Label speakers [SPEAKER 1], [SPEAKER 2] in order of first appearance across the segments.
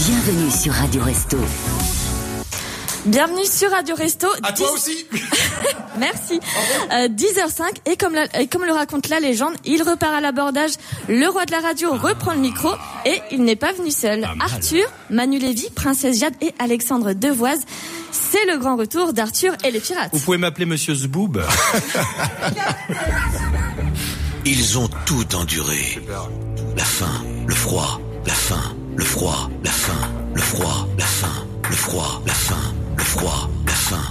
[SPEAKER 1] Bienvenue sur Radio Resto.
[SPEAKER 2] Bienvenue sur Radio Resto.
[SPEAKER 3] À toi aussi
[SPEAKER 2] Merci. Euh, 10h05 et comme, la- et comme le raconte la légende, il repart à l'abordage. Le roi de la radio reprend le micro et il n'est pas venu seul. Arthur, Manu Lévy, Princesse Jade et Alexandre Devoise. C'est le grand retour d'Arthur et les pirates.
[SPEAKER 4] Vous pouvez m'appeler Monsieur Zboob.
[SPEAKER 5] Ils ont tout enduré. La faim, le froid, la faim, le froid, la faim, le froid, la faim, le froid, la faim, le froid, la faim.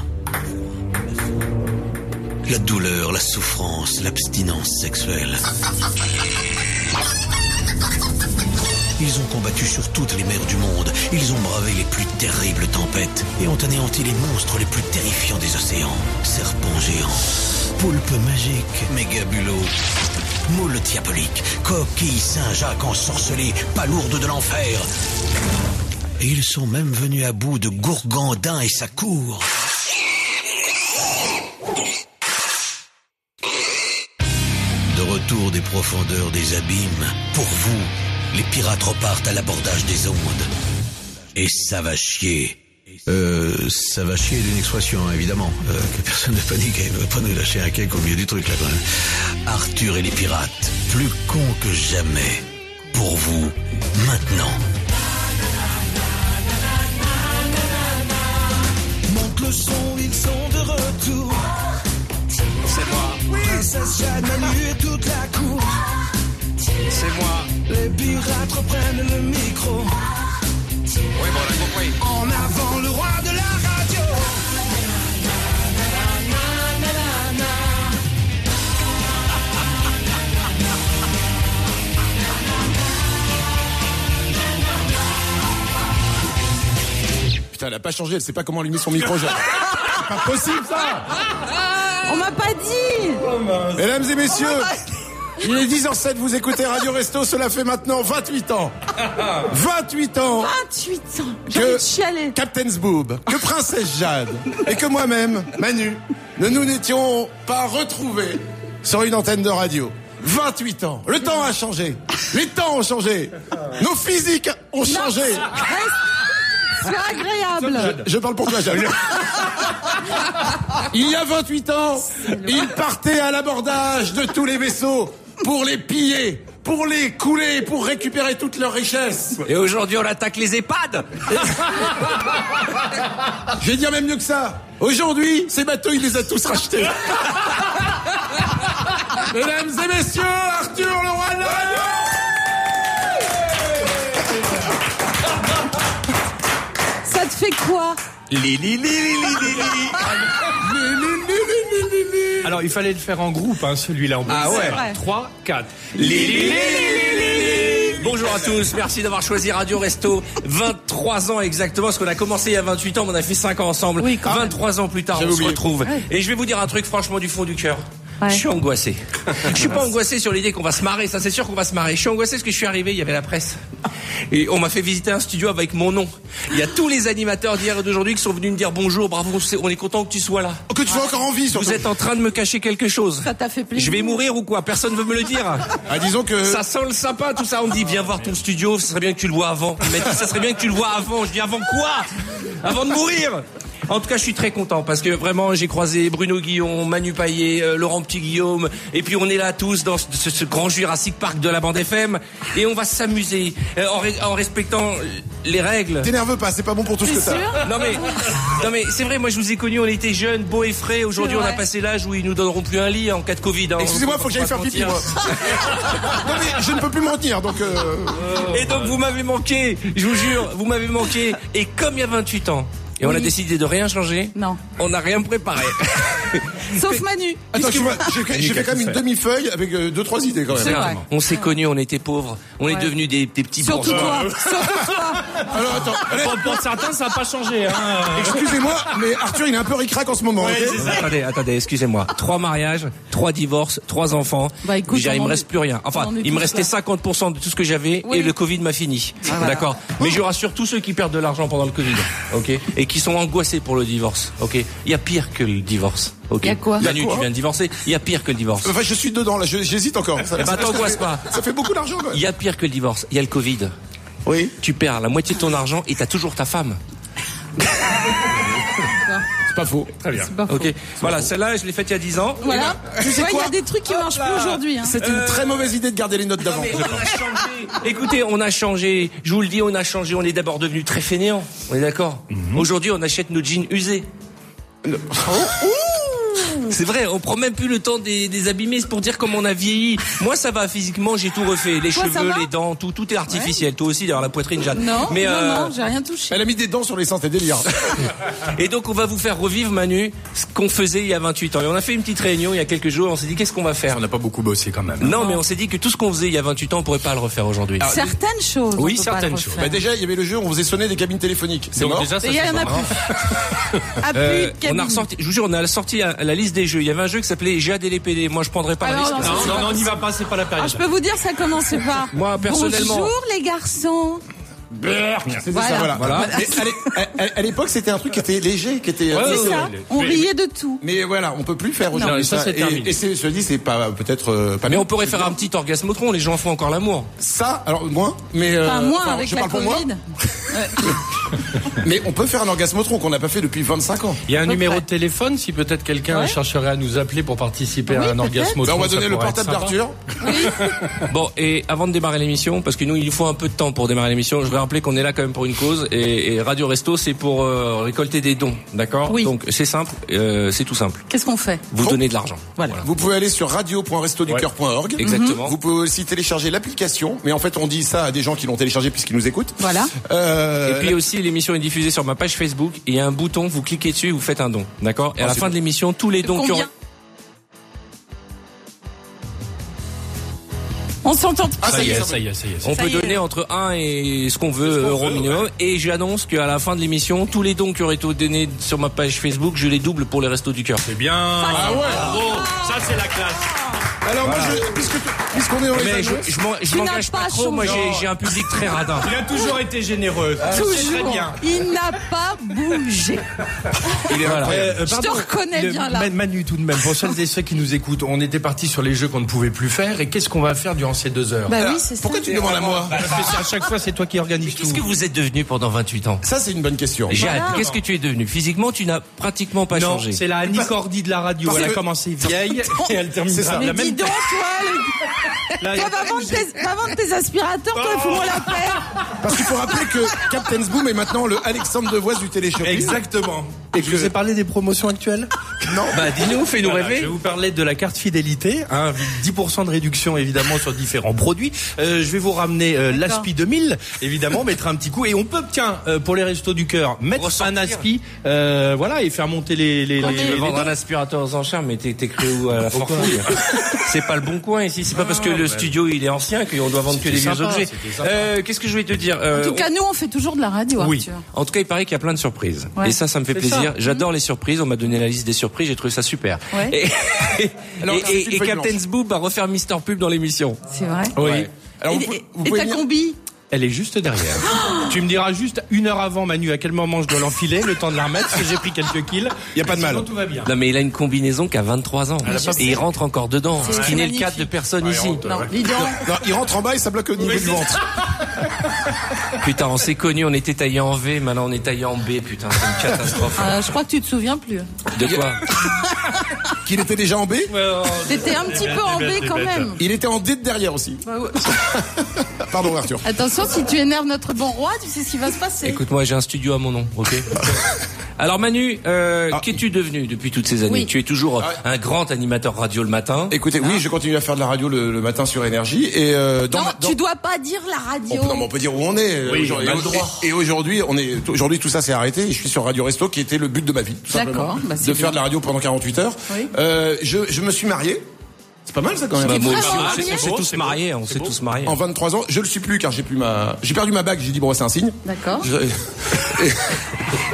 [SPEAKER 5] La douleur, la souffrance, l'abstinence sexuelle. Ils ont combattu sur toutes les mers du monde. Ils ont bravé les plus terribles tempêtes et ont anéanti les monstres les plus terrifiants des océans. Serpents géants, poulpes magiques, mégabulots, moules diaboliques, coquilles Saint-Jacques ensorcelées, palourdes de l'enfer. Et ils sont même venus à bout de Gourgandin et sa cour. De retour des profondeurs des abîmes, pour vous, les pirates repartent à l'abordage des ondes. Et ça va chier. Euh, ça va chier d'une expression, hein, évidemment. Euh, que personne ne panique, il va pas nous lâcher un cake au milieu du truc, là, quand même. Arthur et les pirates, plus cons que jamais. Pour vous, maintenant. Monte le son, ils sont de retour.
[SPEAKER 3] C'est moi,
[SPEAKER 5] Princesse Jeanne, Manu et toute la cour.
[SPEAKER 3] c'est moi.
[SPEAKER 5] Les pirates reprennent le micro.
[SPEAKER 3] Oui, bon, on a compris.
[SPEAKER 5] En avant le roi de la radio.
[SPEAKER 3] Putain, elle a pas changé, elle sait pas comment allumer son micro. Jeanne. C'est pas possible ça
[SPEAKER 6] On m'a pas dit Oh,
[SPEAKER 3] Mesdames et messieurs, il est 10h07, vous écoutez Radio Resto, cela fait maintenant 28 ans. 28 ans
[SPEAKER 6] 28 ans J'ai envie de
[SPEAKER 3] que
[SPEAKER 6] chialer
[SPEAKER 3] Captain's Boob, que Princesse Jade et que moi-même, Manu, ne nous n'étions pas retrouvés sur une antenne de radio. 28 ans, le temps a changé, les temps ont changé, nos physiques ont changé.
[SPEAKER 6] C'est agréable
[SPEAKER 3] Je parle pour toi, Jade. Il y a 28 ans, il partait à l'abordage de tous les vaisseaux pour les piller, pour les couler, pour récupérer toute leur richesse.
[SPEAKER 7] Et aujourd'hui, on attaque les EHPAD
[SPEAKER 3] Je vais dire même mieux que ça. Aujourd'hui, ces bateaux, il les a tous rachetés. Mesdames et messieurs, Arthur le roi de la radio
[SPEAKER 6] Ça te fait quoi
[SPEAKER 7] Lili, lili, lili, lili.
[SPEAKER 4] Alors, il fallait le faire en groupe, hein, celui-là. En
[SPEAKER 7] Ah ouais.
[SPEAKER 4] 3, 4.
[SPEAKER 7] Bonjour à tous, merci d'avoir choisi Radio Resto. 23 ans exactement, parce qu'on a commencé il y a 28 ans, mais on a fait 5 ans ensemble. 23 ans plus tard, on
[SPEAKER 3] J'avais oublié.
[SPEAKER 7] se retrouve. Et je vais vous dire un truc franchement du fond du cœur.
[SPEAKER 6] Ouais.
[SPEAKER 7] Je suis angoissé. Je suis pas angoissé sur l'idée qu'on va se marrer, ça c'est sûr qu'on va se marrer. Je suis angoissé parce que je suis arrivé, il y avait la presse. Et on m'a fait visiter un studio avec mon nom. Il y a tous les animateurs d'hier et d'aujourd'hui qui sont venus me dire bonjour, bravo, c'est- on est content que tu sois là.
[SPEAKER 3] Oh, Que tu sois encore en vie, surtout.
[SPEAKER 7] Vous êtes en train de me cacher quelque chose.
[SPEAKER 6] Ça t'a fait plaisir
[SPEAKER 7] Je vais mourir ou quoi Personne veut me le dire.
[SPEAKER 3] Ah, disons que...
[SPEAKER 7] Ça sent le sapin, tout ça. On me dit, viens voir ton studio, ça serait bien que tu le vois avant. Il m'a dit, ça serait bien que tu le vois avant. Je dis, avant quoi Avant de mourir en tout cas, je suis très content parce que vraiment, j'ai croisé Bruno Guillon, Manu Paillet, euh, Laurent Petit-Guillaume, et puis on est là tous dans ce, ce- ce grand Jurassic Park de la bande FM, et on va s'amuser euh, en, ré- en respectant les règles.
[SPEAKER 3] T'énerve pas, c'est pas bon pour tout ce que t'as.
[SPEAKER 7] Non mais, non mais c'est vrai, moi je vous ai connus, on était jeunes, beaux et frais. Aujourd'hui,
[SPEAKER 6] C'est
[SPEAKER 7] on a
[SPEAKER 6] vrai.
[SPEAKER 7] passé l'âge où ils nous donneront plus un lit en cas de Covid. hein.
[SPEAKER 3] Excusez-moi,
[SPEAKER 7] On
[SPEAKER 3] faut que
[SPEAKER 7] va
[SPEAKER 3] j'aille
[SPEAKER 7] pas
[SPEAKER 3] faire
[SPEAKER 7] se
[SPEAKER 3] pipi,
[SPEAKER 7] mentir.
[SPEAKER 3] moi. Non, mais je ne peux plus me retenir, donc... euh,
[SPEAKER 7] Et donc vous m'avez manqué, je vous jure, vous m'avez manqué. Et comme il y a 28 ans, et on a décidé de rien changer,
[SPEAKER 6] Non.
[SPEAKER 7] on n'a rien préparé.
[SPEAKER 6] Sauf Manu
[SPEAKER 3] Attends, je vois- j'ai j'ai fait quand même une demi-feuille avec euh, deux, trois idées, quand
[SPEAKER 6] C'est
[SPEAKER 3] même.
[SPEAKER 6] vrai.
[SPEAKER 7] Exactement. On s'est connus, on était pauvres, on est
[SPEAKER 6] Ouais.
[SPEAKER 7] devenus des, des petits
[SPEAKER 6] Surtout
[SPEAKER 7] bourgeois.
[SPEAKER 6] toi Surtout toi
[SPEAKER 3] Alors, attends, allez,
[SPEAKER 4] Pour, pour certains, ça n'a pas changé. Hein.
[SPEAKER 3] excusez-moi, mais Arthur, il est un peu ricrac en ce moment, ok
[SPEAKER 7] Attendez, attendez, excusez-moi. Trois mariages, trois divorces, trois enfants.
[SPEAKER 6] Bah, écoute,
[SPEAKER 7] Déjà,
[SPEAKER 6] on
[SPEAKER 7] il me
[SPEAKER 6] en
[SPEAKER 7] reste
[SPEAKER 6] est-
[SPEAKER 7] plus rien.
[SPEAKER 6] on
[SPEAKER 7] Enfin,
[SPEAKER 6] en est
[SPEAKER 7] il me
[SPEAKER 6] tous
[SPEAKER 7] restait
[SPEAKER 6] là.
[SPEAKER 7] 50% de tout ce que j'avais
[SPEAKER 6] Oui. Ah,
[SPEAKER 7] et le Covid m'a fini.
[SPEAKER 6] voilà. Oh.
[SPEAKER 7] D'accord. Mais je rassure tous ceux qui perdent de l'argent pendant le Covid, ok, et qui sont angoissés pour le divorce, ok. Il y a pire que le divorce, ok.
[SPEAKER 6] Il y a quoi
[SPEAKER 7] Manu,
[SPEAKER 3] Il y a quoi
[SPEAKER 7] tu viens de divorcer. Il y a pire que le divorce.
[SPEAKER 3] Enfin, je suis dedans, là, je- j'hésite encore. Ça,
[SPEAKER 7] Eh ben,
[SPEAKER 3] ça- ça
[SPEAKER 7] t'angoisses
[SPEAKER 3] fait-
[SPEAKER 7] pas.
[SPEAKER 3] Ça fait beaucoup d'argent, quand même.
[SPEAKER 7] Il y a pire que le divorce. Il y a le Covid.
[SPEAKER 3] Oui.
[SPEAKER 7] tu perds la moitié de ton argent et t'as toujours ta femme.
[SPEAKER 3] C'est pas faux.
[SPEAKER 4] Très bien.
[SPEAKER 6] Bah,
[SPEAKER 7] Ok. Voilà, celle-là, je l'ai faite il y a 10 ans. ben,
[SPEAKER 6] Voilà.
[SPEAKER 3] Tu sais
[SPEAKER 6] Ouais, il y
[SPEAKER 3] quoi
[SPEAKER 6] a des trucs qui marchent plus aujourd'hui. hein.
[SPEAKER 3] C'est une très mauvaise idée de garder les notes d'avant.
[SPEAKER 7] Mais on a changé. Euh, Écoutez, on a changé. Je vous le dis, on a changé. On est d'abord devenu très fainéants. On est d'accord
[SPEAKER 3] Mhm.
[SPEAKER 7] Aujourd'hui, on achète nos jeans usés. Oh, C'est vrai, on prend même plus le temps des, des abîmés c'est pour dire comment on a vieilli. Moi, ça va physiquement, j'ai tout refait. Les
[SPEAKER 6] Toi, ça
[SPEAKER 7] cheveux,
[SPEAKER 6] va
[SPEAKER 7] les dents, tout, tout est artificiel. Toi aussi, d'ailleurs, la poitrine, Jeanne.
[SPEAKER 6] Non,
[SPEAKER 7] Mais,
[SPEAKER 6] non,
[SPEAKER 7] euh,
[SPEAKER 6] non, j'ai rien touché.
[SPEAKER 3] Elle a mis des dents sur les seins, c'est délire.
[SPEAKER 7] Et donc, on va vous faire revivre, Manu, ce qu'on faisait il y a 28 ans. Et on a fait une petite réunion il y a quelques jours. On s'est dit, qu'est-ce qu'on va faire
[SPEAKER 4] On n'a pas beaucoup bossé quand même.
[SPEAKER 7] Non, mais on s'est dit que tout ce qu'on faisait il y a 28 ans, on pourrait pas le refaire aujourd'hui.
[SPEAKER 6] Certaines choses.
[SPEAKER 7] Oui,
[SPEAKER 6] on peut pas
[SPEAKER 7] certaines
[SPEAKER 6] le
[SPEAKER 7] choses.
[SPEAKER 6] refaire.
[SPEAKER 3] Bah déjà, il y avait le jeu, on faisait sonner des cabines téléphoniques. C'est
[SPEAKER 4] Donc
[SPEAKER 3] mort.
[SPEAKER 4] déjà, ça,
[SPEAKER 6] Et il y
[SPEAKER 4] c'est
[SPEAKER 6] en a
[SPEAKER 4] bon.
[SPEAKER 6] plus. À Ah, plus
[SPEAKER 7] Euh,
[SPEAKER 6] de
[SPEAKER 7] on
[SPEAKER 6] cabine.
[SPEAKER 7] a ressorti, je vous jure, on a sorti la, la liste des jeux. Il y avait un jeu qui s'appelait GADLPD. E Moi, je prendrais pas la liste.
[SPEAKER 6] Alors, non,
[SPEAKER 7] Non.
[SPEAKER 4] Non, non, non, on n'y va pas, c'est pas la
[SPEAKER 6] Ah,
[SPEAKER 4] période.
[SPEAKER 6] je peux vous dire, ça commençait par.
[SPEAKER 7] Moi, personnellement-
[SPEAKER 6] Bonjour les garçons.
[SPEAKER 3] C'était ça,
[SPEAKER 6] Voilà.
[SPEAKER 3] voilà.
[SPEAKER 7] Voilà.
[SPEAKER 3] Mais à l'é- à- à l'époque, c'était un truc qui était léger, qui était.
[SPEAKER 4] Ouais,
[SPEAKER 6] C'est
[SPEAKER 4] ouais, ouais.
[SPEAKER 6] ça. On
[SPEAKER 4] Mais-
[SPEAKER 6] riait de tout.
[SPEAKER 3] Mais voilà, on peut plus faire aujourd'hui
[SPEAKER 4] Non, ça, c'est
[SPEAKER 3] Et-
[SPEAKER 4] terminé.
[SPEAKER 3] Et, c'est- je dis, c'est pas peut-être euh, pas
[SPEAKER 7] Mais
[SPEAKER 3] bien.
[SPEAKER 7] on pourrait faire un petit orgasmotron. Les gens font encore l'amour.
[SPEAKER 3] ça. Alors moins, mais euh,
[SPEAKER 6] Enfin, moi,
[SPEAKER 3] enfin,
[SPEAKER 6] avec
[SPEAKER 3] je
[SPEAKER 6] la
[SPEAKER 3] parle pour moi.
[SPEAKER 6] Covid.
[SPEAKER 3] Mais on peut faire un orgasmotron qu'on n'a pas fait depuis 25 ans.
[SPEAKER 4] Il y a un numéro
[SPEAKER 6] près.
[SPEAKER 4] de téléphone si peut-être quelqu'un
[SPEAKER 6] Ouais.
[SPEAKER 4] chercherait à nous appeler pour participer
[SPEAKER 6] Oui,
[SPEAKER 4] à un
[SPEAKER 6] peut-être.
[SPEAKER 4] orgasme.
[SPEAKER 3] Ben, on va
[SPEAKER 4] ça
[SPEAKER 3] donner le
[SPEAKER 4] pourrait
[SPEAKER 3] portable
[SPEAKER 4] être sympa.
[SPEAKER 3] d'Arthur.
[SPEAKER 7] Bon, et avant de démarrer l'émission, parce que nous, il nous faut un peu de temps pour démarrer l'émission, je vais rappeler qu'on est là quand même pour une cause. Et, et Radio Resto, c'est pour euh, récolter des dons. D'accord
[SPEAKER 6] Oui.
[SPEAKER 7] Donc, c'est simple. euh, c'est tout simple.
[SPEAKER 6] Qu'est-ce qu'on fait
[SPEAKER 7] Vous
[SPEAKER 3] Bon.
[SPEAKER 7] donnez de l'argent.
[SPEAKER 6] Voilà.
[SPEAKER 3] Vous pouvez aller sur radio.restoducœur.org.
[SPEAKER 7] Exactement.
[SPEAKER 3] Vous pouvez aussi télécharger l'application, mais en fait on dit ça à des gens qui l'ont téléchargée puisqu'ils nous écoutent.
[SPEAKER 6] Voilà.
[SPEAKER 3] Euh,
[SPEAKER 7] Et puis aussi, l'émission est diffusée sur ma page Facebook. Et il y a un bouton, vous cliquez dessus, et vous faites un don. D'accord
[SPEAKER 4] Ah,
[SPEAKER 7] Et à la fin de l'émission, tous les dons qui ont...
[SPEAKER 6] Combien On s'entend.
[SPEAKER 3] Ah
[SPEAKER 4] Ça y est,
[SPEAKER 3] ça
[SPEAKER 4] ça y est, ça y est. ça y
[SPEAKER 7] On
[SPEAKER 4] est.
[SPEAKER 6] Ça
[SPEAKER 7] peut
[SPEAKER 6] y est.
[SPEAKER 7] donner entre 1 et ce qu'on veut, euros minimum. Et je annonce qu'à la fin de l'émission, tous les dons qui auraient été donnés sur ma page Facebook, je les double pour les restos du cœur.
[SPEAKER 4] C'est bien.
[SPEAKER 3] Ah ouais.
[SPEAKER 4] Bravo. Ça, c'est la classe.
[SPEAKER 3] Alors moi je, puisque puisqu'on est dans les
[SPEAKER 7] Ah. Mais je,
[SPEAKER 3] annonces-
[SPEAKER 7] je m'en- je
[SPEAKER 6] Tu n'as
[SPEAKER 7] m'engage pas,
[SPEAKER 6] pas
[SPEAKER 7] trop, moi
[SPEAKER 6] changé.
[SPEAKER 7] j'ai j'ai un public très radin.
[SPEAKER 4] Il a toujours été généreux. Ah,
[SPEAKER 3] Ah.
[SPEAKER 4] C'est Très
[SPEAKER 6] Toujours.
[SPEAKER 4] bien.
[SPEAKER 6] Il n'a pas bougé.
[SPEAKER 3] Il est
[SPEAKER 7] Voilà.
[SPEAKER 3] incroyable.
[SPEAKER 6] Je te reconnais bien, là.
[SPEAKER 4] Euh, Ma- Manu, tout de même, pour celles et ceux qui nous écoutent, on était parti sur les jeux qu'on ne pouvait plus faire. Et qu'est-ce qu'on va faire durant ces deux heures Bah,
[SPEAKER 6] Bah
[SPEAKER 3] Alors,
[SPEAKER 6] oui, c'est
[SPEAKER 3] Ah,
[SPEAKER 6] ça.
[SPEAKER 3] Pourquoi tu me demandes à moi
[SPEAKER 4] Parce que c'est- à chaque fois, c'est toi qui organise tout.
[SPEAKER 7] Qu'est-ce que vous êtes devenu pendant 28 ans
[SPEAKER 3] Ça c'est une bonne question.
[SPEAKER 7] Jade, qu'est-ce que tu es devenu Physiquement, tu n'as pratiquement pas
[SPEAKER 4] Non,
[SPEAKER 7] changé.
[SPEAKER 4] c'est la Annie Cordy de la radio.
[SPEAKER 3] Parce
[SPEAKER 4] elle a
[SPEAKER 3] que-
[SPEAKER 4] commencé vieille et elle
[SPEAKER 3] C'est
[SPEAKER 4] terminera
[SPEAKER 3] ça.
[SPEAKER 4] la
[SPEAKER 6] Mais dis
[SPEAKER 4] même.
[SPEAKER 6] donc, toi, le
[SPEAKER 4] Là,
[SPEAKER 6] Toi, va vendre, tes, va vendre tes aspirateurs, toi,
[SPEAKER 3] Oh.
[SPEAKER 6] fous-moi la paix.
[SPEAKER 3] Parce qu'il faut rappeler que Captain's Boom est maintenant le Alexandre Devoise du téléshopping.
[SPEAKER 4] Exactement.
[SPEAKER 3] Et
[SPEAKER 4] Je vous ai
[SPEAKER 3] que
[SPEAKER 4] parlé des promotions actuelles
[SPEAKER 3] non.
[SPEAKER 4] Bah dis-nous, fais-nous
[SPEAKER 7] Voilà,
[SPEAKER 4] rêver. Je vais vous parler de la carte fidélité, hein, 10% de réduction évidemment sur différents produits. Euh, je vais vous ramener euh, l'ASPI 2000, évidemment, mettre un petit coup. Et on peut, tiens, euh, pour les restos du cœur, mettre un
[SPEAKER 7] Ressortir.
[SPEAKER 4] ASPI, euh, voilà, et faire monter les... les, les,
[SPEAKER 7] Tu veux
[SPEAKER 4] les
[SPEAKER 7] vendre un aspirateur aux enchères, mais t'es t'es créé où à la bah, forfouille C'est pas le bon coin ici. C'est pas Ah, parce que le studio il est ancien qu'on doit vendre que des
[SPEAKER 4] C'était
[SPEAKER 7] vieux
[SPEAKER 4] sympa,
[SPEAKER 7] objets.
[SPEAKER 4] c'était sympa.
[SPEAKER 7] Euh, Qu'est-ce que je voulais te dire
[SPEAKER 6] En
[SPEAKER 7] Euh,
[SPEAKER 6] tout cas, nous, on fait toujours de la radio,
[SPEAKER 4] Oui.
[SPEAKER 6] Arthur.
[SPEAKER 7] En tout cas, il paraît qu'il y a plein de surprises.
[SPEAKER 6] Ouais.
[SPEAKER 7] Et ça, ça me fait
[SPEAKER 4] C'est
[SPEAKER 7] plaisir.
[SPEAKER 4] ça.
[SPEAKER 7] J'adore les surprises. On m'a donné la liste des surprises. J'ai trouvé ça super.
[SPEAKER 6] Ouais.
[SPEAKER 7] Et, et-
[SPEAKER 3] Alors,
[SPEAKER 7] et-
[SPEAKER 3] c'est une
[SPEAKER 7] et
[SPEAKER 3] feuille
[SPEAKER 7] Captain's Boob va refaire Mister Pub dans l'émission.
[SPEAKER 6] C'est vrai.
[SPEAKER 4] Oui.
[SPEAKER 3] Alors, vous
[SPEAKER 6] et
[SPEAKER 3] pouvez- vous
[SPEAKER 6] et
[SPEAKER 3] pouvez
[SPEAKER 6] ta
[SPEAKER 3] venir-
[SPEAKER 6] combi
[SPEAKER 4] Elle est juste derrière. tu me diras juste une heure avant, Manu, à quel moment je dois l'enfiler, le temps de la remettre, parce que j'ai pris quelques kills.
[SPEAKER 3] Y a pas de
[SPEAKER 4] Sinon,
[SPEAKER 3] mal.
[SPEAKER 4] Tout va bien. Ah,
[SPEAKER 7] Non, mais il a une combinaison qui a 23 ans.
[SPEAKER 4] a pas
[SPEAKER 7] Et il rentre encore dedans. Ce qui
[SPEAKER 6] c'est
[SPEAKER 7] n'est le cas de
[SPEAKER 6] magnifique.
[SPEAKER 7] personne
[SPEAKER 4] bah,
[SPEAKER 7] ici.
[SPEAKER 6] Non, dis donc.
[SPEAKER 3] Non, il rentre en bas et ça bloque au niveau du ventre.
[SPEAKER 7] Putain, on s'est connus. On était taillés en V. Maintenant, on est taillés en B. Putain, c'est une catastrophe.
[SPEAKER 6] Euh, je crois que tu te souviens plus.
[SPEAKER 7] De quoi
[SPEAKER 3] Qu'il était déjà en B.
[SPEAKER 6] T'étais un petit peu en
[SPEAKER 4] oh, bête,
[SPEAKER 6] B quand
[SPEAKER 4] des
[SPEAKER 6] même.
[SPEAKER 3] Il était en D de derrière aussi.
[SPEAKER 6] Bah ouais.
[SPEAKER 3] Pardon Arthur.
[SPEAKER 6] Attention, si tu énerves notre bon roi, tu sais ce qui va se passer.
[SPEAKER 7] Écoute-moi, j'ai un studio à mon nom, ok Alors Manu, euh,
[SPEAKER 4] Ah.
[SPEAKER 7] qu'es-tu devenu depuis toutes ces années
[SPEAKER 6] Oui. Ah.
[SPEAKER 7] Tu es toujours un grand animateur radio le matin.
[SPEAKER 3] Ah. Écoutez, oui, je continue à faire de la radio le, le matin sur énergie et euh, dans
[SPEAKER 6] non,
[SPEAKER 3] ma- dans-
[SPEAKER 6] tu dois pas dire la radio.
[SPEAKER 3] on peut, non, mais on peut dire où on est. euh,
[SPEAKER 4] Oui,
[SPEAKER 3] aujourd'hui.
[SPEAKER 4] on a
[SPEAKER 3] Et-
[SPEAKER 4] le droit.
[SPEAKER 3] Et, et aujourd'hui, on est aujourd'hui tout ça s'est arrêté. Et je suis sur Radio Resto, qui était le but de ma vie, tout
[SPEAKER 6] D'accord,
[SPEAKER 3] simplement,
[SPEAKER 6] bah,
[SPEAKER 3] de
[SPEAKER 6] c'est bien.
[SPEAKER 3] faire de la radio pendant 48 heures.
[SPEAKER 6] Oui.
[SPEAKER 3] Euh, je, je me suis marié. C'est pas mal ça quand même.
[SPEAKER 7] Bah, moi
[SPEAKER 6] vraiment
[SPEAKER 7] aussi, on
[SPEAKER 6] marié
[SPEAKER 7] s'est- on s'est
[SPEAKER 4] beau,
[SPEAKER 7] tous
[SPEAKER 4] c'est
[SPEAKER 7] mariés, on s'est tous mariés.
[SPEAKER 3] En 23 ans, je le suis plus car j'ai plus ma, j'ai perdu ma bague. J'ai dit bon, bah, c'est un signe.
[SPEAKER 6] D'accord.
[SPEAKER 3] Je-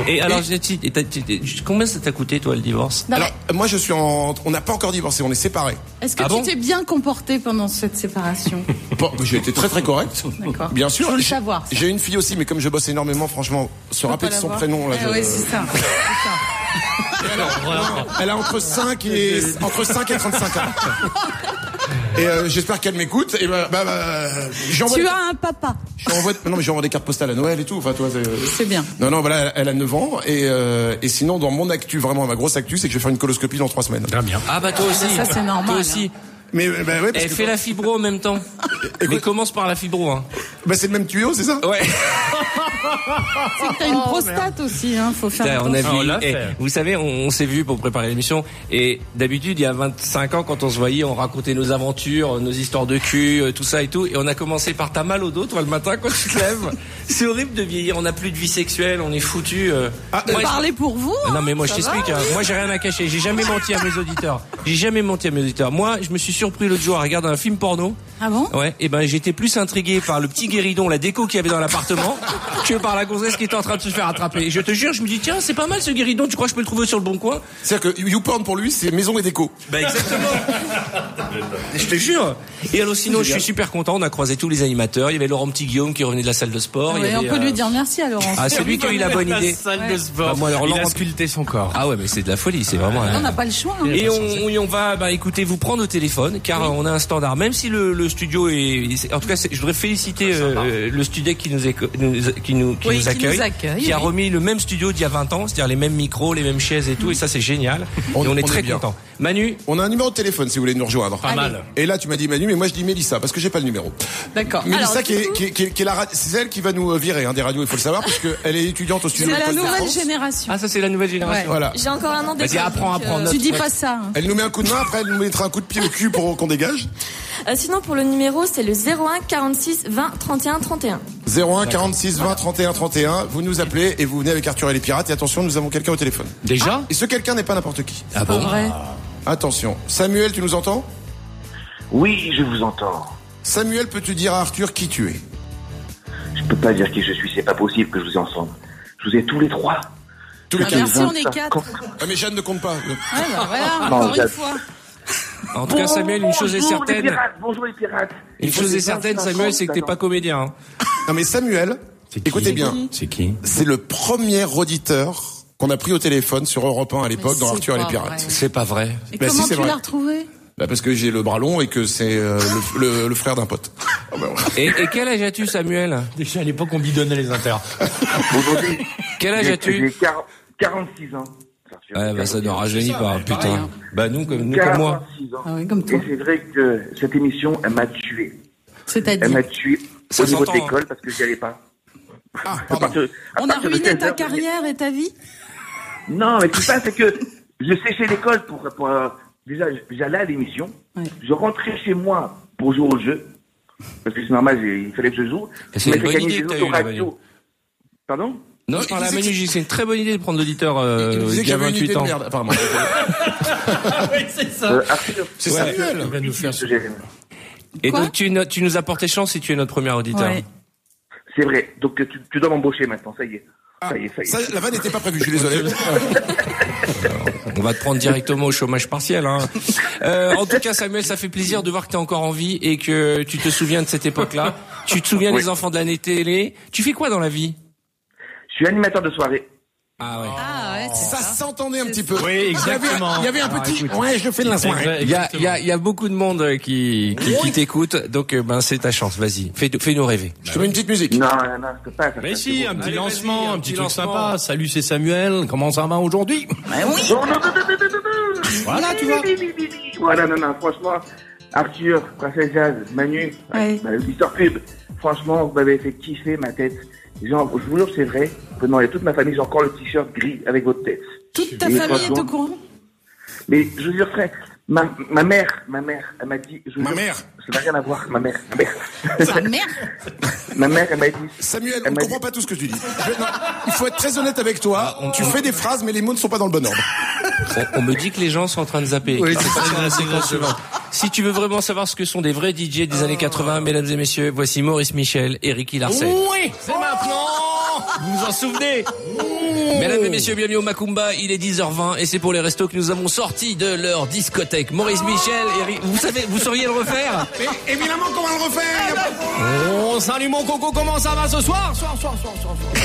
[SPEAKER 7] Et alors, j'ai- tu- et t'as- tu- t'es- combien ça t'a coûté toi le divorce
[SPEAKER 6] Non,
[SPEAKER 3] Alors,
[SPEAKER 6] mais
[SPEAKER 3] moi, je suis en. On n'a pas encore divorcé, on est séparés.
[SPEAKER 6] Est-ce que
[SPEAKER 7] Ah
[SPEAKER 6] tu
[SPEAKER 7] bon
[SPEAKER 6] t'es bien comporté pendant cette séparation
[SPEAKER 3] Bon, j'ai été très très correct.
[SPEAKER 6] D'accord.
[SPEAKER 3] Bien sûr.
[SPEAKER 6] Faut le
[SPEAKER 3] J'ai-
[SPEAKER 6] savoir, ça.
[SPEAKER 3] J'ai une fille aussi, mais comme je bosse énormément, franchement, se rappeler de son prénom, là,
[SPEAKER 6] Eh
[SPEAKER 3] je-
[SPEAKER 6] ouais, c'est ça.
[SPEAKER 3] Elle a entre 5 et, entre 5 et 35 ans. Et euh, j'espère qu'elle m'écoute. Et bah, bah, bah, j'envoie
[SPEAKER 6] Tu
[SPEAKER 3] des-
[SPEAKER 6] as un papa.
[SPEAKER 3] j'envoie- non mais j'envoie des cartes postales à Noël et tout. Enfin toi. c'est-
[SPEAKER 6] C'est bien.
[SPEAKER 3] Non non, voilà, elle a 9 ans et euh, et sinon dans mon actu vraiment ma grosse actu, c'est que je vais faire une coloscopie dans 3 semaines.
[SPEAKER 8] Très bien.
[SPEAKER 7] Ah bah toi aussi.
[SPEAKER 6] ça, c'est normal, hein.
[SPEAKER 7] Toi aussi.
[SPEAKER 3] Mais euh, bah, ouais, parce
[SPEAKER 7] Eh,
[SPEAKER 3] que-
[SPEAKER 7] fais la fibro en même temps. Mais commence par la fibro. Hein.
[SPEAKER 3] bah, c'est le même tuyau, c'est ça
[SPEAKER 7] Ouais.
[SPEAKER 6] T'as une prostate aussi, hein. Faut faire.
[SPEAKER 7] Putain, on a
[SPEAKER 6] attention.
[SPEAKER 7] vu,
[SPEAKER 8] Ah, on l'a
[SPEAKER 7] eh,
[SPEAKER 8] fait.
[SPEAKER 7] vous savez, on, on s'est vu pour préparer l'émission et d'habitude, il y a 25 ans, quand on se voyait, on racontait nos aventures, nos histoires de cul, euh, tout ça et tout. Et on a commencé par t'as mal au dos, toi, le matin, quand tu te lèves. C'est horrible de vieillir, on n'a plus de vie sexuelle, on est foutu. euh.
[SPEAKER 3] Ah,
[SPEAKER 7] Moi, je- Ah,
[SPEAKER 6] Parlez pour vous.
[SPEAKER 7] non mais
[SPEAKER 6] hein,
[SPEAKER 7] moi je
[SPEAKER 6] ça
[SPEAKER 7] t'explique,
[SPEAKER 6] va
[SPEAKER 7] hein. moi j'ai rien à cacher, j'ai jamais menti à mes auditeurs. J'ai jamais menti à mes auditeurs. Moi je me suis surpris l'autre jour à regarder un film porno.
[SPEAKER 6] Ah bon
[SPEAKER 7] Ouais, et ben j'étais plus intrigué par le petit guéridon, la déco qu'il y avait dans l'appartement, que par la gonzesse qui était en train de se faire attraper. Je te jure, je me dis tiens c'est pas mal ce guéridon, tu crois que je peux le trouver sur le bon coin
[SPEAKER 3] C'est-à-dire que YouPorn pour lui, c'est maison et déco.
[SPEAKER 7] Bah exactement. je te jure. Et alors sinon je suis super content, on a croisé tous les animateurs, il y avait Laurent Petit Guillaume qui revenait de la salle de sport. il y
[SPEAKER 6] Ah Ouais,
[SPEAKER 7] avait,
[SPEAKER 6] on peut
[SPEAKER 7] euh,
[SPEAKER 6] lui dire merci à Laurence.
[SPEAKER 7] Ah c'est lui qui a eu la bonne idée.
[SPEAKER 8] Salle de
[SPEAKER 7] Bah,
[SPEAKER 8] sport.
[SPEAKER 7] moi, alors,
[SPEAKER 8] Il
[SPEAKER 7] Laurent-
[SPEAKER 8] a sculpté son corps.
[SPEAKER 7] Ah ouais mais c'est de la folie, c'est vraiment. un-
[SPEAKER 6] On n'a pas le choix. hein.
[SPEAKER 7] Et on, et on va, bah, écoutez, vous prendre au téléphone, car on a un standard. Même si le, le studio est, c'est- en tout cas, c'est- je voudrais féliciter euh, le studio qui nous, éco- nous- qui nous, qui
[SPEAKER 6] Oui,
[SPEAKER 7] nous
[SPEAKER 6] qui
[SPEAKER 7] accueille,
[SPEAKER 6] nous accueille,
[SPEAKER 7] qui a
[SPEAKER 6] oui.
[SPEAKER 7] remis le même studio d'il y a 20 ans, c'est-à-dire les mêmes micros, les mêmes chaises et tout, et ça c'est génial.
[SPEAKER 3] On-
[SPEAKER 7] et on est
[SPEAKER 3] on est
[SPEAKER 7] très
[SPEAKER 3] bien.
[SPEAKER 7] contents. Manu,
[SPEAKER 3] On a un numéro de téléphone si vous voulez nous rejoindre.
[SPEAKER 8] Pas mal.
[SPEAKER 3] Et là, tu m'as dit Manu, mais moi je dis Mélissa parce que j'ai pas le numéro.
[SPEAKER 6] D'accord.
[SPEAKER 3] Mélissa,
[SPEAKER 6] Alors,
[SPEAKER 3] qui
[SPEAKER 6] du
[SPEAKER 3] est,
[SPEAKER 6] coup-
[SPEAKER 3] qui est- qui est- qui est la, ra- c'est elle qui va nous euh, virer hein, des radios, il faut le savoir, parce qu'elle est étudiante au
[SPEAKER 6] C'est
[SPEAKER 3] studio. de
[SPEAKER 6] la
[SPEAKER 3] Poste de
[SPEAKER 6] nouvelle
[SPEAKER 3] France.
[SPEAKER 6] génération.
[SPEAKER 7] ah ça c'est la nouvelle génération.
[SPEAKER 6] Ouais.
[SPEAKER 3] Voilà.
[SPEAKER 2] J'ai encore un an d'école.
[SPEAKER 7] Vas-y, apprends,
[SPEAKER 2] donc,
[SPEAKER 7] apprends,
[SPEAKER 2] euh,
[SPEAKER 7] note.
[SPEAKER 6] Tu dis pas ça. hein.
[SPEAKER 3] Elle nous met un coup de main, après elle nous mettra un coup de pied au cul pour qu'on dégage.
[SPEAKER 2] euh, sinon, pour le numéro, c'est le 01 46 20 31 31.
[SPEAKER 3] 01 46 20 31 31, vous nous appelez et vous venez avec Arthur et les pirates. Et attention, nous avons quelqu'un au téléphone. Ah,
[SPEAKER 8] Déjà
[SPEAKER 3] Et ce quelqu'un n'est pas n'importe qui.
[SPEAKER 7] Ah bon.
[SPEAKER 6] Vrai.
[SPEAKER 3] Attention. Samuel, tu nous entends
[SPEAKER 9] Oui, je vous entends.
[SPEAKER 3] Samuel, peux-tu dire à Arthur qui tu es
[SPEAKER 9] Je peux pas dire qui je suis, c'est pas possible que je vous ai ensemble. Je vous ai tous les trois.
[SPEAKER 3] Tous les
[SPEAKER 6] Ah,
[SPEAKER 3] cas.
[SPEAKER 6] merci, on est
[SPEAKER 9] 25
[SPEAKER 6] quatre.
[SPEAKER 9] ans.
[SPEAKER 3] Ah, mais Jeanne ne compte pas.
[SPEAKER 6] Ah, bah, voilà,
[SPEAKER 9] Non,
[SPEAKER 6] encore une
[SPEAKER 9] ça-
[SPEAKER 6] fois.
[SPEAKER 7] En tout cas, Samuel, une chose est
[SPEAKER 9] Bonjour les
[SPEAKER 7] certaine.
[SPEAKER 9] pirates, bonjour les pirates.
[SPEAKER 7] Une chose est certaine, Samuel, c'est que t'es pas comédien. hein.
[SPEAKER 3] Non mais Samuel, écoutez bien,
[SPEAKER 8] C'est qui
[SPEAKER 3] c'est le premier auditeur qu'on a pris au téléphone sur Europe 1 à l'époque dans
[SPEAKER 6] c'est
[SPEAKER 3] Arthur et les
[SPEAKER 6] pas
[SPEAKER 3] pirates.
[SPEAKER 6] vrai.
[SPEAKER 7] C'est pas vrai.
[SPEAKER 6] Et
[SPEAKER 3] Bah, si,
[SPEAKER 6] comment
[SPEAKER 3] c'est
[SPEAKER 6] tu
[SPEAKER 3] vrai.
[SPEAKER 6] l'as retrouvé
[SPEAKER 3] Bah, parce que j'ai le bras long et que c'est euh, le, le- le frère d'un pote. Ah, bah, voilà.
[SPEAKER 7] Et, et quel âge as-tu, Samuel
[SPEAKER 8] Déjà à l'époque, on bidonnait les inters.
[SPEAKER 9] Aujourd'hui,
[SPEAKER 7] Quel âge
[SPEAKER 9] j'ai-
[SPEAKER 7] as-tu
[SPEAKER 9] J'ai 40 46 ans. Arthur.
[SPEAKER 7] Ouais, bah ça ne rajeunit pas, putain. Bah nous, comme, nous, comme moi.
[SPEAKER 9] 46 ans.
[SPEAKER 6] Ah oui, comme toi.
[SPEAKER 9] Et c'est vrai que cette émission, elle m'a tué. Elle
[SPEAKER 6] C'est-à-dire.
[SPEAKER 9] m'a tué
[SPEAKER 7] Ça
[SPEAKER 9] au niveau de
[SPEAKER 7] s'entend,
[SPEAKER 9] l'école parce que j'y allais pas.
[SPEAKER 3] Ah,
[SPEAKER 9] À
[SPEAKER 3] pardon.
[SPEAKER 9] partir- à
[SPEAKER 6] On a
[SPEAKER 9] partir de
[SPEAKER 6] ruiné
[SPEAKER 9] 16
[SPEAKER 6] ta
[SPEAKER 9] heures, je-
[SPEAKER 6] carrière et ta vie
[SPEAKER 9] Non, mais c'est pas, c'est que je séchais l'école pour, pour, euh, déjà, j'allais à l'émission,
[SPEAKER 6] Ouais.
[SPEAKER 9] je rentrais chez moi pour jouer au jeu, parce que c'est normal, j'ai- il fallait que je joue.
[SPEAKER 7] C'est
[SPEAKER 9] Je
[SPEAKER 7] une bonne idée
[SPEAKER 9] m'étais gagné
[SPEAKER 7] que
[SPEAKER 9] des
[SPEAKER 7] t'as eue, la
[SPEAKER 9] autoradio. Pardon
[SPEAKER 7] Non,
[SPEAKER 3] Il
[SPEAKER 7] je parle à
[SPEAKER 3] disait que-
[SPEAKER 7] Manu J. C'est une très bonne idée de prendre l'auditeur
[SPEAKER 3] Il nous
[SPEAKER 7] euh,
[SPEAKER 3] disait que
[SPEAKER 7] il y a
[SPEAKER 3] j'avais une idée
[SPEAKER 7] 28
[SPEAKER 3] de
[SPEAKER 7] ans.
[SPEAKER 3] merde. Apparemment.
[SPEAKER 8] Ah
[SPEAKER 9] euh, Arthur,
[SPEAKER 3] C'est
[SPEAKER 9] ouais,
[SPEAKER 3] Samuel.
[SPEAKER 8] va nous faire
[SPEAKER 9] je- je-
[SPEAKER 7] Et
[SPEAKER 6] Quoi
[SPEAKER 7] donc tu, no- tu nous as porté chance si tu es notre premier auditeur.
[SPEAKER 6] Ouais.
[SPEAKER 9] C'est vrai, donc tu, tu dois m'embaucher maintenant, ça y est. ça y est, ça y est.
[SPEAKER 3] Ça, la vanne n'était pas prévue, je suis désolé.
[SPEAKER 7] On va te prendre directement au chômage partiel. Hein. Euh, en tout cas, Samuel, ça fait plaisir de voir que tu es encore en vie et que tu te souviens de cette époque-là. Tu te souviens
[SPEAKER 9] Oui.
[SPEAKER 7] des enfants de l'année télé. Tu fais quoi dans la vie
[SPEAKER 9] Je suis animateur de soirée.
[SPEAKER 7] Ah ouais.
[SPEAKER 6] Ah ouais, c'est
[SPEAKER 3] Ça
[SPEAKER 6] ça.
[SPEAKER 3] s'entendait un petit peu.
[SPEAKER 8] Oui, exactement.
[SPEAKER 3] Il y avait,
[SPEAKER 9] Ah,
[SPEAKER 3] il y avait un
[SPEAKER 8] Alors,
[SPEAKER 3] petit.
[SPEAKER 8] écoute.
[SPEAKER 3] ouais, je fais de la soirée.
[SPEAKER 7] Il y a, il y, a, il y a beaucoup de monde euh, qui, qui, qui t'écoute, donc euh, ben c'est ta chance. Vas-y, fais, fais-nous rêver.
[SPEAKER 3] Je te mets une petite musique.
[SPEAKER 9] Non, non, non, je peux pas. ça,
[SPEAKER 8] Mais
[SPEAKER 9] ça,
[SPEAKER 8] si,
[SPEAKER 9] c'est
[SPEAKER 8] un
[SPEAKER 9] bon.
[SPEAKER 8] petit
[SPEAKER 7] Allez, vas-y,
[SPEAKER 8] lancement,
[SPEAKER 7] un
[SPEAKER 8] un
[SPEAKER 7] petit
[SPEAKER 8] petit truc
[SPEAKER 7] lancement.
[SPEAKER 8] sympa. Salut, c'est Samuel. Comment ça va aujourd'hui
[SPEAKER 6] Ben
[SPEAKER 9] Non, non, non, non, non, non, non.
[SPEAKER 8] Voilà, tu vois.
[SPEAKER 9] Oui, oui, oui, oui. Voilà, non, non, franchement, Arthur, Princesse Jazz, Manu,
[SPEAKER 6] Ouais.
[SPEAKER 9] bah, Mister Cube, franchement, vous m'avez fait kiffer ma tête. Genre, je vous jure, c'est vrai, vous demandez à toute ma famille, j'ai encore le t-shirt gris avec votre tête.
[SPEAKER 6] Toute ta
[SPEAKER 9] Mais
[SPEAKER 6] famille est
[SPEAKER 9] franchement,
[SPEAKER 6] au courant
[SPEAKER 9] Mais je vous jure, frère, ma, ma mère, ma mère, elle m'a dit, je vous
[SPEAKER 3] Ma
[SPEAKER 9] jure,
[SPEAKER 3] mère.
[SPEAKER 9] Ça n'a rien à voir, ma mère, ma mère.
[SPEAKER 6] Sa mère
[SPEAKER 9] ma mère, elle m'a dit,
[SPEAKER 3] Samuel, on
[SPEAKER 9] Elle
[SPEAKER 3] ne
[SPEAKER 9] m'a
[SPEAKER 3] comprend pas tout ce que tu dis. Je- non, il faut être très honnête avec toi. Tu fais des phrases, mais les mots ne sont pas dans le bon ordre.
[SPEAKER 7] On, on me dit que les gens sont en train de zapper.
[SPEAKER 8] Oui, c'est
[SPEAKER 7] On passe
[SPEAKER 8] ça,
[SPEAKER 7] à la
[SPEAKER 8] c'est
[SPEAKER 7] séquence
[SPEAKER 8] ça.
[SPEAKER 7] suivante. Si tu veux vraiment savoir ce que sont des vrais DJ des
[SPEAKER 3] Ah.
[SPEAKER 7] années 80, mesdames et messieurs, voici Maurice Michel et Ricky Larsen.
[SPEAKER 8] Oui, c'est maintenant.
[SPEAKER 7] Vous vous en souvenez Mesdames et messieurs, bienvenue au Macumba. Il est 10h20 et c'est pour les restos que nous avons sorti de leur discothèque.
[SPEAKER 3] Ah.
[SPEAKER 7] Maurice Michel, Eric- vous savez, vous sauriez le refaire
[SPEAKER 3] Mais évidemment qu'on va le
[SPEAKER 6] Ah,
[SPEAKER 3] refaire. y a pas de problème.
[SPEAKER 7] On salue Oh, mon coco, comment ça va ce soir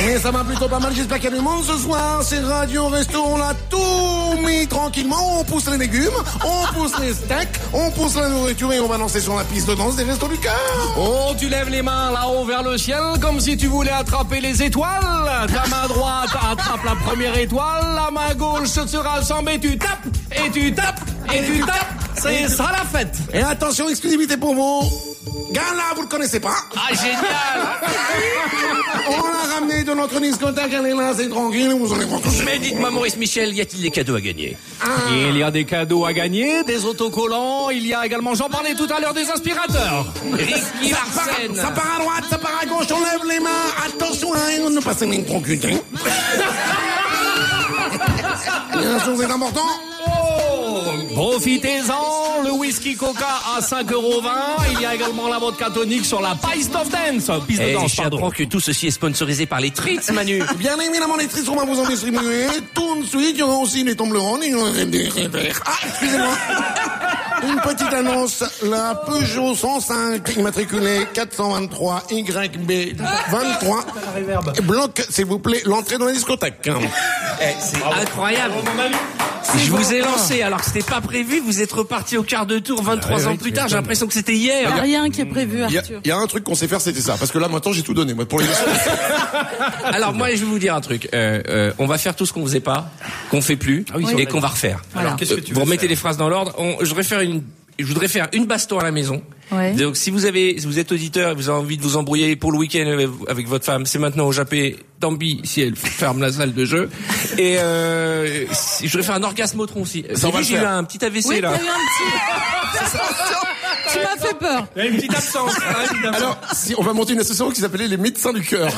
[SPEAKER 3] Mais ça va plutôt pas mal, j'espère qu'il y a du monde ce soir. C'est Radio Resto, on a tout mis tranquillement. On pousse les légumes, on pousse les steaks, on pousse la nourriture et on va lancer sur la piste de danse des Restos du Cœur.
[SPEAKER 7] Oh, tu lèves les mains là-haut vers le ciel comme si tu voulais attraper les étoiles. Ta main droite attrape la première étoile, la main gauche se rassemble et tu tapes, et tu tapes, et tu tapes. C'est ça la fête.
[SPEAKER 3] Et attention, exclusivité pour vous. Gala, vous le connaissez pas
[SPEAKER 7] Ah, génial.
[SPEAKER 3] On l'a ramené de notre discothèque, elle est là, c'est tranquille, vous allez voir que c'est-
[SPEAKER 7] Mais dites-moi, Maurice Michel, y a-t-il des cadeaux à gagner
[SPEAKER 3] Ah.
[SPEAKER 10] Il y a des cadeaux à gagner, des autocollants, il y a également, j'en parlais tout à l'heure, des inspirateurs.
[SPEAKER 7] Ricky
[SPEAKER 3] Ça part, ça
[SPEAKER 7] Larsen.
[SPEAKER 3] part à droite, ça part à gauche, on lève les mains. Attention hein, à rien, ne passez rien trop cul. hein. Bien sûr, c'est important.
[SPEAKER 10] Profitez-en, le whisky coca à 5,20 euros. Il y a également la vodka tonique sur la piste of dance. Piste de
[SPEAKER 7] Eh,
[SPEAKER 10] danse,
[SPEAKER 7] j'apprends
[SPEAKER 10] pardon.
[SPEAKER 7] que tout ceci est sponsorisé par les Treats, Manu.
[SPEAKER 3] Bien évidemment, les tristes, on va vous en distribuer. Tout de suite, il y aura aussi les tomblerons, il y aura des revers. Ah, excusez-moi. Une petite annonce. La Peugeot 105, immatriculée 423 YB 23. Bloque, s'il vous plaît, l'entrée dans la discothèque.
[SPEAKER 7] Eh, Incroyable. Je vous ai lancé alors que c'était pas prévu. Vous êtes reparti au quart de tour 23 ans plus tard. J'ai l'impression que c'était
[SPEAKER 6] Il n'y
[SPEAKER 7] hier.
[SPEAKER 6] a rien qui est prévu,
[SPEAKER 3] Eh, Il y a-
[SPEAKER 6] Arthur.
[SPEAKER 3] il y, a un truc qu'on sait faire, c'était ça. Parce que là, maintenant, j'ai tout donné. Moi, pour les
[SPEAKER 7] Alors moi, je vais vous dire un truc. Euh, euh, on va faire tout ce qu'on faisait pas, qu'on fait plus et qu'on va refaire.
[SPEAKER 6] Voilà.
[SPEAKER 4] Qu'est-ce que tu veux
[SPEAKER 7] Euh, vous remettez
[SPEAKER 4] faire
[SPEAKER 7] les phrases dans l'ordre. On- Je voudrais faire une, je voudrais faire une baston à la maison.
[SPEAKER 6] Ouais.
[SPEAKER 7] Donc si vous avez, si vous êtes auditeur et vous avez envie de vous embrouiller pour le week-end avec- avec votre femme, c'est maintenant au Japé. Tant pis si elle ferme la salle de jeu. Et euh, si- je voudrais faire un orgasme au tronc aussi.
[SPEAKER 3] Ça, on va
[SPEAKER 7] J'ai vu,
[SPEAKER 3] le
[SPEAKER 7] j'ai eu
[SPEAKER 3] faire.
[SPEAKER 7] un petit AVC
[SPEAKER 6] Oui,
[SPEAKER 7] là.
[SPEAKER 6] t'as eu un petit. tu m'as fait peur.
[SPEAKER 4] Il y a une petite absence.
[SPEAKER 3] Alors, si, on va monter une association qui s'appelait les médecins du cœur.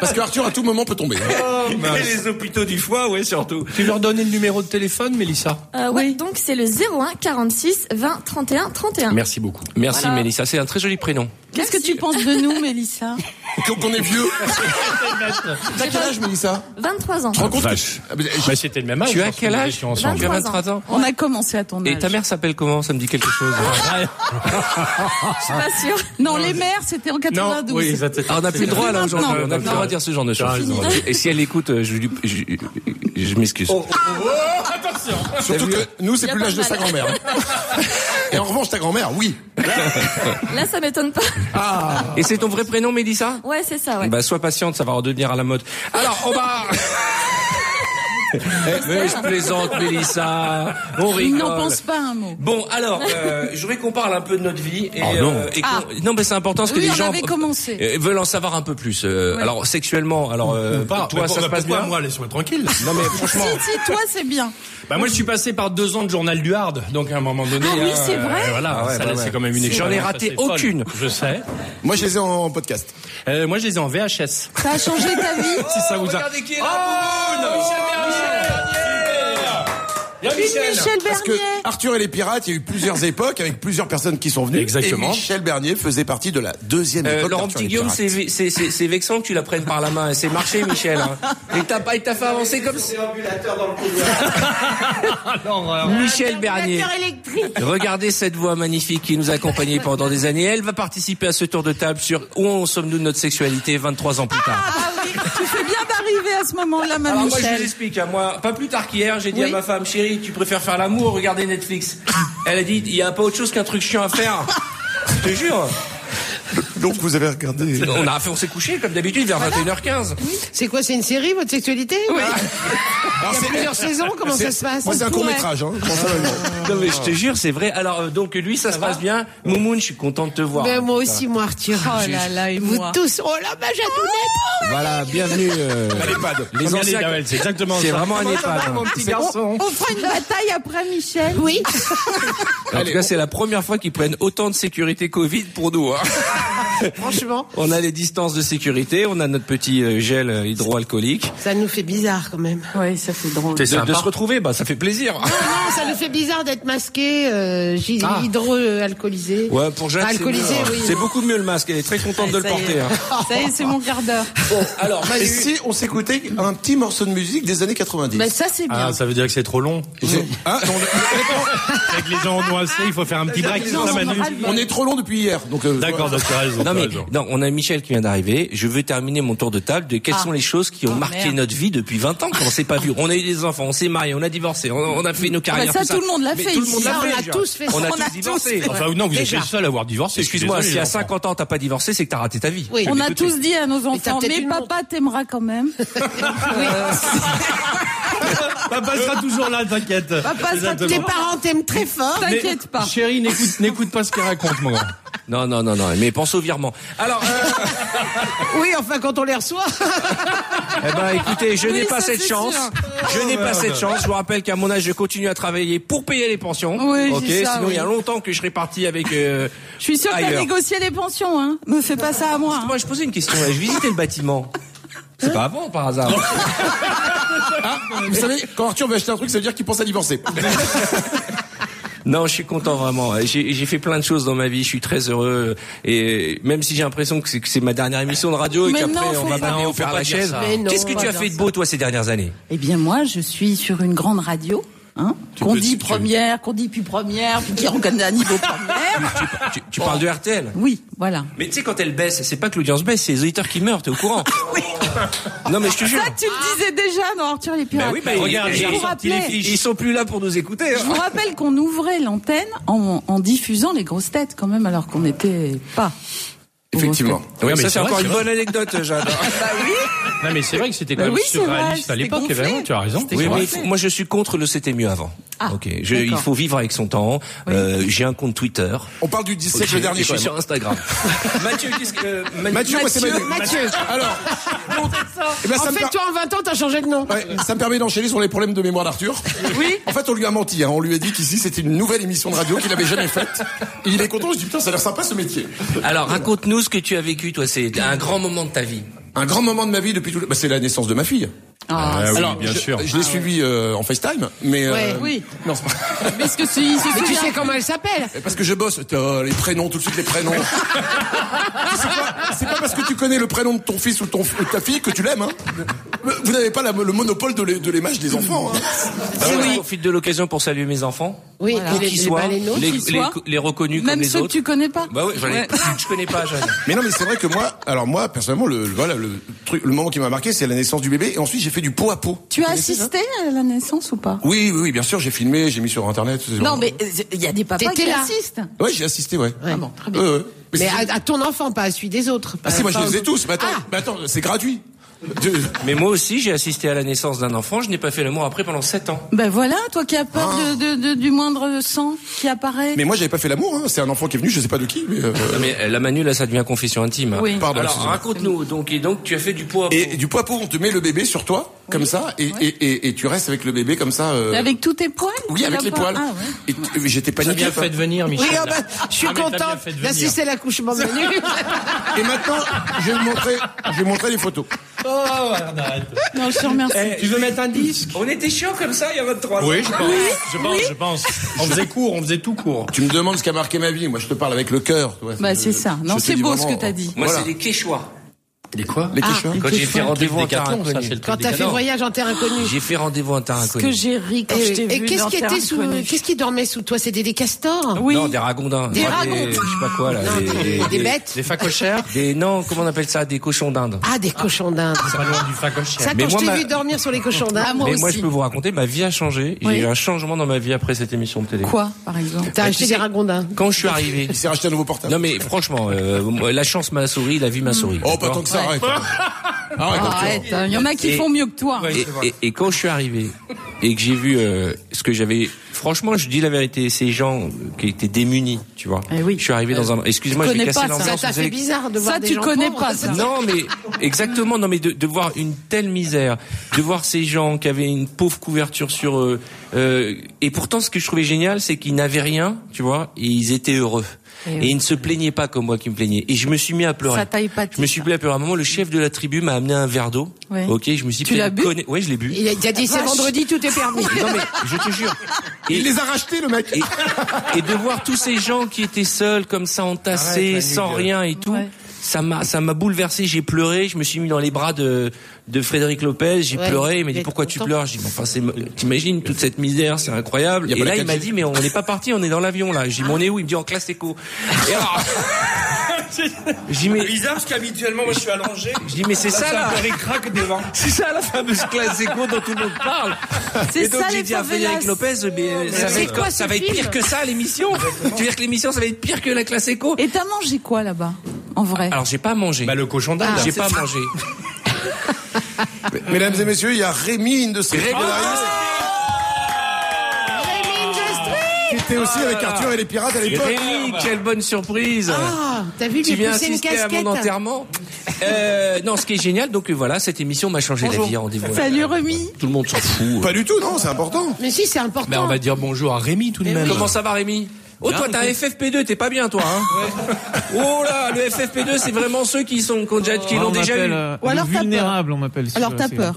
[SPEAKER 3] Parce que Arthur, à tout moment, peut tomber.
[SPEAKER 7] Oh,
[SPEAKER 4] Et les hôpitaux du foie, ouais, surtout. Tu leur donnais le numéro de téléphone, Mélissa
[SPEAKER 2] Euh, ouais, donc c'est le 01 46 20 31 31.
[SPEAKER 7] Merci beaucoup. Merci Mélissa, c'est un très joli prénom.
[SPEAKER 6] Qu'est-ce que tu penses de nous, Mélissa
[SPEAKER 3] Qu'on qu'on est vieux. T'as quel âge, Mélissa
[SPEAKER 2] 23 ans.
[SPEAKER 3] Te rends compte que-
[SPEAKER 10] Vache.
[SPEAKER 3] Ah, mais,
[SPEAKER 10] Bah, c'était le même âge.
[SPEAKER 7] Tu as
[SPEAKER 10] lorsqu'on
[SPEAKER 7] quel
[SPEAKER 10] nous
[SPEAKER 7] âge
[SPEAKER 10] étions ensemble.
[SPEAKER 7] Tu as 23 euh, ans.
[SPEAKER 6] On a commencé à ton âge.
[SPEAKER 7] Et ta mère s'appelle comment Ça me dit quelque chose.
[SPEAKER 2] Je suis pas sûre.
[SPEAKER 6] Non, les mères, c'était en 92.
[SPEAKER 7] Ah, on n'a plus le droit là aujourd'hui. On n'a plus le droit de dire ce genre de choses. Et si elle écoute, euh, je, lui- je, je- je m'excuse.
[SPEAKER 3] Oh, Surtout que nous, c'est
[SPEAKER 2] Y a
[SPEAKER 3] plus
[SPEAKER 2] pas
[SPEAKER 3] l'âge
[SPEAKER 2] de
[SPEAKER 3] de sa
[SPEAKER 2] mal.
[SPEAKER 3] grand-mère. hein. Et en revanche, ta grand-mère, oui.
[SPEAKER 7] hein.
[SPEAKER 2] Là, ça m'étonne pas.
[SPEAKER 7] Et c'est ton vrai prénom, Mélissa
[SPEAKER 2] Ouais, c'est ça, ouais.
[SPEAKER 7] Bah sois patiente, ça va redevenir à la mode. Alors on va. Eh, mais je plaisante, Mélissa. On
[SPEAKER 6] Il
[SPEAKER 7] rigole.
[SPEAKER 6] n'en pense pas un mot.
[SPEAKER 7] Bon, alors, euh, je voudrais qu'on parle un peu de notre vie. Et,
[SPEAKER 10] Oh non.
[SPEAKER 7] euh, et qu'on-
[SPEAKER 6] Ah.
[SPEAKER 7] non, mais c'est important parce que
[SPEAKER 6] Oui,
[SPEAKER 7] les
[SPEAKER 6] on
[SPEAKER 7] gens
[SPEAKER 6] avait commencé.
[SPEAKER 7] euh, veulent en savoir un peu plus. Euh, Alors sexuellement, alors euh,
[SPEAKER 10] Pas.
[SPEAKER 7] toi,
[SPEAKER 10] Mais
[SPEAKER 7] ça
[SPEAKER 10] pour-
[SPEAKER 7] se passe
[SPEAKER 10] pourquoi
[SPEAKER 7] bien.
[SPEAKER 10] moi, laisse-moi tranquille.
[SPEAKER 7] Non mais franchement,
[SPEAKER 6] Si, si, toi, c'est bien.
[SPEAKER 10] Bah, moi, je suis passé par deux ans de journal du Hard. Donc, à un moment donné.
[SPEAKER 6] Ah oui,
[SPEAKER 10] hein,
[SPEAKER 6] c'est vrai.
[SPEAKER 10] euh, Voilà,
[SPEAKER 7] Ah ouais,
[SPEAKER 10] ça,
[SPEAKER 7] bah
[SPEAKER 10] là,
[SPEAKER 7] ouais.
[SPEAKER 10] c'est quand même une
[SPEAKER 7] J'en ai
[SPEAKER 10] expérience.
[SPEAKER 7] raté
[SPEAKER 10] assez folle.
[SPEAKER 7] aucune.
[SPEAKER 10] Je sais.
[SPEAKER 3] Moi, je les ai en podcast.
[SPEAKER 10] Euh, moi, je les ai en VHS.
[SPEAKER 6] Ça a changé ta vie.
[SPEAKER 10] Si ça vous a. Oh,
[SPEAKER 7] regardez qui est là, Bouboune Michel Bernier Michel
[SPEAKER 6] Michel
[SPEAKER 3] Parce que
[SPEAKER 6] Bernier.
[SPEAKER 3] Arthur et les pirates, il y a eu plusieurs époques avec plusieurs personnes qui sont venues.
[SPEAKER 10] Exactement.
[SPEAKER 3] Et Michel Bernier faisait partie de la deuxième
[SPEAKER 7] Euh,
[SPEAKER 3] époque.
[SPEAKER 7] Laurent
[SPEAKER 3] d'Arthur et
[SPEAKER 7] Petit
[SPEAKER 3] les
[SPEAKER 7] Guillaume,
[SPEAKER 3] pirates.
[SPEAKER 7] c'est vé- c'est- c'est- c'est vexant que tu la prennes par la main. C'est marché, Michel. Hein. Il t'a pas- il t'a fait avancer comme ça. Michel Bernier. Regardez cette voix magnifique qui nous a accompagnés pendant des années. Elle va participer à ce tour de table sur où en sommes-nous de notre sexualité 23 ans plus tard.
[SPEAKER 6] Ah oui, tu fais bien d'arriver à ce moment-là,
[SPEAKER 3] Ah,
[SPEAKER 6] ma
[SPEAKER 7] Alors Ah, moi je vous
[SPEAKER 6] Michel.
[SPEAKER 7] explique, hein. moi pas plus tard qu'hier j'ai dit
[SPEAKER 6] Oui.
[SPEAKER 7] à ma femme chérie tu préfères faire l'amour ou regarder Netflix.
[SPEAKER 3] Ah.
[SPEAKER 7] Elle a dit il y a pas autre chose qu'un truc chiant à faire. Je te jure.
[SPEAKER 3] Donc, vous avez regardé. euh,
[SPEAKER 7] On a fait on s'est couché comme d'habitude vers 21h15.
[SPEAKER 11] C'est quoi, c'est une série, votre sexualité Ah.
[SPEAKER 3] Alors,
[SPEAKER 11] Il y a plusieurs saisons, comment
[SPEAKER 3] c'est-
[SPEAKER 11] ça se passe
[SPEAKER 3] Moi, c'est un
[SPEAKER 6] Ouais.
[SPEAKER 3] court métrage. Hein.
[SPEAKER 7] Non mais je te jure c'est vrai. Alors euh, donc lui ça, se passe bien. Moumoun je suis content de te voir.
[SPEAKER 11] Ben, Moi aussi, moi, Arthur.
[SPEAKER 6] Oh là là, et
[SPEAKER 11] Vous
[SPEAKER 6] moi.
[SPEAKER 11] tous. Oh là, ma jatounette
[SPEAKER 7] Voilà bienvenue. euh, les
[SPEAKER 10] Combien les
[SPEAKER 7] anciens.
[SPEAKER 10] Dawel, C'est exactement
[SPEAKER 7] C'est
[SPEAKER 10] ça.
[SPEAKER 7] vraiment un EHPAD. hein.
[SPEAKER 6] On fera une bataille après Michel.
[SPEAKER 11] Oui.
[SPEAKER 7] En tout cas, c'est la première fois qu'ils prennent autant de sécurité Covid pour nous. Hein.
[SPEAKER 11] Franchement,
[SPEAKER 7] On a les distances de sécurité, on a notre petit euh, gel euh, hydroalcoolique.
[SPEAKER 11] ça nous fait bizarre quand même.
[SPEAKER 6] Ouais, ça fait drôle.
[SPEAKER 7] De, de se retrouver, bah ça fait plaisir.
[SPEAKER 11] Non, Ah, ça nous fait bizarre d'être masqué, euh, gi-
[SPEAKER 7] Ah.
[SPEAKER 11] hydro-alcoolisé.
[SPEAKER 7] Ouais, pour Jeanne, c'est
[SPEAKER 11] Alcoolisé,
[SPEAKER 7] mieux. hein.
[SPEAKER 11] oui.
[SPEAKER 7] C'est beaucoup mieux le masque. Elle est très contente de le
[SPEAKER 6] Ah, Ça y
[SPEAKER 7] porter.
[SPEAKER 6] est.
[SPEAKER 7] hein.
[SPEAKER 6] Ça y est, c'est mon quart d'heure.
[SPEAKER 7] Alors,
[SPEAKER 3] Et si on s'écoutait un petit morceau de musique des années 90
[SPEAKER 6] Bah,
[SPEAKER 11] Mais ça, c'est bien.
[SPEAKER 4] Ah, ça veut dire que c'est trop long.
[SPEAKER 3] J'ai- Hein, on,
[SPEAKER 4] Avec les gens en noir, il faut faire un petit break. ça, Manu
[SPEAKER 3] on est trop long depuis hier. Donc euh,
[SPEAKER 4] D'accord,
[SPEAKER 3] voilà.
[SPEAKER 4] donc t'as raison.
[SPEAKER 7] non
[SPEAKER 4] t'as
[SPEAKER 7] mais
[SPEAKER 4] raison.
[SPEAKER 7] non, on a Michel qui vient d'arriver. Je veux terminer mon tour de table de quelles
[SPEAKER 6] Ah.
[SPEAKER 7] sont les choses qui ont
[SPEAKER 6] Oh,
[SPEAKER 7] marqué
[SPEAKER 6] merde.
[SPEAKER 7] notre vie depuis 20 ans qu'on s'est pas vu. On a eu des enfants, on s'est mariés, on a divorcé, on, on a fait nos carrières.
[SPEAKER 6] Ah bah ça, tout le monde l'a
[SPEAKER 7] Mais
[SPEAKER 6] fait
[SPEAKER 7] Tout le
[SPEAKER 6] ici.
[SPEAKER 7] monde l'a
[SPEAKER 11] Ça, on
[SPEAKER 7] fait,
[SPEAKER 11] a
[SPEAKER 7] je-
[SPEAKER 11] tous fait ça.
[SPEAKER 7] On a
[SPEAKER 11] On
[SPEAKER 7] tous
[SPEAKER 11] a
[SPEAKER 7] divorcé.
[SPEAKER 11] tous fait
[SPEAKER 7] Enfin,
[SPEAKER 4] Enfin, non, vous êtes
[SPEAKER 11] Déjà.
[SPEAKER 4] les seuls à avoir divorcé. je suis
[SPEAKER 7] Excuse-moi,
[SPEAKER 4] désolé,
[SPEAKER 7] si à
[SPEAKER 4] les enfants.
[SPEAKER 7] 50 ans t'as pas divorcé, c'est que t'as raté ta vie.
[SPEAKER 11] Oui.
[SPEAKER 6] On a tous dit à nos
[SPEAKER 11] t'as
[SPEAKER 6] enfants,
[SPEAKER 11] peut-être
[SPEAKER 6] mais
[SPEAKER 11] une
[SPEAKER 6] papa t'aimera quand même.
[SPEAKER 4] Papa sera toujours là, t'inquiète.
[SPEAKER 6] Papa sera
[SPEAKER 11] Tes
[SPEAKER 4] Exactement.
[SPEAKER 11] parents t'aiment très fort.
[SPEAKER 6] T'inquiète pas.
[SPEAKER 4] Chérie, n'écoute, n'écoute pas ce qu'il raconte, mon grand.
[SPEAKER 7] Non, non, non, non. Mais pense au virement. Alors, euh,
[SPEAKER 11] Oui, enfin, quand on les reçoit.
[SPEAKER 7] eh ben, écoutez, je
[SPEAKER 6] Oui,
[SPEAKER 7] n'ai pas
[SPEAKER 6] ça,
[SPEAKER 7] cette
[SPEAKER 6] c'est
[SPEAKER 7] chance.
[SPEAKER 6] sûr.
[SPEAKER 7] Je n'ai
[SPEAKER 4] Oh,
[SPEAKER 7] pas cette chance. Je vous rappelle qu'à mon âge, je continue à travailler pour payer les pensions.
[SPEAKER 6] Oui,
[SPEAKER 7] ok.
[SPEAKER 6] c'est ça,
[SPEAKER 7] Sinon,
[SPEAKER 6] oui.
[SPEAKER 7] il y a longtemps que je serais parti avec. euh,
[SPEAKER 6] Je suis sûre que t'as
[SPEAKER 7] ailleurs.
[SPEAKER 6] négocié les pensions, hein. Me fais pas ça à moi. hein.
[SPEAKER 7] Moi, je posais une question. Je visitais le bâtiment. C'est pas avant, par hasard.
[SPEAKER 3] Ah, Vous savez, quand Arthur veut acheter un truc, ça veut dire qu'il pense à divorcer.
[SPEAKER 7] Non, je suis content vraiment. J'ai j'ai fait plein de choses dans ma vie. Je suis très heureux. Et même si j'ai l'impression que c'est que c'est ma dernière émission de radio et
[SPEAKER 6] Mais
[SPEAKER 7] qu'après
[SPEAKER 6] non,
[SPEAKER 7] on
[SPEAKER 6] faut
[SPEAKER 7] va
[SPEAKER 6] pas-
[SPEAKER 7] pas
[SPEAKER 6] non,
[SPEAKER 7] faire
[SPEAKER 4] faut
[SPEAKER 7] la
[SPEAKER 4] pas dire
[SPEAKER 7] chaise.
[SPEAKER 4] ça.
[SPEAKER 11] Mais non,
[SPEAKER 7] Qu'est-ce que
[SPEAKER 11] faut
[SPEAKER 7] tu
[SPEAKER 6] pas
[SPEAKER 7] as fait de
[SPEAKER 6] dire
[SPEAKER 7] beau toi ces dernières années
[SPEAKER 6] Eh bien, moi, je suis sur une grande radio. Hein, qu'on
[SPEAKER 4] peux-
[SPEAKER 6] dit
[SPEAKER 4] tu-
[SPEAKER 6] première, qu'on dit puis première, puis qui reconnaît à niveau première.
[SPEAKER 7] Tu, tu- tu parles de RTL.
[SPEAKER 6] Oui, voilà.
[SPEAKER 7] Mais tu sais quand elle baisse, c'est pas que l'audience baisse, c'est les auditeurs qui meurent. T'es au courant Non, mais je te jure.
[SPEAKER 6] Ça, tu le disais déjà dans Arthur les
[SPEAKER 7] Bah
[SPEAKER 6] Pirates.
[SPEAKER 7] oui, bah,
[SPEAKER 4] Regarde,
[SPEAKER 7] ils-
[SPEAKER 4] j'ai
[SPEAKER 7] ils-
[SPEAKER 4] ressorti les
[SPEAKER 6] rappelais.
[SPEAKER 7] ils,
[SPEAKER 4] fiches.
[SPEAKER 7] sont plus là pour nous écouter. hein.
[SPEAKER 6] Je vous rappelle qu'on ouvrait l'antenne en, en diffusant les grosses têtes quand même, alors qu'on n'était pas. aux grosses
[SPEAKER 3] Effectivement.
[SPEAKER 6] têtes.
[SPEAKER 7] Oui,
[SPEAKER 4] Ouais, mais
[SPEAKER 7] ça
[SPEAKER 4] c'est
[SPEAKER 7] c'est
[SPEAKER 4] vrai,
[SPEAKER 7] encore
[SPEAKER 4] c'est
[SPEAKER 7] une
[SPEAKER 4] vrai.
[SPEAKER 7] bonne anecdote, Jeanne.
[SPEAKER 4] Non, mais c'est vrai que c'était quand
[SPEAKER 6] Bah
[SPEAKER 4] même
[SPEAKER 6] oui, c'est vrai,
[SPEAKER 4] surréaliste à
[SPEAKER 6] c'était
[SPEAKER 4] l'époque,
[SPEAKER 6] gonflé.
[SPEAKER 4] évidemment, tu as raison.
[SPEAKER 6] C'était
[SPEAKER 7] Oui,
[SPEAKER 4] c'est
[SPEAKER 7] mais
[SPEAKER 4] vrai.
[SPEAKER 7] il faut- moi je suis contre le c'était mieux avant.
[SPEAKER 6] Ah,
[SPEAKER 7] ok. Je- il
[SPEAKER 6] d'accord.
[SPEAKER 7] faut vivre avec son temps. Euh, J'ai un compte Twitter.
[SPEAKER 3] On parle du 10
[SPEAKER 7] Je-
[SPEAKER 3] siècle dernier.
[SPEAKER 7] Je suis
[SPEAKER 3] quand même.
[SPEAKER 7] sur Instagram. Mathieu, qu'est-ce que euh, Manu-
[SPEAKER 3] Mathieu, moi c'est Mathieu.
[SPEAKER 11] Mathieu.
[SPEAKER 3] Alors, bon, eh ben, ça,
[SPEAKER 11] En
[SPEAKER 3] me
[SPEAKER 11] fait,
[SPEAKER 3] per-
[SPEAKER 11] toi, en 20 ans, t'as changé de nom.
[SPEAKER 3] ouais, ça me permet d'enchaîner sur les problèmes de mémoire d'Arthur.
[SPEAKER 6] Oui.
[SPEAKER 3] En fait, on lui a menti. hein. On lui a dit qu'ici c'était une nouvelle émission de radio qu'il n'avait jamais faite. Et il est content. Je dis putain, ça a l'air sympa ce métier.
[SPEAKER 7] Alors raconte-nous ce que tu as vécu, toi. C'est un grand moment de ta vie.
[SPEAKER 3] Un grand moment de ma vie depuis tout. le- Bah, c'est la naissance de ma fille.
[SPEAKER 6] Ah,
[SPEAKER 4] Ah oui,
[SPEAKER 3] Alors,
[SPEAKER 4] bien
[SPEAKER 3] je,
[SPEAKER 4] sûr.
[SPEAKER 3] je l'ai suivi euh, en FaceTime, mais euh,
[SPEAKER 11] Ouais.
[SPEAKER 6] Oui.
[SPEAKER 3] non, c'est pas...
[SPEAKER 6] mais ce que c'est- il se
[SPEAKER 11] Mais tu
[SPEAKER 6] souvient-
[SPEAKER 11] sais comment elle s'appelle.
[SPEAKER 3] parce que je bosse. T'as euh, les prénoms tout de suite les prénoms. c'est pas, c'est pas parce que tu connais le prénom de ton fils ou, ton, ou de ta fille que tu l'aimes. Hein. Vous n'avez pas la- le monopole de l'é- de l'image des enfants. hein.
[SPEAKER 6] Ah
[SPEAKER 7] Alors, Je profite de l'occasion pour saluer mes enfants.
[SPEAKER 11] Oui,
[SPEAKER 7] Pour
[SPEAKER 11] il est-
[SPEAKER 7] qu'ils
[SPEAKER 11] il est
[SPEAKER 7] soient
[SPEAKER 11] pas les nôtres.
[SPEAKER 7] les,
[SPEAKER 6] Qu'ils
[SPEAKER 7] les-
[SPEAKER 6] soient.
[SPEAKER 7] les reconnus
[SPEAKER 6] Même
[SPEAKER 7] comme les
[SPEAKER 6] ceux que
[SPEAKER 7] autres.
[SPEAKER 6] tu connais pas.
[SPEAKER 7] Bah oui, j'en ai-
[SPEAKER 6] Ouais.
[SPEAKER 7] je connais pas, Jeanne.
[SPEAKER 3] Mais non, mais c'est vrai que moi, alors moi personnellement, le, le- voilà, le truc, le moment qui m'a marqué, c'est la naissance du bébé. Et ensuite, j'ai fait du pot à pot.
[SPEAKER 6] Tu as
[SPEAKER 3] connaissez ça
[SPEAKER 6] assisté à la naissance ou pas
[SPEAKER 3] Oui, oui, oui, bien sûr, j'ai filmé, j'ai mis sur internet. ce genre.
[SPEAKER 6] Non, mais euh, il y a des papas
[SPEAKER 11] T'étais
[SPEAKER 6] qui
[SPEAKER 11] là.
[SPEAKER 6] assistent.
[SPEAKER 3] Ouais, j'ai assisté, ouais.
[SPEAKER 11] Ah bon, très bien.
[SPEAKER 3] Ouais, ouais. Mais
[SPEAKER 11] Mais
[SPEAKER 3] c'est-
[SPEAKER 11] à, à ton enfant, pas à celui des autres.
[SPEAKER 3] Ah si, moi je
[SPEAKER 11] Pas
[SPEAKER 3] les ai
[SPEAKER 11] aux-
[SPEAKER 3] tous. Mais attends,
[SPEAKER 6] Ah.
[SPEAKER 3] mais attends, c'est gratuit. De-
[SPEAKER 7] Mais moi aussi, j'ai assisté à la naissance d'un enfant. Je n'ai pas fait l'amour après pendant 7 ans.
[SPEAKER 6] Ben voilà, toi qui as peur de, de- de- du moindre sang qui apparaît.
[SPEAKER 3] Mais moi, j'avais pas fait l'amour. Hein. C'est un enfant qui est venu, je sais pas de qui. Mais, euh,
[SPEAKER 7] Non, mais euh, la Manu, là, ça devient confession intime. hein.
[SPEAKER 6] Oui.
[SPEAKER 3] Pardon,
[SPEAKER 7] Alors,
[SPEAKER 3] excusez-moi.
[SPEAKER 7] raconte-nous. Donc, et donc, tu as fait du poids.
[SPEAKER 3] Et, et du pot à pot, on te met le bébé sur toi, comme ça, et, et, et, et tu restes avec le bébé comme ça. euh,
[SPEAKER 6] Avec tous tes poils
[SPEAKER 3] Oui, avec
[SPEAKER 6] Il y
[SPEAKER 3] les
[SPEAKER 6] a pas-
[SPEAKER 3] poils.
[SPEAKER 6] Ah, ouais.
[SPEAKER 3] Et t- euh, j'étais
[SPEAKER 4] T'as
[SPEAKER 3] paniqué.
[SPEAKER 4] bien
[SPEAKER 3] enfin.
[SPEAKER 4] fait de venir,
[SPEAKER 11] Oui,
[SPEAKER 4] Michel.
[SPEAKER 11] ah bah, je suis Bah,
[SPEAKER 4] Ah, mais t'as bien
[SPEAKER 11] contente
[SPEAKER 4] fait de venir.
[SPEAKER 11] d'assister à l'accouchement de Manu.
[SPEAKER 3] Et maintenant, je vais vous montrer, je vais vous montrer les photos.
[SPEAKER 6] Non, je te remercie.
[SPEAKER 7] Eh,
[SPEAKER 9] Eh,
[SPEAKER 7] tu veux mettre un disque On était chiant comme ça il y a 23 ans.
[SPEAKER 4] Oui, je pense. je pense, je pense. On faisait court, on faisait tout court.
[SPEAKER 3] Tu me demandes ce qui a marqué ma vie. Moi, je te parle avec le cœur. tu vois.
[SPEAKER 6] Bah,
[SPEAKER 3] Je-
[SPEAKER 6] c'est ça. Non,
[SPEAKER 3] je te
[SPEAKER 6] c'est
[SPEAKER 3] dis
[SPEAKER 6] beau
[SPEAKER 3] vraiment,
[SPEAKER 6] ce que t'as dit.
[SPEAKER 7] Moi,
[SPEAKER 3] Voilà.
[SPEAKER 7] c'est les Quechua.
[SPEAKER 4] Les quoi
[SPEAKER 12] Ah,
[SPEAKER 3] Ah, Les quicheurs.
[SPEAKER 7] Quand j'ai fait rendez-vous en terre
[SPEAKER 4] ça,
[SPEAKER 7] inconnue.
[SPEAKER 4] c'est le truc
[SPEAKER 11] Quand
[SPEAKER 4] des
[SPEAKER 11] t'as fait
[SPEAKER 4] canards.
[SPEAKER 11] voyage en terre inconnue.
[SPEAKER 7] J'ai fait rendez-vous en terre
[SPEAKER 6] Ce que
[SPEAKER 7] inconnue.
[SPEAKER 6] j'ai ri quand je
[SPEAKER 11] Et,
[SPEAKER 6] t'ai
[SPEAKER 11] et
[SPEAKER 6] vu
[SPEAKER 11] qu'est-ce
[SPEAKER 6] dans
[SPEAKER 11] qui était
[SPEAKER 6] Terre
[SPEAKER 11] sous,
[SPEAKER 6] Inconnue.
[SPEAKER 11] qu'est-ce qui dormait sous toi C'était des castors.
[SPEAKER 6] Oui.
[SPEAKER 7] Non, des ragondins.
[SPEAKER 11] Des
[SPEAKER 7] Non,
[SPEAKER 11] ragondins.
[SPEAKER 7] Je sais pas quoi, là.
[SPEAKER 11] Non,
[SPEAKER 7] des,
[SPEAKER 11] des,
[SPEAKER 7] des-
[SPEAKER 11] bêtes.
[SPEAKER 4] Les facochères
[SPEAKER 7] des- non, comment on appelle ça Des cochons d'Inde.
[SPEAKER 11] Ah, des cochons d'Inde.
[SPEAKER 4] C'est pas loin du facochère.
[SPEAKER 11] Ça,
[SPEAKER 7] Mais
[SPEAKER 11] quand je
[SPEAKER 7] moi,
[SPEAKER 11] t'ai
[SPEAKER 7] ma-
[SPEAKER 11] vu dormir sur les cochons d'Inde.
[SPEAKER 6] Ah, moi
[SPEAKER 7] Mais
[SPEAKER 6] aussi.
[SPEAKER 7] moi, je peux vous raconter, ma vie a changé. Il y a
[SPEAKER 6] Oui.
[SPEAKER 7] eu un changement dans ma vie après cette émission de télé.
[SPEAKER 6] Quoi, par exemple
[SPEAKER 11] T'as
[SPEAKER 7] Bah,
[SPEAKER 11] acheté
[SPEAKER 7] tu sais-
[SPEAKER 11] des ragondins.
[SPEAKER 7] Quand je suis arrivé.
[SPEAKER 3] Hein Il s'est racheté un nouveau portable.
[SPEAKER 7] Non mais franchement, euh, moi, la chance m'a souri, la vie m'a souri.
[SPEAKER 3] Oh, pas
[SPEAKER 7] d'accord
[SPEAKER 3] tant que ça, arrête. Arrête,
[SPEAKER 6] Ah, Arrête, hein. il y en a qui
[SPEAKER 7] Et-
[SPEAKER 6] font mieux que toi.
[SPEAKER 7] et, et- et quand je suis arrivé et que j'ai vu euh, ce que j'avais franchement, je dis la vérité, ces gens qui étaient démunis, tu vois.
[SPEAKER 6] Eh oui.
[SPEAKER 7] Je suis arrivé dans un. Excuse-moi, je vais
[SPEAKER 6] connais
[SPEAKER 7] casser
[SPEAKER 6] pas ça.
[SPEAKER 7] l'ambiance.
[SPEAKER 11] Ça t'a
[SPEAKER 7] vous
[SPEAKER 11] fait
[SPEAKER 7] avez-
[SPEAKER 11] bizarre de voir
[SPEAKER 6] Ça,
[SPEAKER 11] des
[SPEAKER 6] tu
[SPEAKER 11] gens
[SPEAKER 6] connais
[SPEAKER 11] pauvres,
[SPEAKER 6] pas
[SPEAKER 11] ça.
[SPEAKER 6] ça.
[SPEAKER 7] Non, mais exactement. Non, mais de, de voir une telle misère, de voir ces gens qui avaient une pauvre couverture sur eux. euh, et pourtant, ce que je trouvais génial, c'est qu'ils n'avaient rien, tu vois, et ils étaient heureux. Et, ils ne se plaignaient pas comme moi qui me plaignais. Et je me suis mis à pleurer.
[SPEAKER 6] Ça t'a épaté,
[SPEAKER 7] Je me suis
[SPEAKER 6] ça.
[SPEAKER 7] mis à pleurer. À un moment, le chef de la tribu m'a amené un verre d'eau.
[SPEAKER 6] Ouais.
[SPEAKER 7] Ok, je me suis.
[SPEAKER 6] Tu l'as bu
[SPEAKER 7] Ouais, je l'ai bu.
[SPEAKER 11] Il a, il a dit, c'est vendredi, tout est permis.
[SPEAKER 7] Non mais je te jure. Et,
[SPEAKER 3] Il les a rachetés, le mec.
[SPEAKER 7] et- et de voir tous ces gens qui étaient seuls comme ça entassés,
[SPEAKER 3] Arrête, Manu,
[SPEAKER 7] sans
[SPEAKER 3] gueule.
[SPEAKER 7] rien et tout.
[SPEAKER 6] Ouais.
[SPEAKER 7] Ça m'a ça m'a bouleversé, j'ai pleuré, je me suis mis dans les bras de de Frédéric Lopez, j'ai
[SPEAKER 11] Ouais,
[SPEAKER 7] pleuré, il m'a
[SPEAKER 11] il
[SPEAKER 7] dit
[SPEAKER 11] est
[SPEAKER 7] pourquoi tu
[SPEAKER 11] content.
[SPEAKER 7] pleures J'ai dit mais enfin c'est t'imagines toute cette misère, c'est incroyable.
[SPEAKER 3] Y a
[SPEAKER 7] Et
[SPEAKER 3] pas
[SPEAKER 7] là
[SPEAKER 3] la
[SPEAKER 7] il m'a
[SPEAKER 3] café.
[SPEAKER 7] dit mais on n'est pas parti, on est dans l'avion là. J'ai dit mais on est où Il me dit en classe éco. Et alors- J'ai dit mais
[SPEAKER 10] Bizarre parce qu'habituellement, moi, je suis allongé.
[SPEAKER 7] je dis mais c'est ça là. C'est ça la fameuse classe éco dont tout le monde parle.
[SPEAKER 6] C'est
[SPEAKER 7] Et donc
[SPEAKER 6] ça,
[SPEAKER 7] j'ai
[SPEAKER 6] les
[SPEAKER 7] dit à
[SPEAKER 6] favelas.
[SPEAKER 7] Frédéric Lopez, mais euh, ça va
[SPEAKER 11] c'est
[SPEAKER 7] être,
[SPEAKER 11] quoi
[SPEAKER 7] ça
[SPEAKER 11] ce
[SPEAKER 7] va être
[SPEAKER 11] film
[SPEAKER 7] pire que ça l'émission. tu veux dire que l'émission ça va être pire que la classe éco
[SPEAKER 6] Et t'as mangé quoi là-bas, en vrai
[SPEAKER 7] Alors j'ai pas mangé.
[SPEAKER 4] Bah, le cochon
[SPEAKER 12] Ah,
[SPEAKER 4] d'Inde.
[SPEAKER 7] j'ai pas mangé.
[SPEAKER 3] Mesdames et messieurs, il y a Rémi Industrie.
[SPEAKER 7] Rémi
[SPEAKER 3] Qui était aussi avec Arthur et les pirates à l'époque.
[SPEAKER 7] Ah,
[SPEAKER 3] Ah, bah.
[SPEAKER 7] Rémi, quelle bonne surprise
[SPEAKER 11] Ah, t'as vu,
[SPEAKER 7] Tu
[SPEAKER 11] lui
[SPEAKER 7] viens
[SPEAKER 11] pousser une
[SPEAKER 7] assister à
[SPEAKER 11] casquette.
[SPEAKER 7] mon enterrement Euh, Non, ce qui est génial, donc euh, voilà, cette émission m'a changé la vie. Rendez-vous.
[SPEAKER 6] Salut Remy.
[SPEAKER 7] Tout le monde s'en fout.
[SPEAKER 3] Pas du tout, non, c'est important.
[SPEAKER 11] Mais si, c'est important.
[SPEAKER 4] Bah, on va dire bonjour à Rémi tout de même.
[SPEAKER 7] Eh Comment ça va Rémi Oh toi t'as un FFP2, t'es pas bien toi hein Oh là, le FFP2 c'est vraiment ceux qui sont qui ont déjà-
[SPEAKER 12] Ah, Oh,
[SPEAKER 7] qui l'ont déjà eu.
[SPEAKER 12] euh,
[SPEAKER 6] Ou alors t'as peur.
[SPEAKER 12] on m'appelle.
[SPEAKER 6] Alors t'as peur.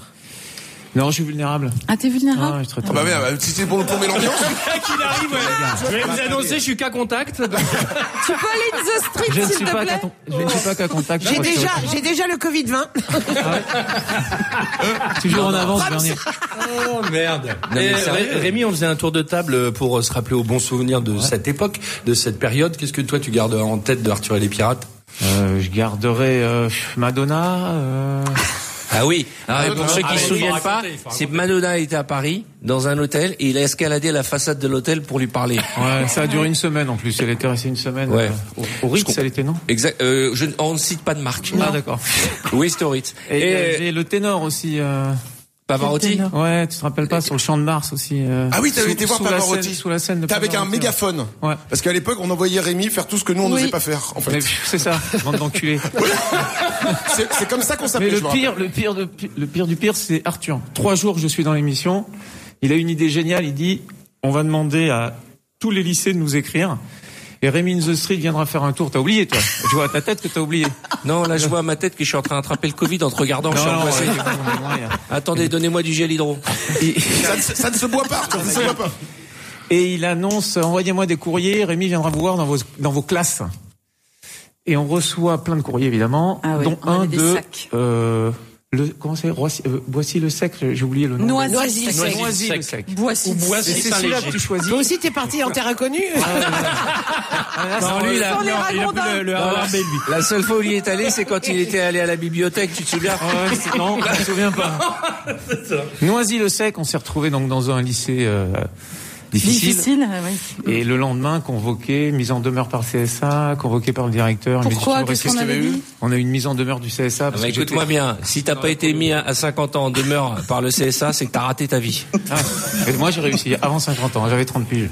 [SPEAKER 12] Non, je suis vulnérable.
[SPEAKER 6] Ah, t'es vulnérable
[SPEAKER 3] Ah bah merde, bah, si c'est pour le plomber l'ambiance.
[SPEAKER 10] Qu'il arrive, ouais. Je vais vous annoncer, je suis qu'à contact.
[SPEAKER 6] Tu peux aller in the street,
[SPEAKER 12] Je ne
[SPEAKER 6] s'il
[SPEAKER 12] suis
[SPEAKER 6] te
[SPEAKER 12] pas
[SPEAKER 6] plaît
[SPEAKER 12] qu'à ton- je ne suis pas qu'à contact. je
[SPEAKER 11] J'ai
[SPEAKER 12] crois que
[SPEAKER 11] déjà, j'ai déjà le Covid-20.
[SPEAKER 12] c'est toujours en
[SPEAKER 7] Bah,
[SPEAKER 12] avance, Bernier.
[SPEAKER 4] Oh merde.
[SPEAKER 7] mais
[SPEAKER 4] Eh,
[SPEAKER 7] sérieux.
[SPEAKER 4] Ré- Rémi, on faisait un tour de table pour euh, se rappeler aux bons souvenirs de cette époque, de cette période. Qu'est-ce que toi tu gardes en tête de Arthur et les pirates
[SPEAKER 12] Euh, je garderai euh, Madonna. euh,
[SPEAKER 7] Ah oui, Alors,
[SPEAKER 3] Ah,
[SPEAKER 7] pour
[SPEAKER 3] non,
[SPEAKER 7] ceux qui
[SPEAKER 3] ah,
[SPEAKER 7] ne
[SPEAKER 3] oui,
[SPEAKER 7] se
[SPEAKER 3] faut
[SPEAKER 7] souviennent
[SPEAKER 4] raconter,
[SPEAKER 7] pas,
[SPEAKER 4] il faut
[SPEAKER 7] c'est Madonna était à Paris dans un hôtel et il a escaladé la façade de l'hôtel pour lui parler.
[SPEAKER 12] Ouais, ça a duré une semaine en plus. Elle était restée une semaine.
[SPEAKER 7] Ouais.
[SPEAKER 12] euh, au, au Ritz,
[SPEAKER 7] Je
[SPEAKER 12] elle était non
[SPEAKER 7] Exact. euh, je, on ne cite pas de marque.
[SPEAKER 12] Ah d'accord.
[SPEAKER 7] Oui, Storit.
[SPEAKER 12] Et, euh,
[SPEAKER 7] Et,
[SPEAKER 12] j'ai le ténor aussi. euh,
[SPEAKER 7] Pavarotti.
[SPEAKER 12] Ouais, tu te rappelles pas sur le champ de Mars aussi. euh,
[SPEAKER 3] Ah oui,
[SPEAKER 12] sous-
[SPEAKER 3] t'avais été voir
[SPEAKER 12] sous la
[SPEAKER 3] Pavarotti.
[SPEAKER 12] scène- Sous la scène de
[SPEAKER 3] T'es avec un
[SPEAKER 12] Pavarotti, ouais.
[SPEAKER 3] mégaphone.
[SPEAKER 12] Ouais.
[SPEAKER 3] Parce qu'à l'époque, on envoyait Rémi faire tout ce que nous, on
[SPEAKER 6] Oui.
[SPEAKER 3] n'osait pas faire, en
[SPEAKER 12] Mais
[SPEAKER 3] fait.
[SPEAKER 12] pff, C'est ça, bande d'enculés.
[SPEAKER 3] C'est c'est comme ça qu'on
[SPEAKER 12] Mais
[SPEAKER 3] s'appelait,
[SPEAKER 12] le
[SPEAKER 3] je me rappelle.
[SPEAKER 12] pire, le pire, de- le pire du pire, c'est Arthur. Trois jours, je suis dans l'émission. Il a une idée géniale. Il dit, on va demander à tous les lycées de nous écrire. Et Rémi in the Street viendra faire un tour. T'as oublié, toi. Je vois à ta tête que t'as oublié.
[SPEAKER 7] Non, là, je vois à ma tête que je suis en train d'attraper le Covid en te regardant. je suis angoissé.
[SPEAKER 12] ouais, ouais, ouais, ouais.
[SPEAKER 7] Attendez, donnez-moi du gel hydro.
[SPEAKER 3] Ça, ne- ça ne se boit pas, Arthur, ça ne se boit pas.
[SPEAKER 12] Et il annonce, envoyez-moi des courriers. Rémi viendra vous voir dans vos, dans vos classes. Et on reçoit plein de courriers, évidemment.
[SPEAKER 6] Ah oui,
[SPEAKER 12] dont
[SPEAKER 6] on
[SPEAKER 12] un
[SPEAKER 6] avait des
[SPEAKER 12] de,
[SPEAKER 6] sacs.
[SPEAKER 12] euh, le, comment c'est, Roissy- euh, Boissy-le-Sec, j'ai oublié le nom.
[SPEAKER 6] Noisy.
[SPEAKER 11] Noisy-le-Sec.
[SPEAKER 12] Noisy-le-Sec.
[SPEAKER 6] Boissy.
[SPEAKER 12] Et c'est celui-là que tu choisis.
[SPEAKER 11] Toi aussi, t'es parti en terre inconnue.
[SPEAKER 12] Non, lui, Ah, là,
[SPEAKER 6] Sans les
[SPEAKER 12] non, il a plus
[SPEAKER 6] ragondins.
[SPEAKER 12] le- le
[SPEAKER 7] Non,
[SPEAKER 12] Harley, lui.
[SPEAKER 7] Ah, la seule fois où il y est allé, c'est quand il était allé à la bibliothèque. Tu te souviens Ah,
[SPEAKER 12] Ah ouais, c'est- non, je me souviens pas. Ah, Noisy-le-Sec, on s'est retrouvé donc dans un lycée euh, difficile.
[SPEAKER 6] Difficile, ah oui.
[SPEAKER 12] Et le lendemain, convoqué, mise en demeure par le CSA, convoqué par le directeur. Il m'a dit,
[SPEAKER 6] Pourquoi
[SPEAKER 12] tu veux
[SPEAKER 6] Qu'est-ce
[SPEAKER 12] rester
[SPEAKER 6] qu'on
[SPEAKER 12] ce
[SPEAKER 6] avait
[SPEAKER 12] qu'il y
[SPEAKER 6] dit
[SPEAKER 12] On a eu une mise en demeure du CSA.
[SPEAKER 7] Ah
[SPEAKER 12] parce
[SPEAKER 7] bah,
[SPEAKER 12] que
[SPEAKER 7] Écoute-moi
[SPEAKER 12] j'étais-
[SPEAKER 7] bien, si t'as pas été mis à- à 50 ans en demeure par le CSA, c'est que t'as raté ta vie.
[SPEAKER 12] Ah, et moi, j'ai réussi avant 50 ans. J'avais 30 piges.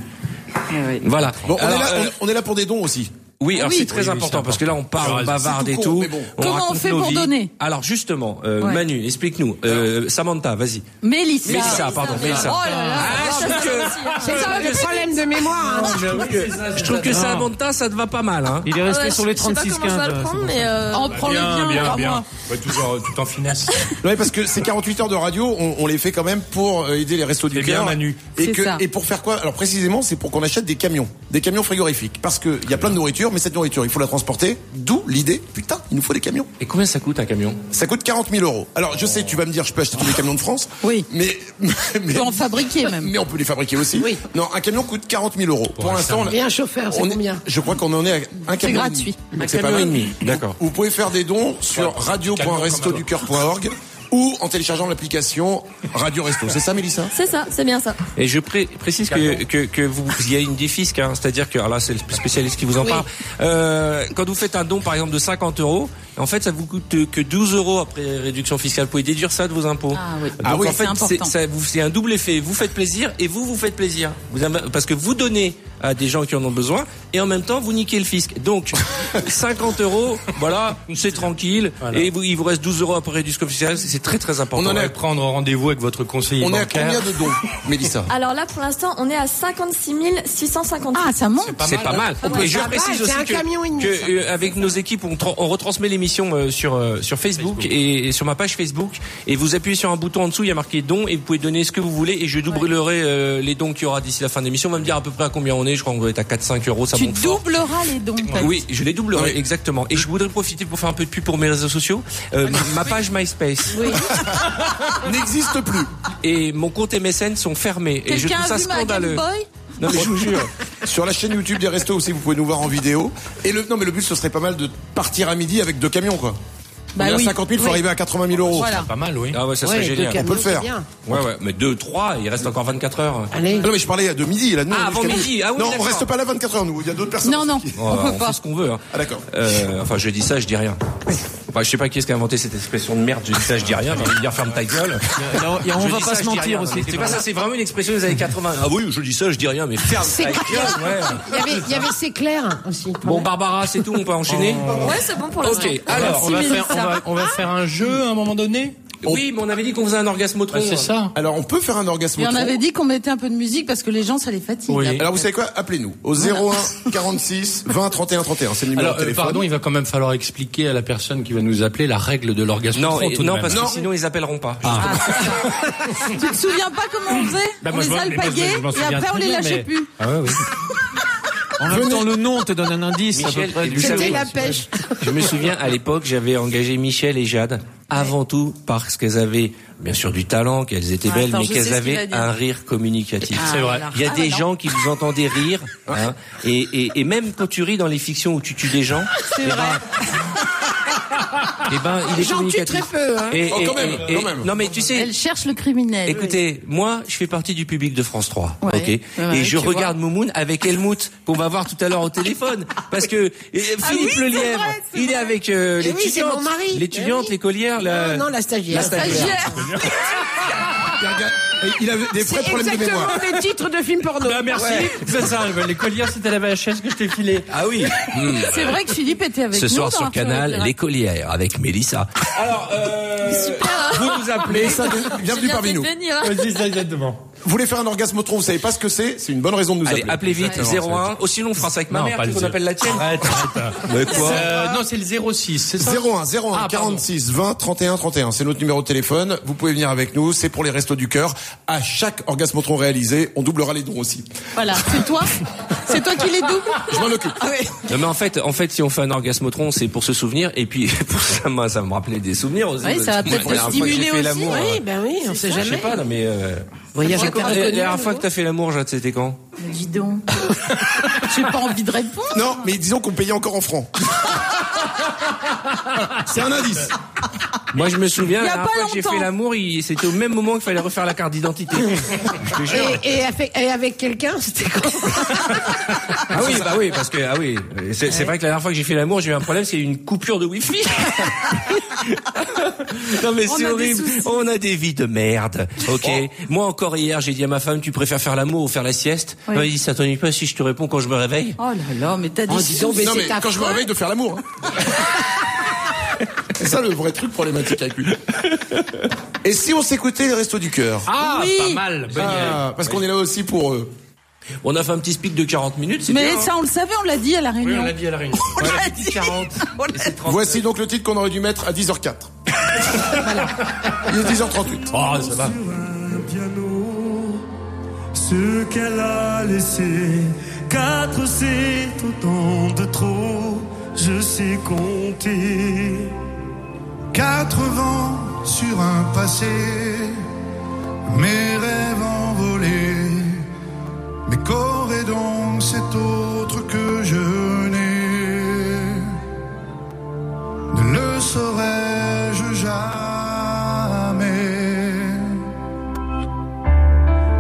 [SPEAKER 6] Eh
[SPEAKER 7] Voilà.
[SPEAKER 3] Bon, on,
[SPEAKER 7] Alors,
[SPEAKER 3] est là,
[SPEAKER 7] euh,
[SPEAKER 3] on, on est là pour des dons aussi.
[SPEAKER 7] Oui, alors
[SPEAKER 6] oui.
[SPEAKER 7] c'est très
[SPEAKER 6] Oui, oui,
[SPEAKER 7] important parce que là on parle, on bavarde
[SPEAKER 3] C'est
[SPEAKER 7] et
[SPEAKER 3] tout
[SPEAKER 7] tout.
[SPEAKER 3] court, mais bon.
[SPEAKER 7] on
[SPEAKER 6] Comment on
[SPEAKER 7] raconte
[SPEAKER 6] fait
[SPEAKER 7] nos
[SPEAKER 6] pour
[SPEAKER 7] vies.
[SPEAKER 6] donner
[SPEAKER 7] Alors justement, euh,
[SPEAKER 6] Ouais.
[SPEAKER 7] Manu, explique-nous. Euh, Samantha, vas-y.
[SPEAKER 6] Mélissa.
[SPEAKER 7] Mélissa, pardon, Mélissa.
[SPEAKER 6] Oh là là.
[SPEAKER 7] je trouve que-
[SPEAKER 11] C'est ça, le problème de mémoire. hein.
[SPEAKER 7] Je trouve que Samantha, ça te va pas mal. Hein.
[SPEAKER 12] Il est resté
[SPEAKER 2] Ah Ouais,
[SPEAKER 12] sur les
[SPEAKER 2] je sais pas
[SPEAKER 12] 36-15.
[SPEAKER 2] comment je vais le prendre, mais euh,
[SPEAKER 6] On prend le bien, alors moi.
[SPEAKER 4] toujours tout en finesse.
[SPEAKER 3] Ouais, parce que ces 48 heures de radio, on, on les fait quand même pour euh, aider les restos du
[SPEAKER 4] C'est bien,
[SPEAKER 3] cœur.
[SPEAKER 4] Manu.
[SPEAKER 3] Et,
[SPEAKER 6] C'est
[SPEAKER 3] que,
[SPEAKER 6] ça.
[SPEAKER 3] et pour faire quoi Alors précisément, c'est pour qu'on achète des camions, des camions frigorifiques, parce que il y a plein de nourriture, mais cette nourriture, il faut la transporter. D'où l'idée, putain, il nous faut des camions.
[SPEAKER 7] Et combien ça coûte un camion
[SPEAKER 3] Ça coûte 40 000 euros. Alors je sais, tu vas me dire, je peux acheter tous les camions de France.
[SPEAKER 6] Oui.
[SPEAKER 3] Mais mais,
[SPEAKER 6] peut Oh, en fabriquer, même.
[SPEAKER 3] mais on peut les fabriquer aussi.
[SPEAKER 11] Oui.
[SPEAKER 3] Non, un camion coûte 40 000 euros. Pour l'instant, on-
[SPEAKER 11] Et un chauffeur, c'est
[SPEAKER 3] on est-
[SPEAKER 11] combien
[SPEAKER 3] Je crois qu'on en est à un camion. et demi.
[SPEAKER 6] gratuit.
[SPEAKER 3] Donc,
[SPEAKER 7] Un
[SPEAKER 3] c'est pas
[SPEAKER 7] camion et
[SPEAKER 3] mal.
[SPEAKER 7] demi, d'accord.
[SPEAKER 3] Vous pouvez faire des dons sur radio.restoducœur.org ou en téléchargeant l'application Radio Resto. C'est ça, Mélissa
[SPEAKER 2] c'est ça, c'est bien ça.
[SPEAKER 7] Et je pré- précise que, que, que vous, il y a une défisque, hein, c'est-à-dire que, alors là, c'est le spécialiste qui vous en
[SPEAKER 11] Oui.
[SPEAKER 7] parle. Euh, quand vous faites un don, par exemple, de 50 euros, En fait, ça vous coûte que 12 euros après réduction fiscale. Vous pouvez déduire ça de vos impôts.
[SPEAKER 6] Ah oui.
[SPEAKER 7] Donc,
[SPEAKER 6] Ah oui,
[SPEAKER 7] en
[SPEAKER 6] c'est
[SPEAKER 7] fait, c'est
[SPEAKER 6] important.
[SPEAKER 7] ça vous- c'est un double effet. Vous faites plaisir et vous vous faites plaisir. Vous avez- parce que vous donnez à des gens qui en ont besoin et en même temps vous niquez le fisc. Donc 50 euros, voilà, c'est tranquille et vous- il vous reste 12 euros après réduction fiscale. C'est très très important.
[SPEAKER 4] On en est à prendre rendez-vous avec votre conseiller
[SPEAKER 7] On est à
[SPEAKER 4] bancaire.
[SPEAKER 7] combien de dons,
[SPEAKER 4] Mélissa
[SPEAKER 2] Alors là, pour l'instant, on est à 56 650.
[SPEAKER 6] Ah, ça monte
[SPEAKER 7] C'est pas mal.
[SPEAKER 2] Ah
[SPEAKER 7] Et je
[SPEAKER 11] Ça va,
[SPEAKER 7] précise
[SPEAKER 11] c'est
[SPEAKER 7] aussi
[SPEAKER 11] un
[SPEAKER 7] que,
[SPEAKER 11] camion et demi,
[SPEAKER 7] que,
[SPEAKER 11] ça.
[SPEAKER 7] euh, avec nos équipes, on, tra- on retransmet l'émission euh, sur euh, sur Facebook, Et, et sur ma page Facebook. Et vous appuyez sur un bouton en dessous, il y a marqué don et vous pouvez donner ce que vous voulez. Et je doublerai euh, les dons qu'il y aura d'ici la fin de l'émission. On va me dire à peu près à combien on est. Je crois qu'on doit être à 4-5 euros. Ça
[SPEAKER 6] Tu
[SPEAKER 7] monte fort.
[SPEAKER 6] doubleras les dons. t'as
[SPEAKER 7] Oui, je les doublerai, exactement. Et je voudrais profiter pour faire un peu de pub pour mes réseaux sociaux. Euh, ma page MySpace n'existe plus. Et mon compte MSN sont fermés. Et je
[SPEAKER 6] Quelqu'un
[SPEAKER 7] trouve
[SPEAKER 6] a
[SPEAKER 7] ça
[SPEAKER 6] vu ma Game
[SPEAKER 7] scandaleux.
[SPEAKER 6] Boy
[SPEAKER 7] Non, mais je vous jure.
[SPEAKER 3] Sur la chaîne YouTube des restos aussi, vous pouvez nous voir en vidéo. Et le, non, mais le but, ce serait pas mal de partir à midi avec deux camions, quoi.
[SPEAKER 6] Bah
[SPEAKER 3] On est à
[SPEAKER 6] oui.
[SPEAKER 3] 50 000, faut
[SPEAKER 6] Oui.
[SPEAKER 3] arriver à 80 000 euros.
[SPEAKER 6] Voilà.
[SPEAKER 4] Pas mal, oui.
[SPEAKER 7] Ah ouais, ça
[SPEAKER 11] Ouais,
[SPEAKER 7] serait
[SPEAKER 11] deux
[SPEAKER 7] génial.
[SPEAKER 3] On peut le
[SPEAKER 11] camions, c'est
[SPEAKER 3] faire.
[SPEAKER 11] bien.
[SPEAKER 7] Ouais, ouais, mais 2, 3, il reste encore 24 heures.
[SPEAKER 11] Allez.
[SPEAKER 3] Ah Non, mais je parlais de midi, là. Nous,
[SPEAKER 7] Ah,
[SPEAKER 3] on est
[SPEAKER 7] avant
[SPEAKER 3] jusqu'à
[SPEAKER 7] midi. Ah oui,
[SPEAKER 3] non, on
[SPEAKER 7] d'accord.
[SPEAKER 3] reste pas là 24 heures, nous. Il y a d'autres personnes.
[SPEAKER 6] Non, non,
[SPEAKER 3] qui-
[SPEAKER 7] Oh,
[SPEAKER 6] on peut pas.
[SPEAKER 7] fait ce qu'on veut. hein.
[SPEAKER 3] Ah, d'accord.
[SPEAKER 7] Euh, enfin, je dis ça, je dis rien. Enfin, je sais pas qui est-ce qui a inventé cette expression de merde. Je dis ça, je dis rien. J'ai envie de dire ferme ta gueule.
[SPEAKER 12] Et on
[SPEAKER 7] Je
[SPEAKER 12] va
[SPEAKER 7] dis
[SPEAKER 12] pas se
[SPEAKER 7] ça, je dis
[SPEAKER 12] mentir
[SPEAKER 7] rien.
[SPEAKER 12] aussi.
[SPEAKER 7] C'est pas ça, c'est vraiment une expression des années 80. Ah oui, je dis ça, je dis rien, mais ferme ta gueule. ouais.
[SPEAKER 11] Il y avait, il y avait c'est clair aussi.
[SPEAKER 7] Bon, Barbara, c'est tout. On peut enchaîner.
[SPEAKER 11] Oh.
[SPEAKER 2] Ouais, c'est bon pour
[SPEAKER 7] Ok.
[SPEAKER 2] l'instant.
[SPEAKER 7] Alors,
[SPEAKER 10] on va,
[SPEAKER 2] Merci,
[SPEAKER 10] faire, on,
[SPEAKER 2] Mélissa.
[SPEAKER 10] va, on va faire un jeu à un moment donné
[SPEAKER 7] oui, mais on avait dit qu'on faisait un hein. orgasmotron.
[SPEAKER 10] Ouais, C'est ça
[SPEAKER 3] Alors, on peut faire un orgasme.
[SPEAKER 6] Et on
[SPEAKER 3] au tronc.
[SPEAKER 6] avait dit qu'on mettait un peu de musique parce que les gens, ça les fatigue.
[SPEAKER 10] Oui.
[SPEAKER 6] là.
[SPEAKER 3] Alors, vous savez quoi? Appelez-nous. Au 01 46 20 31 31. C'est le numéro
[SPEAKER 10] Alors,
[SPEAKER 3] de
[SPEAKER 10] euh,
[SPEAKER 3] téléphone.
[SPEAKER 10] pardon, il va quand même falloir expliquer à la personne qui va nous appeler la règle de l'orgasme.
[SPEAKER 7] Non,
[SPEAKER 10] Trente,
[SPEAKER 7] et-
[SPEAKER 10] tout de
[SPEAKER 7] non,
[SPEAKER 10] même.
[SPEAKER 7] parce que sinon ils appelleront pas.
[SPEAKER 6] Ah, c'est ça. tu te souviens pas comment on faisait
[SPEAKER 10] Bah,
[SPEAKER 6] On
[SPEAKER 10] moi, je
[SPEAKER 6] les
[SPEAKER 10] vois-
[SPEAKER 6] a
[SPEAKER 10] mais moi, je-
[SPEAKER 6] alpagués
[SPEAKER 10] je m'en
[SPEAKER 6] et
[SPEAKER 10] souviens
[SPEAKER 6] après on
[SPEAKER 10] très
[SPEAKER 6] les
[SPEAKER 10] bien,
[SPEAKER 6] lâchait
[SPEAKER 10] mais-
[SPEAKER 6] plus.
[SPEAKER 10] Ah ouais, oui.
[SPEAKER 12] En même temps, le nom, on te donne un indice
[SPEAKER 7] Michel
[SPEAKER 12] à peu près.
[SPEAKER 7] et
[SPEAKER 12] du-
[SPEAKER 7] Louis.
[SPEAKER 11] C'était
[SPEAKER 7] oui,
[SPEAKER 11] la
[SPEAKER 7] c'est
[SPEAKER 11] pêche.
[SPEAKER 7] Je me souviens, à l'époque, j'avais engagé Michel et Jade, avant tout parce qu'elles avaient, bien sûr, du talent, qu'elles étaient
[SPEAKER 6] Ah,
[SPEAKER 7] belles,
[SPEAKER 6] attends,
[SPEAKER 7] mais
[SPEAKER 6] je sais ce
[SPEAKER 7] qu'elles
[SPEAKER 6] qu'il va
[SPEAKER 7] avaient
[SPEAKER 6] dire.
[SPEAKER 7] un rire communicatif.
[SPEAKER 6] Ah,
[SPEAKER 10] C'est vrai.
[SPEAKER 6] voilà.
[SPEAKER 7] Il y a
[SPEAKER 6] Ah,
[SPEAKER 7] des
[SPEAKER 6] bah non.
[SPEAKER 7] gens qui vous entendaient rire, hein, et, et, et même quand tu ris dans les fictions où tu tues des gens,
[SPEAKER 6] C'est vrai.
[SPEAKER 7] eh ben, il est
[SPEAKER 11] J'en tue
[SPEAKER 7] communicatif.
[SPEAKER 11] très peu, hein.
[SPEAKER 7] Et-
[SPEAKER 3] Oh,
[SPEAKER 7] et-
[SPEAKER 3] quand même,
[SPEAKER 7] et-
[SPEAKER 3] quand même.
[SPEAKER 7] Non, mais tu sais,
[SPEAKER 6] Elle cherche le criminel.
[SPEAKER 7] Écoutez, moi, je fais partie du public de France 3,
[SPEAKER 6] Ouais.
[SPEAKER 7] ok
[SPEAKER 6] Ouais,
[SPEAKER 7] Et je
[SPEAKER 6] tu
[SPEAKER 7] regarde Moumoun avec Helmut, qu'on va voir tout à l'heure au téléphone, parce que euh, Philippe
[SPEAKER 6] oui, c'est
[SPEAKER 7] Lelièvre,
[SPEAKER 6] vrai, c'est
[SPEAKER 7] il est avec euh,
[SPEAKER 11] Eh oui, c'est
[SPEAKER 7] l'étudiante,
[SPEAKER 11] mon mari.
[SPEAKER 7] l'étudiante,
[SPEAKER 11] Eh oui.
[SPEAKER 7] l'écolière, la...
[SPEAKER 11] Non, non, la stagiaire.
[SPEAKER 7] La stagiaire.
[SPEAKER 6] Stagiaire.
[SPEAKER 3] Il a- Il avait des vrais
[SPEAKER 11] C'est
[SPEAKER 3] problèmes de mémoire.
[SPEAKER 11] exactement les titres de films porno.
[SPEAKER 10] Bah, merci. C'est ça, les collières, c'était la VHS que je t'ai filé.
[SPEAKER 7] Ah oui
[SPEAKER 3] Mmh.
[SPEAKER 7] Hmm.
[SPEAKER 6] C'est vrai que Philippe était avec
[SPEAKER 7] Ce
[SPEAKER 6] nous.
[SPEAKER 7] soir
[SPEAKER 6] dans
[SPEAKER 7] sur
[SPEAKER 6] Arthur et
[SPEAKER 7] Canal,
[SPEAKER 6] Pierre.
[SPEAKER 7] l'écolière avec Mélissa. Alors, euh, vous
[SPEAKER 6] Ah,
[SPEAKER 7] nous appelez...
[SPEAKER 3] Ça, bienvenue
[SPEAKER 2] Bien
[SPEAKER 3] parmi
[SPEAKER 2] fait
[SPEAKER 3] nous.
[SPEAKER 2] de venir. hein.
[SPEAKER 10] Vas-y, ça exactement.
[SPEAKER 3] Vous voulez faire un orgasme au tronc, vous savez pas ce que c'est C'est une bonne raison de nous
[SPEAKER 7] Allez,
[SPEAKER 3] appeler.
[SPEAKER 7] appelez vite, 01, oh, sinon on fera ça avec ma mère, tu veux qu'on appelle la tienne
[SPEAKER 10] Arrête, arrête.
[SPEAKER 3] Bah,
[SPEAKER 7] Mais quoi
[SPEAKER 10] Euh, non, c'est le 06, c'est ça
[SPEAKER 3] 01 01
[SPEAKER 10] Ah, pardon.
[SPEAKER 3] 46 20 31 31. C'est notre numéro de téléphone. Vous pouvez venir avec nous. C'est pour les restos du cœur. À chaque orgasmotron réalisé, on doublera les dons aussi.
[SPEAKER 6] Voilà, c'est toi C'est toi qui les double Ah
[SPEAKER 3] Je m'en occupe.
[SPEAKER 7] Non mais en fait, en fait, si on fait un orgasmotron, c'est pour se souvenir et puis pour ça, moi, ça me rappelait des souvenirs aussi.
[SPEAKER 6] Oui, ça
[SPEAKER 7] Moi,
[SPEAKER 6] va peut-être
[SPEAKER 7] la dernière
[SPEAKER 6] te
[SPEAKER 7] fois que j'ai
[SPEAKER 6] stimuler
[SPEAKER 7] fait
[SPEAKER 6] aussi, bah,
[SPEAKER 7] l'amour,
[SPEAKER 11] Oui,
[SPEAKER 7] euh,
[SPEAKER 11] ben oui, on sait
[SPEAKER 7] Je sais
[SPEAKER 11] jamais.
[SPEAKER 7] pas, non mais. Euh...
[SPEAKER 11] Voyage
[SPEAKER 7] c'est quand- la la
[SPEAKER 11] intercontinental.
[SPEAKER 7] dernière fois que t'as fait l'amour, Jade, c'était quand
[SPEAKER 6] Mais Dis donc, j'ai pas envie de répondre.
[SPEAKER 3] Non, mais disons qu'on payait encore en francs. c'est un indice.
[SPEAKER 7] Moi, je me souviens.
[SPEAKER 6] Il y
[SPEAKER 7] La
[SPEAKER 6] a
[SPEAKER 7] dernière
[SPEAKER 6] pas
[SPEAKER 7] fois que j'ai
[SPEAKER 6] longtemps.
[SPEAKER 7] fait l'amour, il- c'était au même moment qu'il fallait refaire la carte d'identité. je te jure.
[SPEAKER 11] Et, et avec, et avec quelqu'un, c'était quoi
[SPEAKER 7] Ah oui, bah oui, parce que ah oui, c'est c'est vrai que la dernière fois que j'ai fait l'amour, j'ai eu un problème, c'est une coupure de wifi. non mais
[SPEAKER 6] On
[SPEAKER 7] c'est
[SPEAKER 6] a des
[SPEAKER 7] horrible.
[SPEAKER 6] soucis. Oh.
[SPEAKER 7] On a des vies de merde. OK. Moi encore hier, j'ai dit à ma femme, tu préfères faire l'amour ou faire la sieste
[SPEAKER 6] Oui.
[SPEAKER 7] Elle m'a dit ça t'ennuie pas si je te réponds quand je me réveille
[SPEAKER 6] Oh là là, mais t'as des
[SPEAKER 11] Oh, dis donc, mais
[SPEAKER 3] non,
[SPEAKER 11] c'est
[SPEAKER 3] mais
[SPEAKER 11] ta
[SPEAKER 3] quand je me
[SPEAKER 11] faute.
[SPEAKER 3] réveille de faire l'amour. hein. c'est ça le vrai truc problématique avec lui. Et si on s'écoutait les restos du cœur
[SPEAKER 10] Ah,
[SPEAKER 6] Oui.
[SPEAKER 10] pas mal. bonne idée.
[SPEAKER 3] Ah, Parce qu'on est là aussi pour euh, eux.
[SPEAKER 7] On a fait un petit speak de 40 minutes, c'est
[SPEAKER 6] Mais
[SPEAKER 7] bien, hein.
[SPEAKER 6] ça, on le savait, on l'a dit à la
[SPEAKER 10] Oui, on
[SPEAKER 6] réunion.
[SPEAKER 10] l'a dit à la réunion.
[SPEAKER 6] On l'a
[SPEAKER 7] Petit
[SPEAKER 6] dit.
[SPEAKER 7] 40.
[SPEAKER 3] Ah
[SPEAKER 6] On l'a
[SPEAKER 7] et c'est
[SPEAKER 6] dit.
[SPEAKER 7] 30.
[SPEAKER 3] Voici donc le titre qu'on aurait dû mettre à 10h04. Il est 10h38.
[SPEAKER 10] Oh, ça va.
[SPEAKER 13] sur un piano ce qu'elle a laissé. 4 c'est autant de trop, je sais compter. Quatre vents sur un passé, mes rêves envolés. Mais qu'aurait donc cet autre que je n'ai ne le saurais-je jamais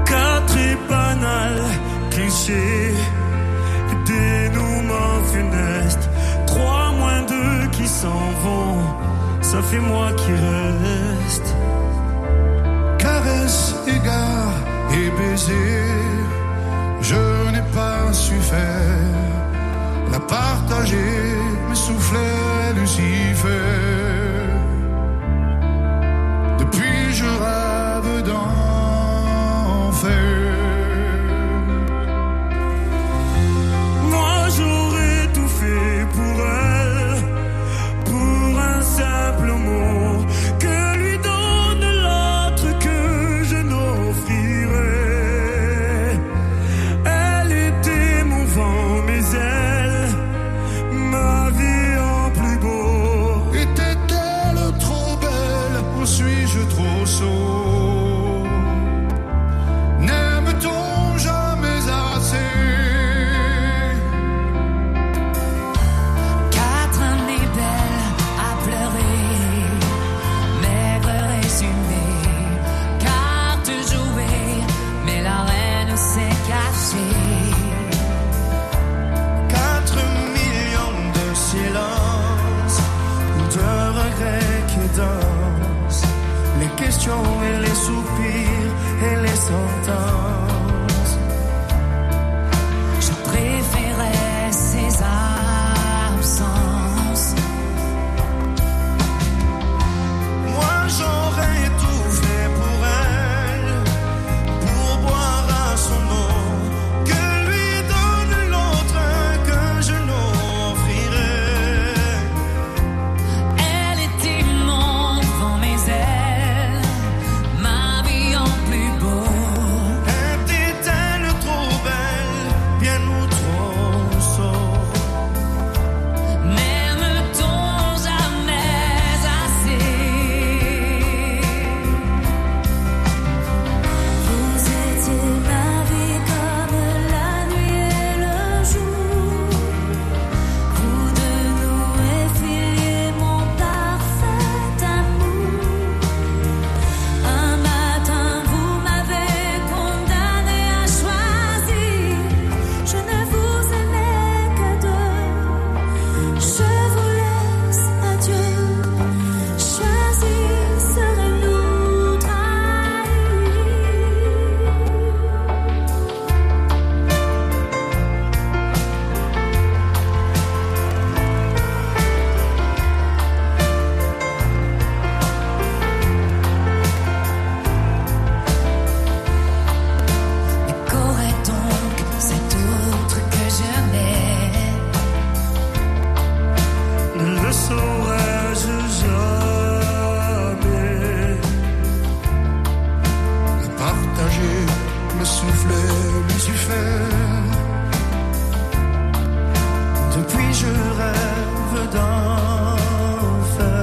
[SPEAKER 13] Quatre et banal clichés, dénouement funeste, trois moins deux qui s'en vont, ça fait moi qui reste. Caresse, égard et baiser, je n'ai pas su faire la partager, me soufflait Lucifer. Depuis je rêve d'enfer. Moi j'aurais tout fait pour elle, pour un simple mot que lui donne l'autre que je n'offrirai. Elle était mon vent, mes ailes, ma vie en plus beau. Était-elle trop belle ou suis-je trop sot N'aime-t-on jamais assez
[SPEAKER 8] Quatre années belles à pleurer, maigre résumé, carte jouée, mais la reine s'est cachée.
[SPEAKER 13] Quatre millions de silences, de regrets qui dansent, les questions et les soupirs et les sentences.
[SPEAKER 8] Je préférais ses absences.
[SPEAKER 13] Moi j'aurais tout fait pour elle, pour boire à son nom, que lui donne l'autre que je n'offrirai.
[SPEAKER 8] Elle était mon vent, mes ailes, ma vie en plus beau.
[SPEAKER 13] Était-elle trop belle, bien ou trop sot
[SPEAKER 8] N'aime-t-on jamais assez Vous étiez ma vie comme la nuit et le jour Vous de nous effiliez mon parfait amour Un matin vous m'avez condamné à choisir Je ne vous aimais que deux je vous laisse adieu, choisir serez-nous trahis Mais qu'aurait donc cet autre que j'aimais
[SPEAKER 13] Ne saurais-je jamais le partager, me souffler, Lucifer Depuis je rêve d'enfer.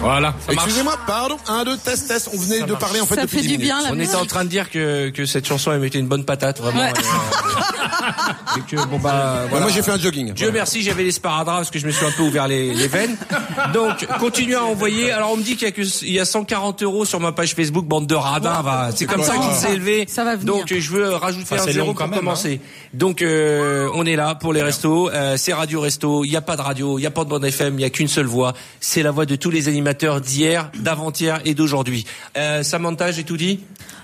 [SPEAKER 7] Voilà. ça marche.
[SPEAKER 3] Excusez-moi, pardon. Un, deux, test, test. On venait
[SPEAKER 7] Ça
[SPEAKER 3] de
[SPEAKER 7] marche.
[SPEAKER 3] parler en fait depuis 10 minutes.
[SPEAKER 7] On était en train de dire que, que cette chanson elle mettait une bonne patate vraiment.
[SPEAKER 3] Ouais.
[SPEAKER 7] euh, et que bon bah
[SPEAKER 3] Ah, Moi, j'ai fait un jogging.
[SPEAKER 7] Dieu merci, j'avais les sparadraps parce que je me suis un peu ouvert les, les veines. Donc continuez à envoyer. Alors on me dit qu'il y a que- il y a 140 euros sur ma page Facebook bande de radins. va. C'est comme ça qu'il
[SPEAKER 14] Attends.
[SPEAKER 7] s'est élevé.
[SPEAKER 14] Ça va venir.
[SPEAKER 7] Donc je veux rajouter
[SPEAKER 14] Enfin,
[SPEAKER 7] un
[SPEAKER 14] c'est long
[SPEAKER 7] zéro
[SPEAKER 14] quand
[SPEAKER 7] pour
[SPEAKER 14] même, hein.
[SPEAKER 7] commencer. Donc euh, on est là pour les restos. Euh, c'est Radio Resto. Il n'y a pas de radio. Il n'y a pas de bande FM. Il n'y a qu'une seule voix. C'est la voix de tous les animateurs d'hier, d'avant-hier et d'aujourd'hui. Euh, Samantha, j'ai tout dit.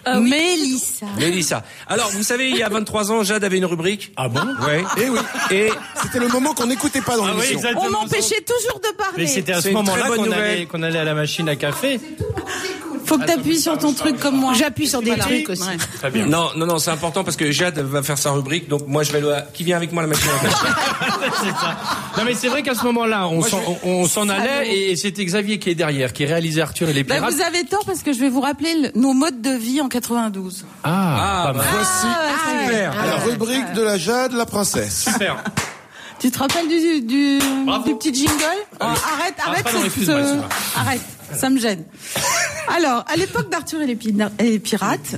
[SPEAKER 2] Euh,
[SPEAKER 6] Mélissa.
[SPEAKER 7] Mélissa. Alors, vous savez, il y a 23 ans, Jade avait une rubrique. Ah bon Ouais. Et oui. Et Ah c'était le moment qu'on n'écoutait pas dans l'émission.
[SPEAKER 6] On m'empêchait toujours de parler.
[SPEAKER 9] Mais c'était à ce moment-là qu'on allait, qu'on allait à la machine à café.
[SPEAKER 6] Faut que t'appuies sur ton truc comme moi. J'appuie sur
[SPEAKER 11] des trucs aussi.
[SPEAKER 9] Très bien.
[SPEAKER 7] Non, non, non, c'est important parce que Jade va faire sa rubrique, donc moi je vais le. Qui vient avec moi la machine à café
[SPEAKER 9] Non mais c'est vrai qu'à ce moment-là, on s'en on- on s'en allait
[SPEAKER 6] Salaud.
[SPEAKER 9] et c'était Xavier qui est derrière, qui réalisait Arthur et les
[SPEAKER 6] Bah,
[SPEAKER 9] pirates.
[SPEAKER 6] vous avez tort parce que je vais vous rappeler le- nos modes de vie en 92.
[SPEAKER 9] Ah, pas mal.
[SPEAKER 3] Voici super.
[SPEAKER 6] ouais, ça y est.
[SPEAKER 3] la
[SPEAKER 6] Ah ouais.
[SPEAKER 3] rubrique de la Jade, la princesse. Super.
[SPEAKER 6] Tu te rappelles du, du, du petit jingle Oh, Arrête,
[SPEAKER 3] Ah,
[SPEAKER 6] arrête,
[SPEAKER 3] pas dans
[SPEAKER 6] ce-
[SPEAKER 3] les films, ouais,
[SPEAKER 6] ce-
[SPEAKER 3] celui-là.
[SPEAKER 6] arrête, ça me gêne. Alors, à l'époque d'Arthur et les, pina- et les pirates.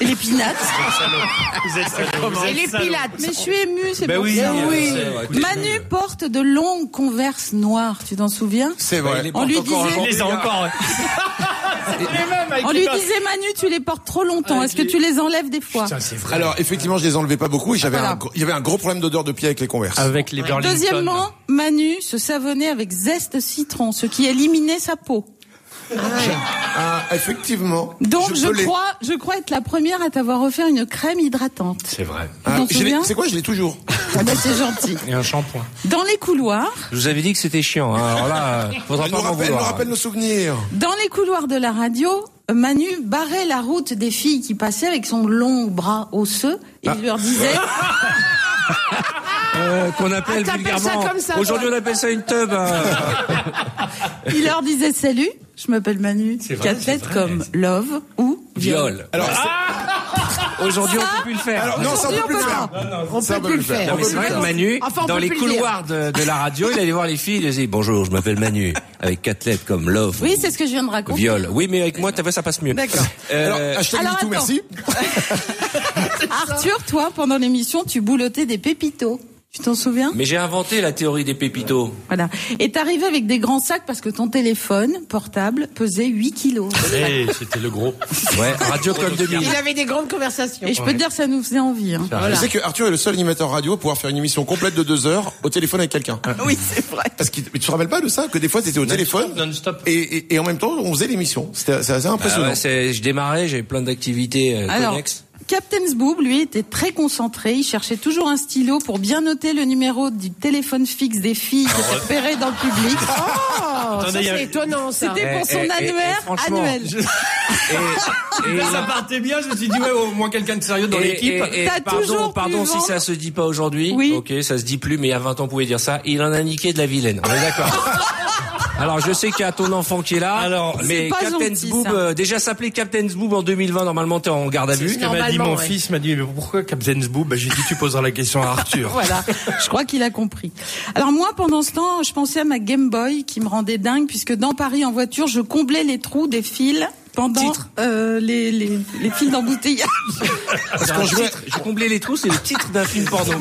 [SPEAKER 6] Et les pinates.
[SPEAKER 13] Vous êtes
[SPEAKER 8] Oh,
[SPEAKER 13] salauds, vous
[SPEAKER 6] Et
[SPEAKER 13] êtes
[SPEAKER 6] les
[SPEAKER 13] salauds.
[SPEAKER 6] pilates. Mais je suis émue, c'est
[SPEAKER 13] Ben
[SPEAKER 6] pour
[SPEAKER 13] oui,
[SPEAKER 6] ça.
[SPEAKER 13] oui, Oui. c'est vrai, écoutez.
[SPEAKER 6] Manu porte de longues converses noires, tu t'en souviens
[SPEAKER 3] C'est vrai.
[SPEAKER 6] On lui disait.
[SPEAKER 13] les a encore.
[SPEAKER 6] Bah, On lui disait Manu, tu les portes trop longtemps. Est-ce que tu les enlèves des fois
[SPEAKER 3] Alors effectivement, je les enlevais pas beaucoup et j'avais un gros- il y avait un gros problème d'odeur de pied avec les Converse.
[SPEAKER 4] Avec les
[SPEAKER 6] Deuxièmement, Manu se savonnait avec zeste citron, ce qui éliminait sa peau.
[SPEAKER 3] Ah, effectivement.
[SPEAKER 6] Donc je,
[SPEAKER 3] peux les-
[SPEAKER 6] crois, je crois être la première à t'avoir offert une crème hydratante.
[SPEAKER 4] C'est vrai.
[SPEAKER 3] Ah,
[SPEAKER 6] t'en
[SPEAKER 3] je l'ai-
[SPEAKER 6] souviens
[SPEAKER 3] C'est quoi Je l'ai toujours.
[SPEAKER 6] Ah bah, c'est gentil.
[SPEAKER 4] Et un shampoing.
[SPEAKER 6] Dans les couloirs,
[SPEAKER 7] Je vous avais dit que c'était chiant. hein. Alors là, euh, faudra
[SPEAKER 3] Elle
[SPEAKER 7] pas
[SPEAKER 3] nous
[SPEAKER 7] m'en
[SPEAKER 3] rappelle- elle nous
[SPEAKER 7] vouloir. hein.
[SPEAKER 3] rappelle nos souvenirs.
[SPEAKER 6] dans les couloirs de la radio, Manu barrait la route des filles qui passaient avec son long bras osseux et
[SPEAKER 7] Ah.
[SPEAKER 6] il leur disait
[SPEAKER 7] Euh, Qu'on
[SPEAKER 6] Ah,
[SPEAKER 7] appelle
[SPEAKER 6] t'appelles
[SPEAKER 7] vulgairement.
[SPEAKER 6] ça comme ça,
[SPEAKER 7] Aujourd'hui, on
[SPEAKER 6] toi.
[SPEAKER 7] appelle ça une teub. hein.
[SPEAKER 6] il leur disait salut, je m'appelle Manu,
[SPEAKER 7] C'est vrai,
[SPEAKER 6] qu'à
[SPEAKER 7] c'est
[SPEAKER 6] tête
[SPEAKER 7] vrai.
[SPEAKER 6] comme love ou
[SPEAKER 7] Viol. Alors, Aujourd'hui, on
[SPEAKER 6] Ça
[SPEAKER 7] peut plus le faire.
[SPEAKER 6] Alors, non, ça, on peut Aujourd'hui, plus le on peut faire. pas. On peut plus le faire.
[SPEAKER 7] Non, mais
[SPEAKER 6] On
[SPEAKER 7] c'est
[SPEAKER 6] peut
[SPEAKER 7] vrai que
[SPEAKER 6] plus le
[SPEAKER 7] Manu,
[SPEAKER 6] dire. Enfin, on
[SPEAKER 7] dans
[SPEAKER 6] peut
[SPEAKER 7] les
[SPEAKER 6] plus le dire.
[SPEAKER 7] couloirs de, de la radio, il allait voir les filles, il disait bonjour, je m'appelle Manu, avec quatre lettres comme love.
[SPEAKER 6] Oui, c'est ce que je viens de raconter.
[SPEAKER 7] Viol. Oui, mais avec moi, t'as vu, ça passe mieux.
[SPEAKER 6] D'accord.
[SPEAKER 7] Euh,
[SPEAKER 6] Alors, ah, attends. Arthur, toi, pendant l'émission, tu boulottais des pépitos. Tu t'en souviens
[SPEAKER 7] Mais j'ai inventé la théorie des pépitos.
[SPEAKER 6] Voilà. Et t'arrivais avec des grands sacs parce que ton téléphone portable pesait 8 kilos.
[SPEAKER 4] Eh, c'était le gros.
[SPEAKER 7] Ouais, Radio
[SPEAKER 3] Col
[SPEAKER 7] Col
[SPEAKER 6] Il
[SPEAKER 7] 2000.
[SPEAKER 6] avait des grandes conversations. Et je peux te dire, ça nous faisait envie. hein. Voilà.
[SPEAKER 3] Je sais que Arthur est le seul animateur radio à pouvoir faire une émission complète de deux heures au téléphone avec quelqu'un.
[SPEAKER 6] Ah Oui, c'est vrai.
[SPEAKER 3] Parce que mais tu te rappelles pas de ça que des fois t'étais au téléphone Et, et, et en même temps on faisait l'émission. C'était c'est assez impressionnant.
[SPEAKER 7] Ah ouais, c'est- je démarrais, j'avais plein d'activités euh,
[SPEAKER 6] Alors,
[SPEAKER 7] connexes.
[SPEAKER 6] Captain Zboob, lui, était très concentré. Il cherchait toujours un stylo pour bien noter le numéro du téléphone fixe des filles qui étaient repérées dans le public.
[SPEAKER 11] Oh,
[SPEAKER 6] Attendez,
[SPEAKER 11] ça,
[SPEAKER 6] il y a-
[SPEAKER 11] c'est étonnant, ça.
[SPEAKER 6] C'était pour
[SPEAKER 11] Eh,
[SPEAKER 6] son
[SPEAKER 11] eh, eh,
[SPEAKER 6] annuaire
[SPEAKER 11] eh, franchement,
[SPEAKER 6] annuel.
[SPEAKER 7] Et
[SPEAKER 4] Là,
[SPEAKER 7] là-
[SPEAKER 4] ça partait bien, je me suis dit, ouais, au moins quelqu'un de sérieux dans
[SPEAKER 7] Et-
[SPEAKER 4] l'équipe.
[SPEAKER 7] et- et pardon, pardon si ça se dit pas aujourd'hui. Ok, ça se dit plus, mais il y a 20 ans, on pouvait dire ça. Il en a niqué de la vilaine. On est d'accord. Alors, je sais qu'il y a ton enfant qui est là. Alors, mais
[SPEAKER 4] C'est pas
[SPEAKER 7] Captain
[SPEAKER 4] gentil,
[SPEAKER 7] Zboob,
[SPEAKER 4] ça.
[SPEAKER 7] euh, déjà s'appelait Captain Zboob en 2020. Normalement, t'es en garde à
[SPEAKER 4] C'est
[SPEAKER 7] vue.
[SPEAKER 4] ce que m'a dit mon fils, m'a dit, mais pourquoi Captain Zboob? Bah, j'ai dit, tu poseras la question à Arthur.
[SPEAKER 6] Voilà, je crois qu'il a compris. Alors moi, pendant ce temps, je pensais à ma Game Boy qui me rendait dingue puisque dans Paris en voiture, je comblais les trous des fils pendant euh, les, les, les fils d'embouteillage.
[SPEAKER 7] Parce qu'on jouait, j'ai comblé les trous, c'est le titre d'un film porno.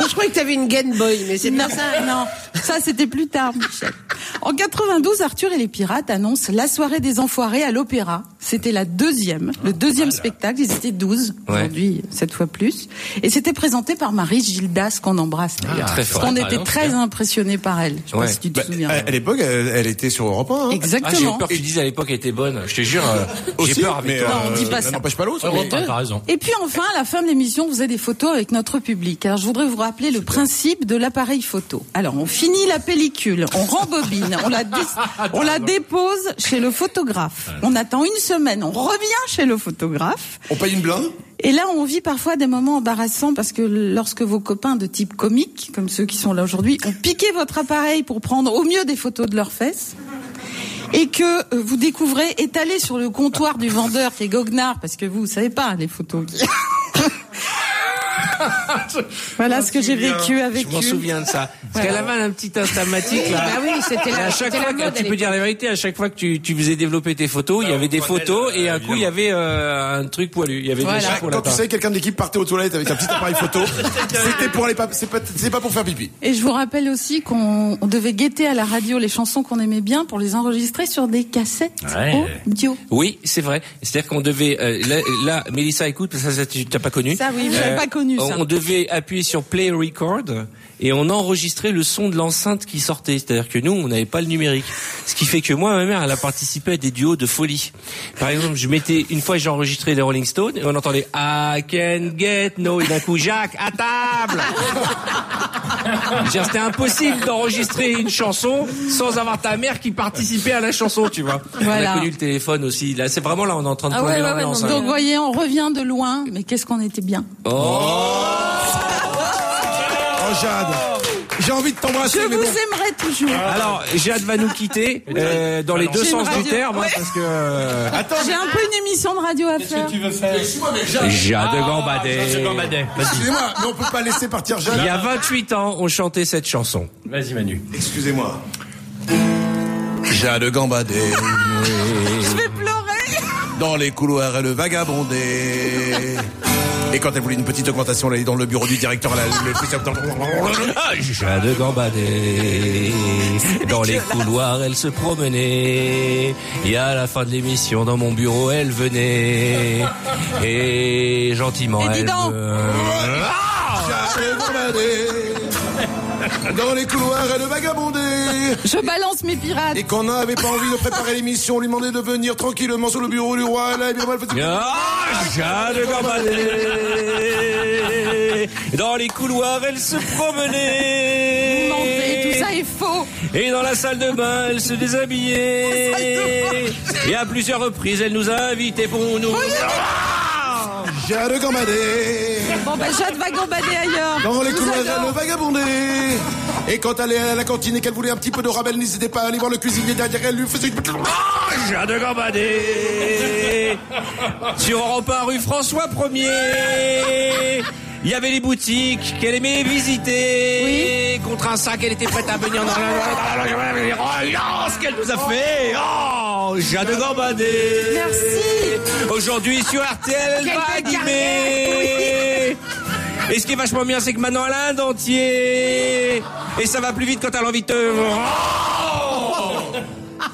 [SPEAKER 6] je croyais que tu avais une Game Boy, mais c'est non, ça. Non, ça c'était plus tard, Michel. En 92, Arthur et les Pirates annoncent la soirée des enfoirés à l'Opéra. C'était la deuxième, le
[SPEAKER 3] Ah
[SPEAKER 6] deuxième spectacle. Ils étaient 12
[SPEAKER 13] Ouais.
[SPEAKER 6] aujourd'hui, cette fois plus. Et c'était présenté par Marie Gildas qu'on embrasse. d'ailleurs.
[SPEAKER 3] Ah, très fort,
[SPEAKER 6] Parce qu'on
[SPEAKER 3] par
[SPEAKER 6] était
[SPEAKER 3] exemple, hein.
[SPEAKER 6] très impressionnés par elle. Je sais pas si tu te
[SPEAKER 3] Bah,
[SPEAKER 6] souviens.
[SPEAKER 3] à, à l'époque, elle, elle était sur Europe 1. hein.
[SPEAKER 6] Exactement.
[SPEAKER 7] Ah, j'ai eu peur que tu dises à l'époque, elle était bonne. Je te jure, euh, j'ai
[SPEAKER 3] Aussi,
[SPEAKER 7] peur avec
[SPEAKER 3] mais,
[SPEAKER 7] toi.
[SPEAKER 3] euh, Non, on dit pas ça ça. n'empêche pas l'autre, mais-
[SPEAKER 7] t'as raison.
[SPEAKER 6] Et puis enfin, à la fin de l'émission, on faisait des photos avec notre public. Alors je voudrais vous rappeler le principe de l'appareil photo. Alors on finit la pellicule, on rembobine, on la, dé-
[SPEAKER 7] Ah,
[SPEAKER 6] on la dépose chez le photographe. On attend une semaine, on revient chez le photographe.
[SPEAKER 3] On paye une blinde
[SPEAKER 6] Et là, on vit parfois des moments embarrassants parce que lorsque vos copains de type comique, comme ceux qui sont là aujourd'hui, ont piqué votre appareil pour prendre au mieux des photos de leurs fesses, et que euh, vous découvrez étalé sur le comptoir du vendeur qui est goguenard, parce que vous, vous savez pas les photos. qui- voilà ce que j'ai vécu avec
[SPEAKER 7] Je m'en
[SPEAKER 6] eux.
[SPEAKER 7] souviens de ça. Parce
[SPEAKER 6] Ouais.
[SPEAKER 7] qu'elle avait un petit instamatique là.
[SPEAKER 11] Ah
[SPEAKER 6] Bah oui, c'était la-
[SPEAKER 7] Et à chaque
[SPEAKER 6] c'était la
[SPEAKER 7] fois,
[SPEAKER 6] mode à
[SPEAKER 7] tu peux
[SPEAKER 6] l'époque.
[SPEAKER 7] dire la vérité, à chaque fois que tu, tu faisais développer tes photos, il y avait des photos et un coup il y avait euh, un truc poilu. Il y avait des chats pour
[SPEAKER 3] Quand tu savais que quelqu'un de l'équipe partait aux toilettes avec un petit appareil photo, c'était pour aller pas, c'est pas, c'est pas pour faire pipi.
[SPEAKER 6] Et je vous rappelle aussi qu'on on devait guetter à la radio les chansons qu'on aimait bien pour les enregistrer sur des cassettes
[SPEAKER 7] Ouais.
[SPEAKER 6] audio.
[SPEAKER 7] Oui, c'est vrai. C'est-à-dire qu'on devait euh, là, là, Mélissa écoute parce que ça, ça, tu t'as pas connu.
[SPEAKER 6] Ça, oui, j'avais pas connu,
[SPEAKER 7] on-
[SPEAKER 6] ça.
[SPEAKER 7] On devait appuyer sur play record et on enregistrait le son de l'enceinte qui sortait. C'est-à-dire que nous, on n'avait pas le numérique. Ce qui fait que moi, ma mère, elle a participé à des duos de folie. Par exemple, je mettais une fois j'ai enregistré les Rolling Stones et on entendait I can get no et d'un coup Jacques à table. Je veux dire, C'était impossible d'enregistrer une chanson sans avoir ta mère qui participait à la chanson, tu vois.
[SPEAKER 6] Voilà.
[SPEAKER 7] On a connu le téléphone aussi. Là, c'est vraiment là, on est en train de
[SPEAKER 6] Ah
[SPEAKER 7] plomber
[SPEAKER 6] ouais, ouais, ouais,
[SPEAKER 7] l'ambiance,
[SPEAKER 6] non,
[SPEAKER 7] hein.
[SPEAKER 6] Donc voyez, on revient de loin, mais qu'est-ce qu'on était bien.
[SPEAKER 3] Oh Jade, j'ai envie de t'embrasser.
[SPEAKER 6] Je
[SPEAKER 3] mais
[SPEAKER 6] vous
[SPEAKER 3] bon.
[SPEAKER 6] aimerai toujours.
[SPEAKER 7] Alors, Jade va nous quitter euh, dans les
[SPEAKER 6] Ah. J'ai
[SPEAKER 7] deux
[SPEAKER 6] une
[SPEAKER 7] sens du
[SPEAKER 6] radio.
[SPEAKER 7] terme, hein,
[SPEAKER 6] Ouais.
[SPEAKER 7] parce que. euh,
[SPEAKER 6] J'ai un peu une émission de radio à faire.
[SPEAKER 7] Jade
[SPEAKER 4] Ah,
[SPEAKER 7] Gambadet.
[SPEAKER 4] Jade Gambadet, vas-y.
[SPEAKER 3] Excusez-moi, mais on peut pas laisser partir Jade.
[SPEAKER 7] Il y a 28 ans, on chantait cette chanson.
[SPEAKER 4] Vas-y Manu.
[SPEAKER 3] Excusez-moi. Jade gambadait
[SPEAKER 6] Je vais pleurer.
[SPEAKER 3] dans les couloirs, elle vagabondait. Et quand elle voulait une petite augmentation, elle allait dans le bureau du directeur. Elle allait le
[SPEAKER 7] Jade gambadait dans les couloirs, elle se promenait. Et à la fin de l'émission, dans mon bureau, elle venait et gentiment.
[SPEAKER 3] Et dis
[SPEAKER 7] elle
[SPEAKER 3] donc
[SPEAKER 7] me-
[SPEAKER 3] Jade gambadait dans les couloirs, elle vagabondait.
[SPEAKER 6] Je balance mes pirates.
[SPEAKER 3] Et qu'on n'avait pas envie de préparer l'émission, on lui demandait de venir tranquillement sur le bureau du roi. Elle avait mal fait.
[SPEAKER 7] Ah, Jeanne Gambadé. Dans les couloirs, elle se promenait.
[SPEAKER 6] Mentez, tout ça est faux.
[SPEAKER 7] Et dans la salle de bain, elle se déshabillait. Et à plusieurs reprises, elle nous a invités pour nous.
[SPEAKER 3] Jade gambadait.
[SPEAKER 6] Bon, bah, Jade va gambader ailleurs.
[SPEAKER 3] Dans les
[SPEAKER 6] Je vous
[SPEAKER 3] couloirs,
[SPEAKER 6] adore.
[SPEAKER 3] elle vagabondait. Et quand elle allait à la cantine et qu'elle voulait un petit peu de rabel, n'hésitait pas à aller voir le cuisinier derrière elle. Lui faisait une
[SPEAKER 7] Jeanne Gambadé. Sur Europe 1, rue François 1er. Il y avait les boutiques qu'elle aimait visiter. Contre un sac, elle était prête à venir dans Ah, la... Oh, ce qu'elle nous a fait Oh, Jeanne Gambadé Merci Aujourd'hui, sur RTL, elle va animer Et ce qui est vachement bien, c'est que maintenant, elle a un dentier Et ça va plus vite quand elle a envie de te... Oh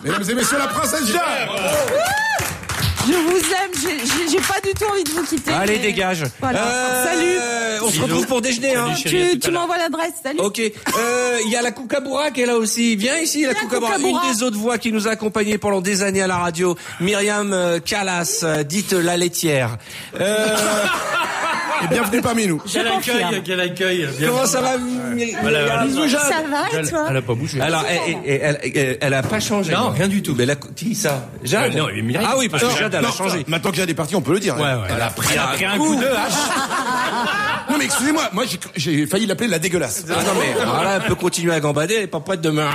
[SPEAKER 3] Mesdames et messieurs, la princesse Jeanne
[SPEAKER 6] Je vous aime, j'ai- j'ai- j'ai pas du tout envie de vous quitter.
[SPEAKER 7] Allez,
[SPEAKER 6] mais-
[SPEAKER 7] dégage.
[SPEAKER 6] Voilà.
[SPEAKER 7] Euh,
[SPEAKER 6] Salut.
[SPEAKER 7] On se retrouve pour déjeuner. Hein.
[SPEAKER 6] Tu, tu m'envoies l'adresse, salut.
[SPEAKER 7] Ok. Euh, Il y a la Koukaboura qui est là aussi. Viens ici, la Koukaboura.
[SPEAKER 6] Koukaboura.
[SPEAKER 7] Une des autres voix qui nous a accompagnés pendant des années à la radio. Myriam euh, Callas, euh, dite la laitière. Euh...
[SPEAKER 3] Et bienvenue parmi nous.
[SPEAKER 4] Quel accueil, quel accueil.
[SPEAKER 7] Comment ça va
[SPEAKER 4] Voilà, voilà.
[SPEAKER 7] Jeanne
[SPEAKER 4] Ça va, et
[SPEAKER 7] Elle-
[SPEAKER 4] toi
[SPEAKER 7] Elle a pas bougé. Alors, elle, elle, elle, elle a pas changé. Non, rien du tout. Mais la, qui ça Jeanne
[SPEAKER 4] Euh, non, Myriam.
[SPEAKER 7] Ah oui, parce que
[SPEAKER 4] Non,
[SPEAKER 7] Jeanne, elle a
[SPEAKER 4] non,
[SPEAKER 7] changé.
[SPEAKER 3] Maintenant que Jeanne est partie, on peut le dire. hein.
[SPEAKER 4] Elle a pris un, coup de hache.
[SPEAKER 3] Non mais excusez-moi, moi j'ai- j'ai failli l'appeler la dégueulasse.
[SPEAKER 7] Ah non mais alors là, elle peut continuer à gambader, elle est pas prête demain.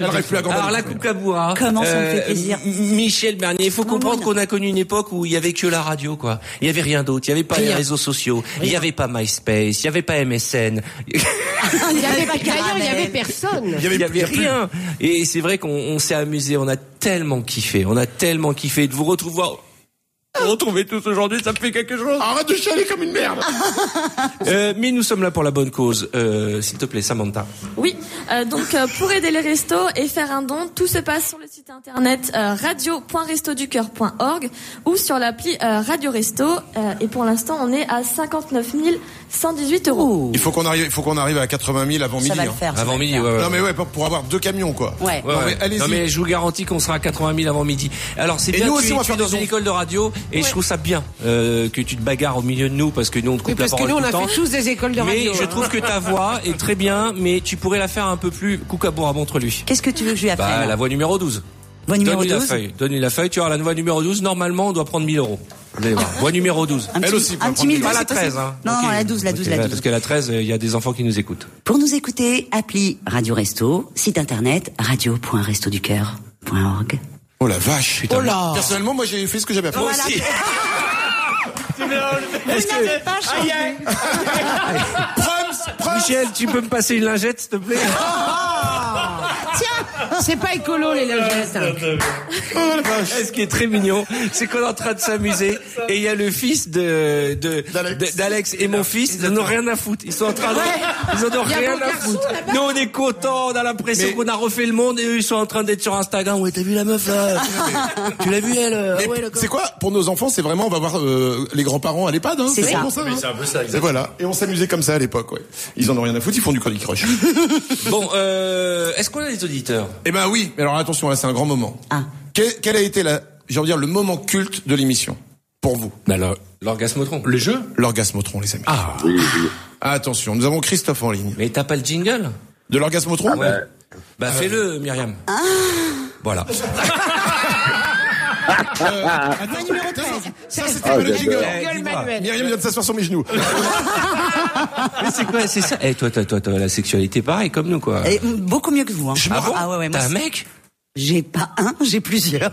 [SPEAKER 3] Elle rêve plus à gambader.
[SPEAKER 7] Alors la Koukaboura.
[SPEAKER 6] Comment ça me fait
[SPEAKER 7] plaisir. hein. Euh, Michel Bernier, il faut comprendre qu'on a connu une époque où il y avait que la radio quoi. Il y avait rien d'autre, il y avait pas les
[SPEAKER 11] Rien.
[SPEAKER 7] réseaux sociaux, il y avait pas MySpace, il y avait pas MSN.
[SPEAKER 11] Il y avait d'ailleurs, il y avait personne.
[SPEAKER 7] Il y avait, rien. Et c'est vrai qu'on on s'est amusé, on a tellement kiffé, on a tellement kiffé de vous retrouver vous retrouver tous aujourd'hui, ça me fait quelque chose.
[SPEAKER 3] Arrête de chialer comme une merde
[SPEAKER 7] Euh, mais nous sommes là pour la bonne cause. Euh, S'il te plaît, Samantha.
[SPEAKER 2] Oui, euh, donc euh, pour aider les restos et faire un don, tout se passe sur le site internet euh, radio.restoducoeur.org ou sur l'appli euh, Radio Resto. Euh, et pour l'instant, on est à 59 118
[SPEAKER 6] Oh.
[SPEAKER 2] euros.
[SPEAKER 3] Il faut qu'on arrive, il faut qu'on arrive à 80 000 avant midi.
[SPEAKER 2] va le
[SPEAKER 3] hein.
[SPEAKER 2] faire, ça
[SPEAKER 7] Avant midi, ouais, ouais.
[SPEAKER 3] Non mais ouais, pour- pour avoir deux camions quoi.
[SPEAKER 7] Ouais,
[SPEAKER 2] Ouais.
[SPEAKER 3] Non
[SPEAKER 7] ouais.
[SPEAKER 3] mais allez-y.
[SPEAKER 7] Non, mais je vous garantis qu'on sera à 80 000 avant midi. Alors c'est
[SPEAKER 3] Et
[SPEAKER 7] bien
[SPEAKER 3] nous
[SPEAKER 7] que
[SPEAKER 3] aussi,
[SPEAKER 7] tu
[SPEAKER 3] on va
[SPEAKER 7] tu
[SPEAKER 3] faire
[SPEAKER 7] es dans
[SPEAKER 3] des
[SPEAKER 7] une
[SPEAKER 3] ondes.
[SPEAKER 7] école de radio et je trouve ça bien euh, que tu te bagarres au milieu de nous parce que nous on te coupe
[SPEAKER 11] Oui, parce
[SPEAKER 7] la
[SPEAKER 11] que
[SPEAKER 7] parole
[SPEAKER 11] nous, on
[SPEAKER 7] tout
[SPEAKER 11] a
[SPEAKER 7] le temps.
[SPEAKER 11] fait tous des écoles de radio.
[SPEAKER 7] mais je
[SPEAKER 11] hein.
[SPEAKER 7] trouve que ta voix est très bien, mais tu pourrais la faire un peu plus à montre lui.
[SPEAKER 15] Qu'est-ce que tu veux que je lui apprenne
[SPEAKER 7] Bah la voix numéro 12.
[SPEAKER 15] Voix numéro
[SPEAKER 7] Donne-lui la
[SPEAKER 15] 12.
[SPEAKER 7] feuille. Donne-lui la feuille. Tu auras la voix numéro 12. Normalement, on doit prendre 1000 euros. Vous allez voir. Voix numéro 12.
[SPEAKER 15] Un petit- un petit 1000
[SPEAKER 7] Pas la
[SPEAKER 15] c'est
[SPEAKER 7] 13,
[SPEAKER 15] possible.
[SPEAKER 7] hein.
[SPEAKER 15] Non,
[SPEAKER 7] Ok.
[SPEAKER 15] la 12, la
[SPEAKER 7] Ok,
[SPEAKER 15] 12, la
[SPEAKER 7] ouais,
[SPEAKER 15] 12.
[SPEAKER 7] Parce que la 13, il y a des enfants qui nous écoutent.
[SPEAKER 15] Pour nous écouter, appli Radio Resto, site internet radio.restoducoeur.org.
[SPEAKER 3] Oh la vache, putain.
[SPEAKER 15] Oh là.
[SPEAKER 3] Personnellement, moi j'ai fait ce que j'avais à faire.
[SPEAKER 15] Moi Voilà.
[SPEAKER 3] aussi.
[SPEAKER 7] Est-ce que-
[SPEAKER 6] pas
[SPEAKER 7] Michel, tu peux me passer une lingette, s'il te plaît
[SPEAKER 11] Tiens, c'est pas écolo les lingettes. hein.
[SPEAKER 7] Et Ah, Ce qui est très mignon, c'est qu'on est en train de s'amuser et il y a le fils de de- de- d'Alex et mon fils, ils en ont rien à foutre. Ils sont en train de, ils en ont
[SPEAKER 11] Il y a
[SPEAKER 7] rien
[SPEAKER 11] mon
[SPEAKER 7] à
[SPEAKER 11] garçon,
[SPEAKER 7] foutre.
[SPEAKER 11] là-bas.
[SPEAKER 7] Nous on est contents, on a l'impression qu'on a refait le monde et eux ils sont en train d'être sur Instagram. Ouais, t'as vu la meuf là Tu l'as vu elle euh,
[SPEAKER 3] Mais
[SPEAKER 7] ouais, elle a
[SPEAKER 3] c'est quoi Pour nos enfants, c'est vraiment on va voir euh, les grands-parents à l'EHPAD. Hein,
[SPEAKER 15] C'est ça.
[SPEAKER 3] vraiment hein.
[SPEAKER 4] un peu ça,
[SPEAKER 3] Et voilà. Et on s'amusait comme ça à l'époque. Ouais. Ils en ont rien à foutre. Ils font du Candy Crush.
[SPEAKER 7] Bon, euh, est-ce qu'on a des auditeurs
[SPEAKER 3] Eh ben oui. Mais alors attention, là c'est un grand moment.
[SPEAKER 15] Ah.
[SPEAKER 3] Quel, quel a été la, j'ai envie de dire le moment culte de l'émission pour vous
[SPEAKER 7] Bah l'orgasmotron.
[SPEAKER 4] Le jeu
[SPEAKER 3] L'orgasmotron, les amis.
[SPEAKER 7] Ah,
[SPEAKER 3] Attention, nous avons Christophe en ligne.
[SPEAKER 7] mais t'as pas le jingle
[SPEAKER 3] De l'orgasmotron
[SPEAKER 7] Ouais. Bah fais-le, Myriam.
[SPEAKER 11] Ah.
[SPEAKER 7] Voilà.
[SPEAKER 11] Euh,
[SPEAKER 7] Ah,
[SPEAKER 3] Ça c'était pas le jingle.
[SPEAKER 11] Gueule Manuel.
[SPEAKER 3] Ah, Myriam vient de s'asseoir sur mes genoux.
[SPEAKER 7] Mais c'est quoi C'est ça Eh, Et toi, toi, toi, toi, la sexualité, pareil comme nous, quoi.
[SPEAKER 15] Et mm, beaucoup mieux que vous. Hein.
[SPEAKER 7] Ah bon
[SPEAKER 15] ouais, ouais, moi,
[SPEAKER 7] T'as un
[SPEAKER 15] c'est-
[SPEAKER 7] mec
[SPEAKER 15] J'ai pas un, j'ai plusieurs.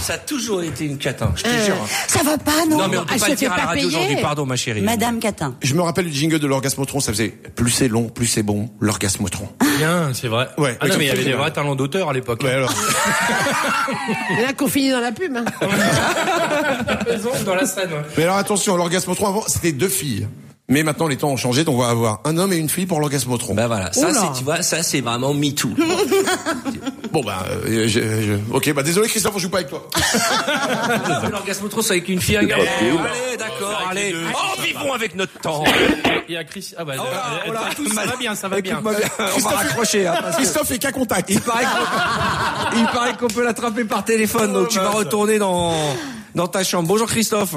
[SPEAKER 7] Ça a toujours été une catin, je te
[SPEAKER 15] Euh,
[SPEAKER 7] jure.
[SPEAKER 3] hein.
[SPEAKER 15] ça va pas, non
[SPEAKER 7] Non, mais on peut
[SPEAKER 15] Elle
[SPEAKER 7] pas
[SPEAKER 15] se
[SPEAKER 7] le dire
[SPEAKER 15] fait
[SPEAKER 7] à la
[SPEAKER 15] pas
[SPEAKER 7] radio
[SPEAKER 15] payer.
[SPEAKER 7] aujourd'hui, pardon, ma chérie.
[SPEAKER 15] Madame Catin.
[SPEAKER 3] Je me rappelle du jingle de l'orgasmotron, ça faisait plus c'est long, plus c'est bon, l'orgasmotron.
[SPEAKER 4] Bien, c'est vrai.
[SPEAKER 3] Ouais.
[SPEAKER 4] Ah non, mais il y avait des
[SPEAKER 3] Exactement.
[SPEAKER 4] vrais talents d'auteur à l'époque.
[SPEAKER 11] Là qu'on finit dans la pub. hein.
[SPEAKER 7] dans la scène.
[SPEAKER 3] Mais alors attention, l'orgasmotron avant, c'était deux filles. Mais maintenant les temps ont changé, donc on va avoir un homme et une fille pour l'orgasmotron. Bah
[SPEAKER 7] voilà, ça c'est tu vois, ça c'est vraiment me too.
[SPEAKER 3] Bon bah euh, je- je- OK, bah désolé Christophe, on joue pas avec toi.
[SPEAKER 7] L'orgasmotron c'est Ah, avec une fille, un gars.
[SPEAKER 3] possible.
[SPEAKER 7] Allez, d'accord, allez. Oh, vivons avec notre temps.
[SPEAKER 4] Il y a Chris. Ah bah,
[SPEAKER 7] oh là, tout
[SPEAKER 4] ça va bien, ça va bien.
[SPEAKER 7] Écoute-moi bien. On va raccrocher. hein, parce que-
[SPEAKER 3] Christophe est qu'à contact.
[SPEAKER 7] Il paraît qu'on- il paraît qu'on peut l'attraper par téléphone,
[SPEAKER 4] Oh,
[SPEAKER 7] donc tu vas retourner dans, dans ta chambre. Bonjour Christophe.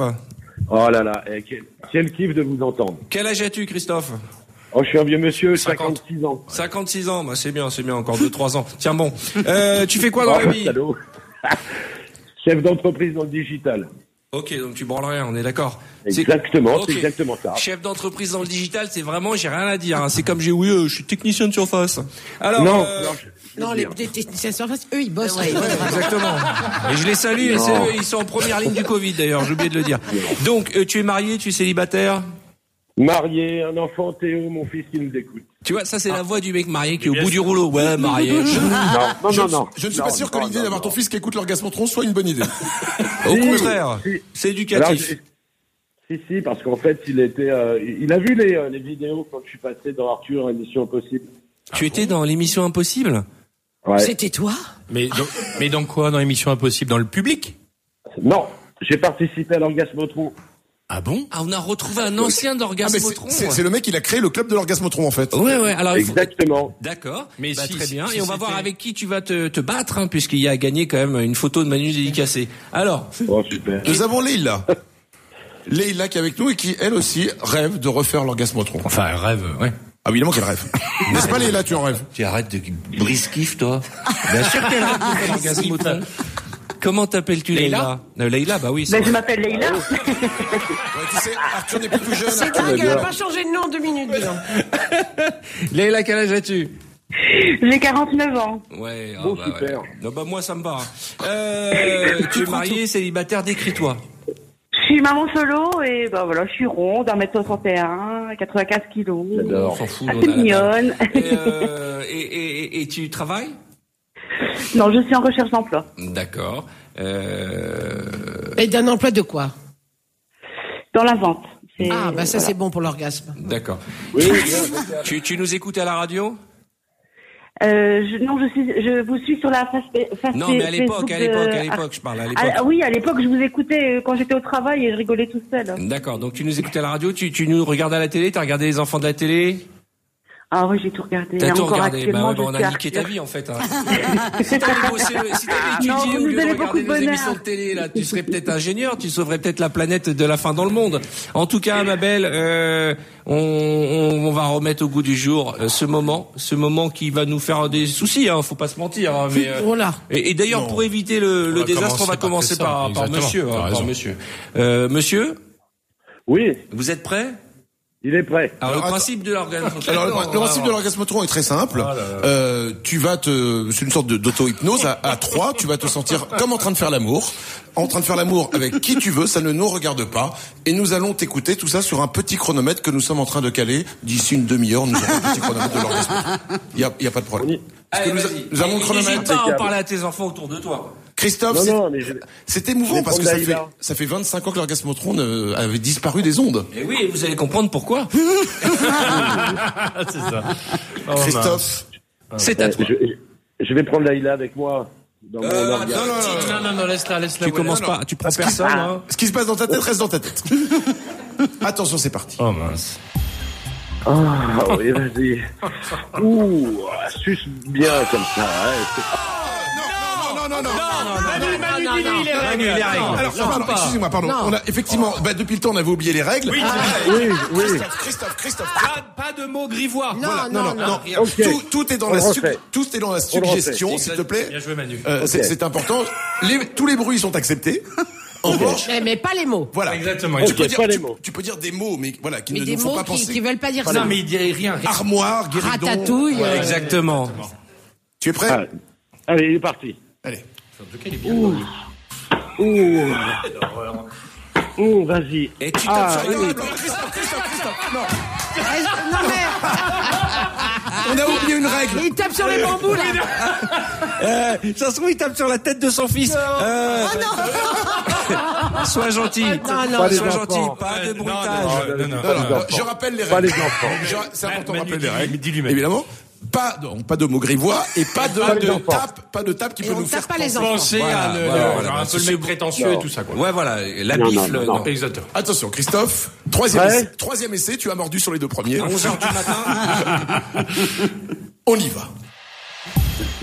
[SPEAKER 9] Oh là là, eh, quel, quel kiff de vous entendre.
[SPEAKER 7] Quel âge as-tu Christophe
[SPEAKER 9] Oh, je suis un vieux monsieur,
[SPEAKER 7] 50.
[SPEAKER 9] 56 ans.
[SPEAKER 7] 56 ans, bah, c'est bien, c'est bien, encore 2-3 ans. Tiens bon, Euh, tu fais quoi dans la
[SPEAKER 9] Oh,
[SPEAKER 7] vie
[SPEAKER 9] salaud. Chef d'entreprise dans le digital.
[SPEAKER 7] Ok, donc tu branles rien, on est d'accord. C'est-
[SPEAKER 9] Exactement,
[SPEAKER 7] Ok.
[SPEAKER 9] c'est exactement ça.
[SPEAKER 7] Chef d'entreprise dans le digital, c'est vraiment, j'ai rien à dire. hein. C'est comme j'ai, oui, euh, je suis technicien de surface. Alors,
[SPEAKER 9] Non,
[SPEAKER 7] euh,
[SPEAKER 9] non,
[SPEAKER 11] Non, les les techniciens de surface, eux, ils bossent.
[SPEAKER 7] ouais, exactement. et je les salue, et
[SPEAKER 9] Non.
[SPEAKER 7] c'est eux, ils sont en première ligne du Covid d'ailleurs, j'ai oublié de le dire. Donc, euh, tu es marié, tu es célibataire
[SPEAKER 9] Marié, un enfant, Théo, mon fils qui nous écoute.
[SPEAKER 7] Tu vois, ça c'est la voix du mec marié qui est au bout du rouleau. Ouais, marié.
[SPEAKER 3] Je-
[SPEAKER 9] non, non, non.
[SPEAKER 3] Je ne suis
[SPEAKER 9] Non,
[SPEAKER 3] pas sûr que
[SPEAKER 9] non,
[SPEAKER 3] l'idée
[SPEAKER 9] non,
[SPEAKER 3] d'avoir ton fils qui écoute l'orgasmotron soit une bonne idée.
[SPEAKER 7] Au
[SPEAKER 9] Si,
[SPEAKER 7] contraire,
[SPEAKER 9] si.
[SPEAKER 7] c'est
[SPEAKER 9] Alors,
[SPEAKER 7] éducatif.
[SPEAKER 9] si, si, si, parce qu'en fait, il était, euh, il a vu les, euh, les vidéos quand je suis passé dans Arthur, émission possible.
[SPEAKER 7] Tu étais dans l'émission Impossible
[SPEAKER 11] C'était toi
[SPEAKER 4] Mais dans, mais dans quoi Dans l'émission Impossible Dans le public
[SPEAKER 9] Non, j'ai participé à l'orgasmotron.
[SPEAKER 4] Ah bon
[SPEAKER 7] Ah, on a retrouvé un ancien
[SPEAKER 3] Ah, mais c'est-
[SPEAKER 7] d'orgasmotron.
[SPEAKER 3] c'est c'est le mec, il a créé le club de l'orgasmotron en fait.
[SPEAKER 7] Ouais, ouais, alors il faut-
[SPEAKER 9] Exactement.
[SPEAKER 7] D'accord.
[SPEAKER 4] Mais
[SPEAKER 7] Bah,
[SPEAKER 4] si-
[SPEAKER 7] très bien.
[SPEAKER 4] si
[SPEAKER 7] Et on va
[SPEAKER 4] c'était-
[SPEAKER 7] voir avec qui tu vas te, te battre, hein, puisqu'il y a gagné quand même une photo de Manu dédicacée. Alors,
[SPEAKER 9] Oh, super.
[SPEAKER 3] Nous avons Leïla. Leïla qui est avec nous et qui, elle aussi, rêve de refaire l'orgasmotron.
[SPEAKER 4] Enfin, elle rêve, ouais.
[SPEAKER 3] Ah, évidemment qu'elle rêve. N'est-ce pas, Leïla, tu en rêves
[SPEAKER 7] tu arrêtes de brisquif, toi. Bien sûr qu'elle
[SPEAKER 11] Ah,
[SPEAKER 7] a raconté l'orgasmotron. Comment t'appelles-tu Leïla
[SPEAKER 4] Leïla
[SPEAKER 7] Euh, Leïla, bah oui. c'est
[SPEAKER 16] Ben, je
[SPEAKER 7] vrai.
[SPEAKER 16] m'appelle
[SPEAKER 17] Ah,
[SPEAKER 16] Leïla.
[SPEAKER 17] oh.
[SPEAKER 3] Ouais, tu sais, Arthur n'est plus tout jeune.
[SPEAKER 11] C'est dingue, elle n'a pas changé de nom en deux minutes. dis donc.
[SPEAKER 7] Leïla, quel âge as-tu
[SPEAKER 16] J'ai 49 ans.
[SPEAKER 7] Ouais, ah
[SPEAKER 9] Bon,
[SPEAKER 7] bah,
[SPEAKER 9] super.
[SPEAKER 7] ouais. Non, bah, moi, ça me va. hein. Euh, tu es marié, célibataire, décris-toi.
[SPEAKER 16] Je suis maman solo et ben voilà, je suis ronde, 1m61, 95 kilos.
[SPEAKER 7] On s'en fout.
[SPEAKER 16] Assez
[SPEAKER 7] on a la-
[SPEAKER 16] mignonne.
[SPEAKER 7] Et, euh, et, et, et- et tu travailles
[SPEAKER 16] Non, je suis en recherche d'emploi.
[SPEAKER 7] D'accord. Euh,
[SPEAKER 11] Et d'un emploi de quoi
[SPEAKER 16] Dans la vente. C'est-
[SPEAKER 11] Ah, bah ça,
[SPEAKER 16] voilà.
[SPEAKER 11] c'est bon pour l'orgasme.
[SPEAKER 7] D'accord.
[SPEAKER 9] Oui, oui,
[SPEAKER 7] Tu, tu nous écoutes à la radio
[SPEAKER 16] Euh, je, non, je, suis, je vous suis sur la face, euh, face
[SPEAKER 7] Non, mais à l'époque,
[SPEAKER 16] Facebook
[SPEAKER 7] à
[SPEAKER 16] de-
[SPEAKER 7] l'époque, à l'époque, je parle à
[SPEAKER 16] Ah, ah
[SPEAKER 7] l'époque.
[SPEAKER 16] oui, à l'époque, je vous écoutais euh, quand j'étais au travail et je rigolais tout seul.
[SPEAKER 7] D'accord. Donc tu nous écoutes à la radio, tu, tu nous regardes à la télé, t'as regardé les enfants de la télé,
[SPEAKER 16] Ah oui, j'ai tout regardé.
[SPEAKER 7] t'as tout
[SPEAKER 16] Encore
[SPEAKER 7] regardé. Bah
[SPEAKER 16] actuellement,
[SPEAKER 7] ouais, bah, on
[SPEAKER 16] je
[SPEAKER 7] a
[SPEAKER 16] suis
[SPEAKER 7] niqué
[SPEAKER 16] Arthur.
[SPEAKER 7] ta vie en fait. hein. si t'avais bossé, si t'avais étudié
[SPEAKER 16] Non, vous
[SPEAKER 7] Ah, au
[SPEAKER 16] nous
[SPEAKER 7] lieu de
[SPEAKER 16] donnez beaucoup
[SPEAKER 7] regarder
[SPEAKER 16] de
[SPEAKER 7] nos
[SPEAKER 16] bonheur.
[SPEAKER 7] émissions de télé, là, tu serais peut-être ingénieur, tu sauverais peut-être la planète de la fin dans le monde. En tout cas, ma belle, euh, on, on, on va remettre au goût du jour euh, ce moment, ce moment qui va nous faire des soucis. Hein, faut pas se mentir. hein, mais euh,
[SPEAKER 11] Oh là.
[SPEAKER 7] Et, et d'ailleurs,
[SPEAKER 4] Non.
[SPEAKER 7] pour éviter le, le
[SPEAKER 4] va
[SPEAKER 7] désastre, on va
[SPEAKER 4] commencer
[SPEAKER 7] commencer
[SPEAKER 4] par
[SPEAKER 7] par,
[SPEAKER 4] que
[SPEAKER 7] par
[SPEAKER 4] ça.
[SPEAKER 7] monsieur.
[SPEAKER 4] Exactement,
[SPEAKER 7] hein,
[SPEAKER 4] t'as
[SPEAKER 7] par
[SPEAKER 4] raison.
[SPEAKER 7] monsieur. Euh, monsieur,
[SPEAKER 9] Oui,
[SPEAKER 7] vous êtes prêt
[SPEAKER 9] il est prêt.
[SPEAKER 7] Alors,
[SPEAKER 3] Alors,
[SPEAKER 7] le principe de l'organisme.
[SPEAKER 3] Alors, le- le principe de l'orgasmotron est très simple.
[SPEAKER 4] Ah
[SPEAKER 3] Euh, tu vas te, c'est une sorte de- d'auto-hypnose à, à trois. Tu vas te sentir comme en train de faire l'amour, en train de faire l'amour avec qui tu veux. Ça ne nous regarde pas. Et nous allons t'écouter tout ça sur un petit chronomètre que nous sommes en train de caler. D'ici une demi-heure, nous aurons un petit chronomètre de l'orgasmotron. Il y a, il y a pas de problème. Parce que nous, a- nous avons le
[SPEAKER 7] N'hésite
[SPEAKER 3] chronomètre.
[SPEAKER 7] pas à en parler à tes enfants autour de toi.
[SPEAKER 3] Christophe,
[SPEAKER 9] Non,
[SPEAKER 3] c'est-
[SPEAKER 9] non, mais je-
[SPEAKER 3] c'est
[SPEAKER 9] Je
[SPEAKER 3] émouvant
[SPEAKER 9] vais
[SPEAKER 3] parce que
[SPEAKER 9] prendre
[SPEAKER 3] ça
[SPEAKER 9] la
[SPEAKER 3] fait,
[SPEAKER 9] Hilda.
[SPEAKER 3] ça fait 25 ans que l'orgasmotron euh, avait disparu des ondes.
[SPEAKER 7] Et oui, vous allez comprendre pourquoi.
[SPEAKER 4] c'est ça.
[SPEAKER 3] Christophe.
[SPEAKER 7] Oh, C'est à
[SPEAKER 9] Euh,
[SPEAKER 7] toi.
[SPEAKER 9] je, je vais prendre Laïla avec moi. Dans mon
[SPEAKER 7] Euh,
[SPEAKER 9] orgasme.
[SPEAKER 7] non, non,
[SPEAKER 4] Non, non, non, laisse-la, laisse-la.
[SPEAKER 7] Tu
[SPEAKER 4] voilà.
[SPEAKER 7] commences
[SPEAKER 4] Non,
[SPEAKER 7] pas, tu prends personne. hein.
[SPEAKER 3] Ce qui se passe dans ta tête reste dans ta tête. Attention, c'est parti.
[SPEAKER 4] non. Oh mince.
[SPEAKER 9] Ah oui, vas-y. Ouh, suce bien comme ça. hein.
[SPEAKER 3] non, non, non, non.
[SPEAKER 10] Manu, Manu,
[SPEAKER 7] non,
[SPEAKER 10] dis-lui
[SPEAKER 7] non.
[SPEAKER 10] les règles.
[SPEAKER 7] Manu, les
[SPEAKER 11] Ah,
[SPEAKER 7] règles.
[SPEAKER 10] Attends.
[SPEAKER 3] Alors, pardon, excusez-moi, pardon. On a, effectivement, bah, depuis le temps, on avait oublié les règles. Ah,
[SPEAKER 9] Ah, Oui, oui.
[SPEAKER 3] Christophe, Christophe, Christophe.
[SPEAKER 7] Pas, pas de mots grivois.
[SPEAKER 3] Voilà,
[SPEAKER 11] non,
[SPEAKER 3] non, non, non.
[SPEAKER 9] Ok.
[SPEAKER 3] Tout, tout est dans
[SPEAKER 9] On
[SPEAKER 3] la
[SPEAKER 9] le
[SPEAKER 3] sub-
[SPEAKER 9] refait.
[SPEAKER 3] tout est dans la
[SPEAKER 9] On le refait.
[SPEAKER 3] suggestion, s'il te plaît.
[SPEAKER 4] Bien joué, Manu.
[SPEAKER 3] Euh, c'est-
[SPEAKER 9] Ok.
[SPEAKER 3] C'est important. Les- tous les bruits sont acceptés. En revanche,
[SPEAKER 11] Eh, Mais, mais pas les mots.
[SPEAKER 3] voilà.
[SPEAKER 4] Exactement.
[SPEAKER 3] Tu peux,
[SPEAKER 9] Ok,
[SPEAKER 3] dire,
[SPEAKER 9] pas les
[SPEAKER 3] tu-
[SPEAKER 9] mots.
[SPEAKER 3] tu peux dire des mots, mais voilà, qui
[SPEAKER 11] Mais
[SPEAKER 3] ne
[SPEAKER 11] des
[SPEAKER 3] nous font
[SPEAKER 11] mots
[SPEAKER 3] pas
[SPEAKER 11] qui,
[SPEAKER 3] penser.
[SPEAKER 11] qui veulent pas dire ça.
[SPEAKER 4] Non, mais il dit rien. rien.
[SPEAKER 3] Armoire, guéridon.
[SPEAKER 11] Ratatouille. euh,
[SPEAKER 7] Exactement.
[SPEAKER 3] Tu es prêt
[SPEAKER 9] Ah, Allez, il est parti.
[SPEAKER 3] Allez.
[SPEAKER 9] En tout cas, il est bien. Ouh. Ouh. Ouh, vas-y.
[SPEAKER 13] Et
[SPEAKER 9] tu
[SPEAKER 8] Ah,
[SPEAKER 13] Non.
[SPEAKER 3] On a oublié une règle.
[SPEAKER 11] Il tape sur les bambous, là.
[SPEAKER 7] Euh, ça se trouve, il tape sur la tête de son fils. Euh,
[SPEAKER 9] Ah,
[SPEAKER 11] Oh non
[SPEAKER 7] Sois gentil.
[SPEAKER 11] Non, non,
[SPEAKER 7] Sois
[SPEAKER 11] sois
[SPEAKER 7] gentil.
[SPEAKER 11] gentil.
[SPEAKER 7] Pas de
[SPEAKER 3] Ah, Non,
[SPEAKER 7] bruitage.
[SPEAKER 3] non, non, non, non. Je rappelle les règles.
[SPEAKER 7] Pas les enfants.
[SPEAKER 3] Je ra- C'est important de
[SPEAKER 7] Manu,
[SPEAKER 3] rappeler les
[SPEAKER 7] dis-lui,
[SPEAKER 3] règles.
[SPEAKER 7] dis-lui, Manu.
[SPEAKER 3] Évidemment. Pas de, donc, pas de mots grivois et pas de,
[SPEAKER 7] Pas les
[SPEAKER 3] de
[SPEAKER 7] enfants.
[SPEAKER 3] tape, pas de tape qui
[SPEAKER 11] Et
[SPEAKER 3] peut
[SPEAKER 11] on
[SPEAKER 3] nous
[SPEAKER 11] tape
[SPEAKER 3] faire
[SPEAKER 11] pas les
[SPEAKER 3] penser.
[SPEAKER 11] enfants.
[SPEAKER 4] Penser
[SPEAKER 3] Voilà,
[SPEAKER 4] à le-
[SPEAKER 3] voilà,
[SPEAKER 4] genre,
[SPEAKER 3] voilà.
[SPEAKER 4] un peu le
[SPEAKER 3] C'est-
[SPEAKER 4] mec prétentieux et tout ça, quoi.
[SPEAKER 7] Ouais, voilà. La
[SPEAKER 3] Non,
[SPEAKER 7] bifle.
[SPEAKER 3] non, non, non.
[SPEAKER 4] Exactement.
[SPEAKER 3] Attention, Christophe, troisième,
[SPEAKER 4] Ouais.
[SPEAKER 3] essai, troisième essai, tu as mordu sur les deux premiers.
[SPEAKER 7] À 11 heures du
[SPEAKER 3] matin. On y va.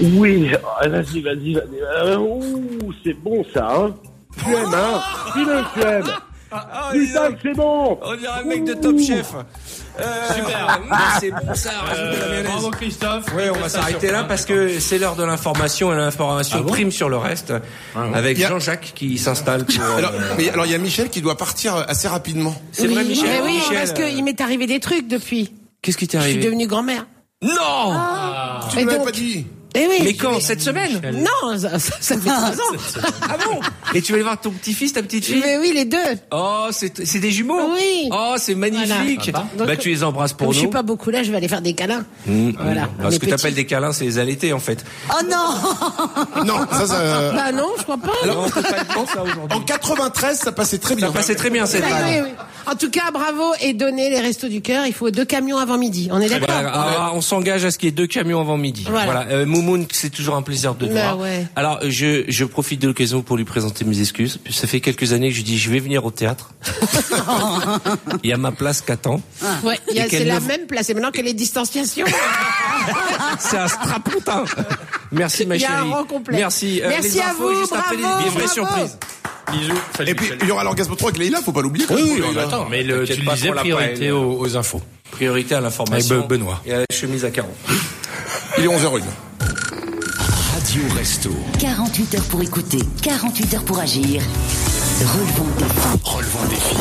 [SPEAKER 9] Oui, ah, vas-y, vas-y, vas-y. Euh, Ouh, c'est bon ça, hein. Tu aimes, hein. Dis-le, que tu aimes.
[SPEAKER 7] Ah,
[SPEAKER 9] Putain, que c'est bon. Ah.
[SPEAKER 7] On dirait un mec de Top Chef. Euh,
[SPEAKER 9] Super.
[SPEAKER 7] oui, C'est bon ça.
[SPEAKER 9] Ah,
[SPEAKER 7] rajouter la mayonnaise.
[SPEAKER 10] Bravo Christophe.
[SPEAKER 7] Ouais, on va s'arrêter là parce que c'est l'heure de l'information et l'information prime sur le reste avec
[SPEAKER 3] Il y a-
[SPEAKER 7] Jean-Jacques qui s'installe pour. euh,
[SPEAKER 3] Alors, mais alors il y a Michel qui doit partir assez rapidement.
[SPEAKER 7] C'est vrai, Michel.
[SPEAKER 11] Mais oui,
[SPEAKER 7] Michel, euh,
[SPEAKER 11] parce qu'il m'est arrivé des trucs depuis.
[SPEAKER 7] Qu'est-ce qui t'est
[SPEAKER 11] Je suis
[SPEAKER 7] arrivé
[SPEAKER 11] devenue grand-mère. Ah.
[SPEAKER 7] Non Ah.
[SPEAKER 3] Tu
[SPEAKER 11] Et
[SPEAKER 3] ne l'avais
[SPEAKER 11] donc-
[SPEAKER 3] pas dit.
[SPEAKER 11] Eh oui.
[SPEAKER 7] Mais quand Cette semaine
[SPEAKER 11] Non, ça, ça- ça fait trois ans.
[SPEAKER 7] Ah bon Et tu vas aller voir ton petit-fils, ta petite-fille
[SPEAKER 11] Mais oui, les deux.
[SPEAKER 7] Oh, c'est c'est des jumeaux
[SPEAKER 11] Oui.
[SPEAKER 7] Oh, c'est magnifique
[SPEAKER 11] Voilà.
[SPEAKER 7] Bah,
[SPEAKER 11] Donc,
[SPEAKER 7] tu les embrasses
[SPEAKER 11] Comme
[SPEAKER 7] pour
[SPEAKER 11] je suis
[SPEAKER 7] nous.
[SPEAKER 11] pas beaucoup là, je vais aller faire des câlins.
[SPEAKER 7] Mmh, mmh.
[SPEAKER 11] Voilà.
[SPEAKER 7] Alors,
[SPEAKER 11] Les
[SPEAKER 7] ce que t'appelles
[SPEAKER 11] petits.
[SPEAKER 7] des câlins, c'est les allaités, en fait.
[SPEAKER 11] Oh non
[SPEAKER 3] Non, ça, ça.
[SPEAKER 11] Bah non, je crois pas.
[SPEAKER 7] euh, Alors, on peut pas le dire, ça, aujourd'hui.
[SPEAKER 3] En 93, ça passait très bien.
[SPEAKER 7] Ça passait très bien, cette
[SPEAKER 11] Oui,
[SPEAKER 7] blague.
[SPEAKER 11] oui, oui. En tout cas, bravo et donnez les restos du cœur. Il faut deux camions avant midi. On est
[SPEAKER 7] Très bien.
[SPEAKER 11] d'accord
[SPEAKER 7] Ah, on s'engage à ce qu'il y ait deux camions avant midi. Voilà.
[SPEAKER 11] Voilà.
[SPEAKER 7] Euh, Moumoun, c'est toujours un plaisir de te
[SPEAKER 11] Bah
[SPEAKER 7] voir.
[SPEAKER 11] ouais.
[SPEAKER 7] Alors, euh, je, je profite de l'occasion pour lui présenter mes excuses. Ça fait quelques années que je dis je vais venir au théâtre. Il y a ma place qu'attend.
[SPEAKER 11] Ouais, il y a-
[SPEAKER 7] Et qu'elle
[SPEAKER 11] c'est la
[SPEAKER 7] ne-
[SPEAKER 11] même place. Et maintenant que les distanciations,
[SPEAKER 7] C'est un strapontin. Merci ma
[SPEAKER 11] il y
[SPEAKER 7] chérie.
[SPEAKER 11] a un rang complet.
[SPEAKER 7] Merci. Euh,
[SPEAKER 11] Merci
[SPEAKER 7] les
[SPEAKER 11] à
[SPEAKER 7] infos,
[SPEAKER 11] vous.
[SPEAKER 7] juste après
[SPEAKER 11] bravo.
[SPEAKER 7] les-
[SPEAKER 11] bravo.
[SPEAKER 7] les vraies surprises. Bisous.
[SPEAKER 3] Et puis il y aura l'orgasme 3 avec Leïla, faut pas l'oublier. quand
[SPEAKER 4] Oui,
[SPEAKER 3] même,
[SPEAKER 4] oui,
[SPEAKER 3] pour
[SPEAKER 4] on
[SPEAKER 3] Leïla.
[SPEAKER 4] attend, mais le, tu
[SPEAKER 7] T'inquiète
[SPEAKER 4] le
[SPEAKER 7] pas
[SPEAKER 4] disais,
[SPEAKER 7] pour la
[SPEAKER 4] priorité
[SPEAKER 7] paille.
[SPEAKER 4] aux, aux infos.
[SPEAKER 7] Priorité à l'information.
[SPEAKER 4] Et Be- Benoît.
[SPEAKER 7] Et à la chemise à carreaux.
[SPEAKER 3] Il est 11h01.
[SPEAKER 5] Radio Resto.
[SPEAKER 15] 48 heures pour écouter, 48 heures pour agir. Relevons le défi.
[SPEAKER 5] Relevons le défi.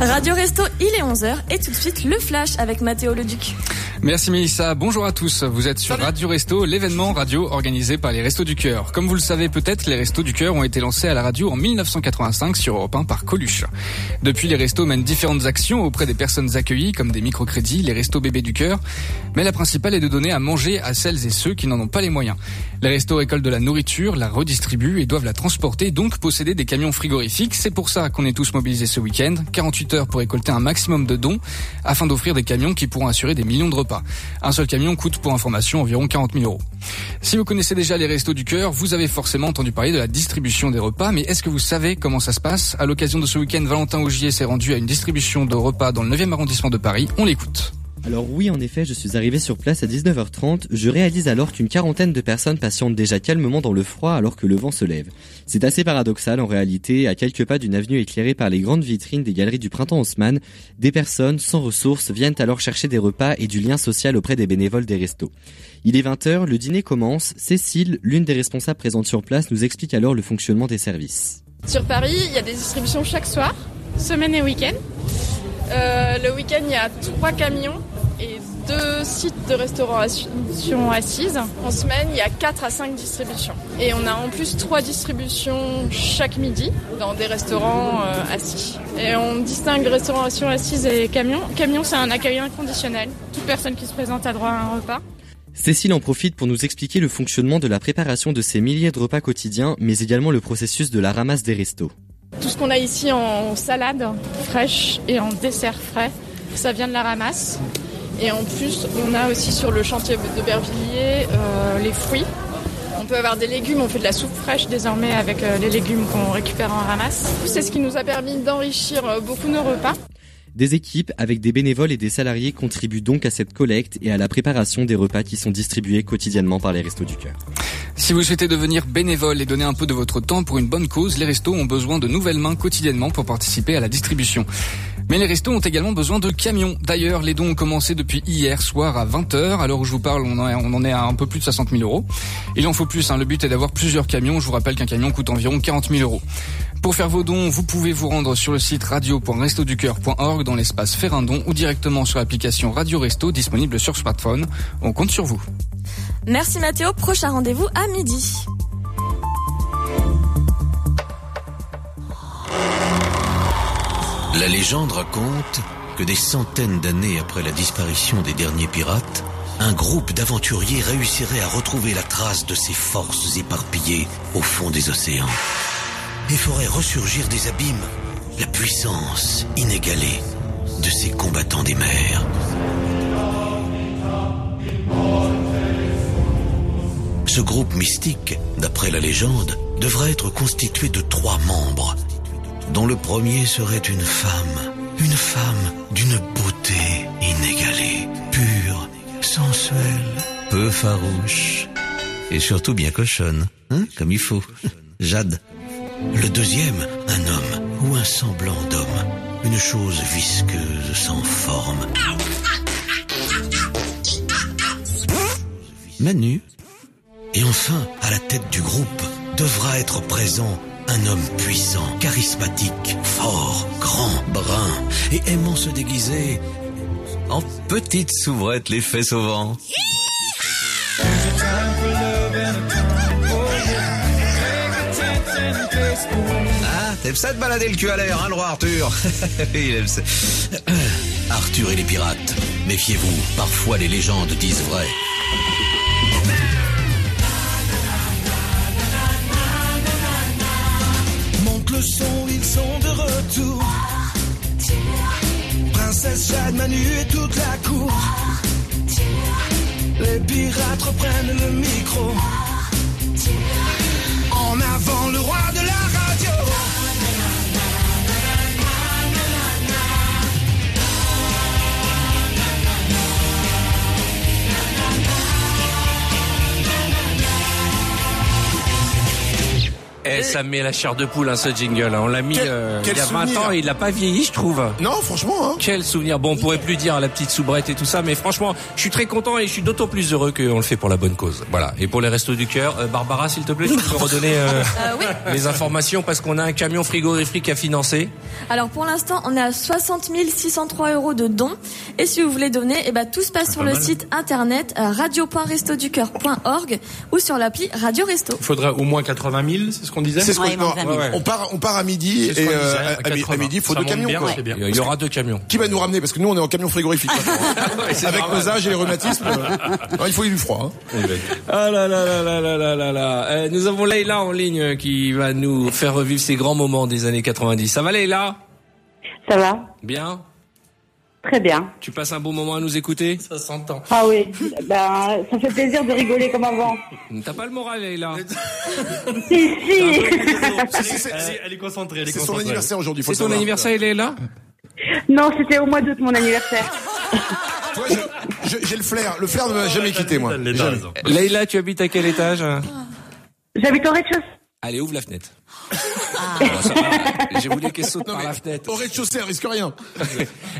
[SPEAKER 2] Radio Resto, il est 11h et tout de suite le flash avec Mathéo Leduc.
[SPEAKER 18] Merci Mélissa, bonjour à tous. Vous êtes sur Radio Resto, l'événement radio organisé par les Restos du Cœur. Comme vous le savez peut-être, les Restos du Cœur ont été lancés à la radio en 1985 sur Europe 1 par Coluche. Depuis, les Restos mènent différentes actions auprès des personnes accueillies comme des microcrédits, les Restos bébés du cœur, mais la principale est de donner à manger à celles et ceux qui n'en ont pas les moyens. Les Restos récoltent de la nourriture, la redistribuent et doivent la transporter, donc posséder des camions frigorifiques. C'est pour ça qu'on est tous mobilisés ce week-end, 48 heures pour récolter un maximum de dons afin d'offrir des camions qui pourront assurer des millions de repas. Un seul camion coûte pour information environ 40 000 euros. Si vous connaissez déjà les restos du cœur, vous avez forcément entendu parler de la distribution des repas, mais est-ce que vous savez comment ça se passe À l'occasion de ce week-end, Valentin Augier s'est rendu à une distribution de repas dans le 9e arrondissement de Paris. On l'écoute.
[SPEAKER 19] Alors oui, en effet, je suis arrivé sur place à 19h30. Je réalise alors qu'une quarantaine de personnes patientent déjà calmement dans le froid alors que le vent se lève. C'est assez paradoxal en réalité, à quelques pas d'une avenue éclairée par les grandes vitrines des galeries du printemps Haussmann, des personnes sans ressources viennent alors chercher des repas et du lien social auprès des bénévoles des restos. Il est 20h, le dîner commence. Cécile, l'une des responsables présentes sur place, nous explique alors le fonctionnement des services.
[SPEAKER 20] Sur Paris, il y a des distributions chaque soir, semaine et week-end. Euh, le week-end, il y a trois camions et deux sites de restauration assise. En semaine, il y a quatre à cinq distributions. Et on a en plus trois distributions chaque midi dans des restaurants euh, assis. Et on distingue restauration assise et camion. Camion, c'est un accueil inconditionnel. Toute personne qui se présente a droit à un repas.
[SPEAKER 19] Cécile en profite pour nous expliquer le fonctionnement de la préparation de ces milliers de repas quotidiens, mais également le processus de la ramasse des restos.
[SPEAKER 20] Tout ce qu'on a ici en salade fraîche et en dessert frais, ça vient de la ramasse. Et en plus, on a aussi sur le chantier de Bervilliers euh, les fruits. On peut avoir des légumes, on fait de la soupe fraîche désormais avec euh, les légumes qu'on récupère en ramasse. C'est ce qui nous a permis d'enrichir euh, beaucoup nos repas.
[SPEAKER 19] Des équipes avec des bénévoles et des salariés contribuent donc à cette collecte et à la préparation des repas qui sont distribués quotidiennement par les Restos du Cœur.
[SPEAKER 18] Si vous souhaitez devenir bénévole et donner un peu de votre temps pour une bonne cause, les restos ont besoin de nouvelles mains quotidiennement pour participer à la distribution. Mais les restos ont également besoin de camions. D'ailleurs, les dons ont commencé depuis hier soir à 20h. À l'heure où je vous parle, on en est- on en est à un peu plus de 60 000 euros. Il en faut plus, hein. le but est d'avoir plusieurs camions. Je vous rappelle qu'un camion coûte environ 40 000 euros. Pour faire vos dons, vous pouvez vous rendre sur le site radio.restoducœur.org dans l'espace Faire un don ou directement sur l'application Radio Resto disponible sur smartphone. On compte sur vous.
[SPEAKER 2] Merci Mathéo, prochain rendez-vous à midi.
[SPEAKER 5] La légende raconte que des centaines d'années après la disparition des derniers pirates, un groupe d'aventuriers réussirait à retrouver la trace de ces forces éparpillées au fond des océans et ferait ressurgir des abîmes la puissance inégalée de ces combattants des mers. Ce groupe mystique, d'après la légende, devrait être constitué de trois membres dont le premier serait une femme, une femme d'une beauté inégalée, pure, sensuelle, peu farouche et surtout bien cochonne, hein, comme il faut. Jade. Le deuxième, un homme ou un semblant d'homme, une chose visqueuse sans forme. Manu. Et enfin, à la tête du groupe, devra être présent un homme puissant, charismatique, fort, grand, brun et aimant se déguiser en petite soubrette les fesses au vent. Ah, t'aimes ça de balader le cul à l'air, hein, le roi Arthur Il aime ça. Arthur et les pirates, méfiez-vous, parfois les légendes disent vrai.
[SPEAKER 13] Monte le son, ils sont de retour. Princesse Jade, Manu et toute la cour. Les pirates reprennent le micro. En avant le roi de la radio.
[SPEAKER 7] Eh, ça met la chair de poule, hein, ce jingle. hein. On l'a mis
[SPEAKER 3] Quel-
[SPEAKER 7] euh,
[SPEAKER 3] quel
[SPEAKER 7] il y a 20
[SPEAKER 3] souvenir.
[SPEAKER 7] ans et il n'a pas vieilli, je trouve.
[SPEAKER 3] Non, franchement. Hein.
[SPEAKER 7] Quel souvenir. Bon, on pourrait plus dire hein, la petite soubrette et tout ça, mais franchement, je suis très content et je suis d'autant plus heureux qu'on le fait pour la bonne cause. Voilà. Et pour les restos du cœur, euh, Barbara, s'il te plaît, tu peux redonner euh, les informations parce qu'on a un camion frigorifique à financer.
[SPEAKER 2] Alors pour l'instant, on est à 60 603 euros de dons. Et si vous voulez donner, eh ben, tout se passe
[SPEAKER 7] Ah,
[SPEAKER 2] sur le
[SPEAKER 4] mal.
[SPEAKER 2] site internet euh, radio.restoducœur.org ou sur l'appli Radio Resto.
[SPEAKER 4] Il faudrait au moins 80 000, c'est ce qu'on disait
[SPEAKER 3] C'est ce qu'on- Ouais, non, ouais, ouais. on part- on part à midi
[SPEAKER 4] C'est ce
[SPEAKER 3] et,
[SPEAKER 4] qu'on
[SPEAKER 3] euh,
[SPEAKER 4] disait,
[SPEAKER 3] à- à mi- à
[SPEAKER 4] 80.
[SPEAKER 3] midi, il faut
[SPEAKER 4] Ça
[SPEAKER 3] deux
[SPEAKER 4] monte
[SPEAKER 3] camions,
[SPEAKER 4] bien,
[SPEAKER 3] quoi.
[SPEAKER 4] ouais. C'est bien.
[SPEAKER 7] Il y aura deux camions.
[SPEAKER 3] Qui va nous ramener Parce que nous, on est en camion frigorifique. maintenant.
[SPEAKER 7] c'est
[SPEAKER 3] Avec
[SPEAKER 7] normal.
[SPEAKER 3] nos âges et les rhumatismes, euh, non, il faut du froid. hein.
[SPEAKER 7] Ah là là là là là là là là. Euh, nous avons Leïla en ligne euh, qui va nous faire revivre ces grands moments des années 90. Ça va Leïla
[SPEAKER 16] Ça va
[SPEAKER 7] Bien
[SPEAKER 16] Très bien.
[SPEAKER 7] Tu passes un bon moment à nous écouter Ça s'entend.
[SPEAKER 16] Ah oui, ben, ça fait plaisir de rigoler comme avant.
[SPEAKER 7] T'as pas le moral Leïla
[SPEAKER 16] Si, si
[SPEAKER 4] Elle est concentrée, elle est
[SPEAKER 3] C'est son
[SPEAKER 4] concentrée.
[SPEAKER 3] anniversaire aujourd'hui. faut
[SPEAKER 7] C'est
[SPEAKER 3] le
[SPEAKER 7] ton
[SPEAKER 3] savoir.
[SPEAKER 7] anniversaire Leïla
[SPEAKER 16] Non, c'était au mois d'août mon anniversaire.
[SPEAKER 3] Toi, je- je- j'ai le flair. Le flair ne m'a jamais quitté, moi. Jamais.
[SPEAKER 7] Leïla, tu habites à quel étage
[SPEAKER 16] J'habite au rez-de-chaussée.
[SPEAKER 7] Allez, ouvre la fenêtre. Bon, Ah, bah, ça va. J'ai voulu qu'elle saute par la fenêtre.
[SPEAKER 3] Au rez-de-chaussée, elle risque rien.